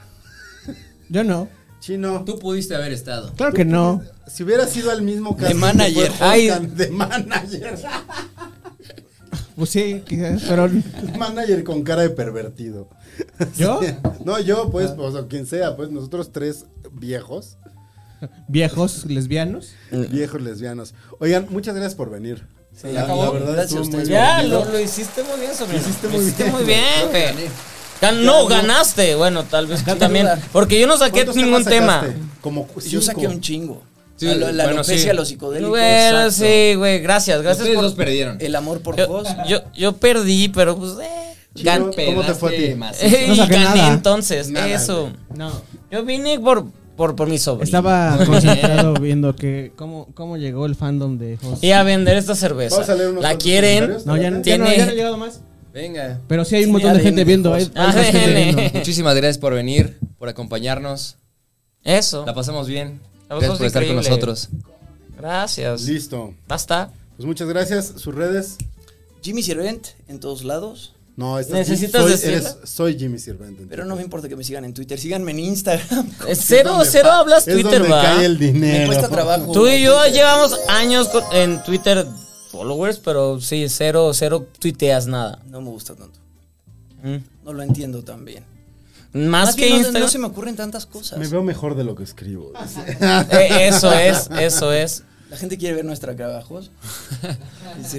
S2: Yo no.
S1: Chino,
S4: Tú pudiste haber estado.
S2: Claro que no.
S1: si hubiera sido al mismo caso.
S5: manager.
S3: Ay.
S1: de manager.
S2: Pues sí, quizás, pero
S1: manager con cara de pervertido.
S2: yo, Ah.
S1: No, yo, pues, o sea, quien sea, pues, nosotros tres viejos,
S2: viejos lesbianos.
S3: Mm.
S1: viejos lesbianos. Oigan, muchas gracias por venir.
S5: Sí, ya acabó. Gracias a ustedes.
S3: Ya,
S1: divertido.
S3: lo, lo hiciste muy bien, sobrino.
S1: hiciste
S3: Lo
S1: muy
S3: hiciste
S1: bien.
S3: muy bien, güey. Gan- no, ganaste. Bueno, tal vez tú también. Porque yo no saqué
S1: ¿Cuántos
S3: ningún
S1: temas
S3: tema.
S1: sacaste? Como cu-
S5: Yo
S1: cinco.
S5: saqué un chingo.
S4: Sí,
S5: A lo- la
S4: bueno,
S5: alopecia,
S4: sí.
S5: los psicodélicos.
S3: Bueno,
S5: exacto.
S3: sí, güey. Gracias, gracias
S4: Ustedes
S3: por.
S4: dos perdieron.
S5: El amor por
S3: Yo,
S5: vos.
S3: yo, yo perdí, pero pues. Eh,
S1: Chino,
S3: gan-
S1: ¿Cómo te fue a ti?
S4: Pedaste más.
S3: Eh,
S2: No
S3: y
S2: saqué
S3: gané
S2: nada.
S3: entonces,
S1: Nada,
S3: eso.
S2: No.
S3: Yo vine por, por, por mi sobrino.
S2: Estaba
S4: Muy
S2: concentrado viendo que cómo, cómo llegó el fandom de Jos.
S3: Y a vender esta cerveza.
S1: Vamos a leer unos
S3: ¿La
S1: cuantos
S3: quieren?
S1: comentarios.
S2: No, ya, no- ya no,
S3: Tiene-
S2: ya no ha llegado más.
S4: Venga.
S2: Pero sí hay un montón de
S5: ADN
S2: gente viendo.
S5: de
S2: Hay,
S5: Jos.
S2: hay más gente
S3: ADN.
S2: viendo.
S4: Muchísimas gracias por venir, por acompañarnos.
S3: Eso.
S4: La pasamos bien.
S3: La pasamos
S4: Gracias por estar con
S3: increíble.
S4: nosotros.
S3: Gracias.
S1: Listo.
S3: Basta.
S1: Pues muchas gracias. Sus redes.
S5: Jimmy Sirvent en todos lados.
S1: No, esta
S3: ¿Necesitas
S1: soy,
S3: decirla?
S1: eres- soy Jimmy Sirvente.
S5: Pero no me importa que me sigan en Twitter. Síganme en Instagram.
S3: Eh, Cero, cero hablas Twitter,
S1: donde
S3: va.
S1: cae el dinero.
S5: Me cuesta trabajo.
S3: Tú y yo
S5: Twitter.
S3: llevamos años con- en Twitter followers, pero sí, cero, cero tuiteas nada.
S5: No me gusta tanto.
S3: Mm.
S5: No lo entiendo tan bien.
S3: Más, que
S5: bien, no-
S3: Instagram.
S5: No, se me ocurren tantas cosas.
S1: Me veo mejor de lo que escribo.
S3: Eh, eso es, eso es.
S5: La gente quiere ver nuestra trabajos.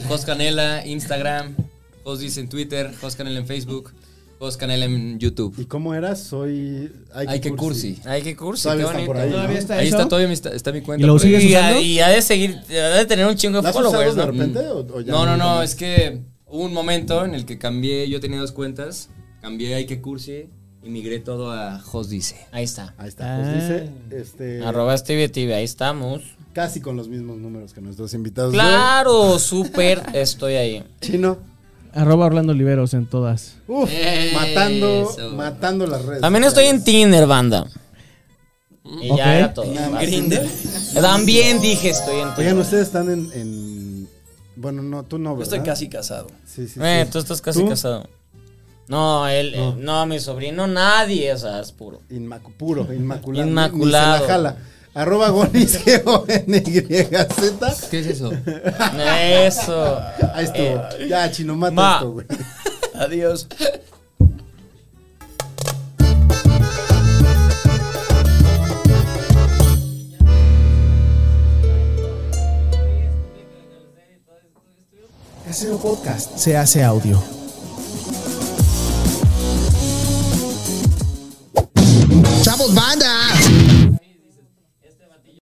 S4: Jos Canela, Instagram. Jos Dice en Twitter. Jos Canela en Facebook. Post canal en YouTube.
S1: ¿Y cómo era? Soy.
S4: Hay que cursi.
S3: Ay, qué cursi, qué
S1: Todavía están
S3: bonito.
S1: por ahí. ¿no?
S2: Todavía está
S4: Ahí
S2: eso.
S4: está todavía mi- está, está mi cuenta.
S2: ¿Y lo
S4: por ahí.
S2: sigues
S3: Y ha,
S2: usando?
S3: y ha de seguir, ha de tener un chingo de
S1: ¿La has usado
S3: followers,
S1: de
S3: ¿no?
S1: repente? o- o ya
S4: No, no, no, es que hubo un momento en el que cambié, yo tenía dos cuentas, cambié Hay que cursi y migré todo a Jos dice.
S3: Ahí está.
S1: Ahí está. Pues dice, este,
S3: Ah. Arroba Stevie TV, ahí estamos.
S1: casi con los mismos números que nuestros invitados. de hoy.
S3: Claro, súper, estoy ahí.
S1: Chino.
S2: Arroba Orlando Oliveros en todas.
S1: Uf,
S4: Eso.
S1: matando, matando las redes.
S3: También estoy en Tinder, banda.
S1: Mm.
S3: Y
S2: Ok.
S3: ya era todo.
S5: Grinder.
S3: También dije estoy en
S1: Oigan,
S3: Tinder.
S1: ustedes están en, en- Bueno, no, tú no,
S5: Yo
S1: ¿verdad?
S5: estoy casi casado.
S1: Sí, sí, sí.
S3: Eh, tú estás casi
S1: ¿Tú?
S3: casado. No, él, eh, no. mi sobrino, nadie, o sea, es puro.
S1: Inmacu- puro, inmaculado.
S3: Inmaculado.
S1: Ni se la jala. Arroba gonis, G-O-N-Y-Z.
S4: ¿Qué es eso?
S3: Eso.
S1: Ahí estuvo. ya, chino, mata
S3: ma.
S1: esto, güey.
S5: Adiós.
S8: Casero Podcast se hace audio.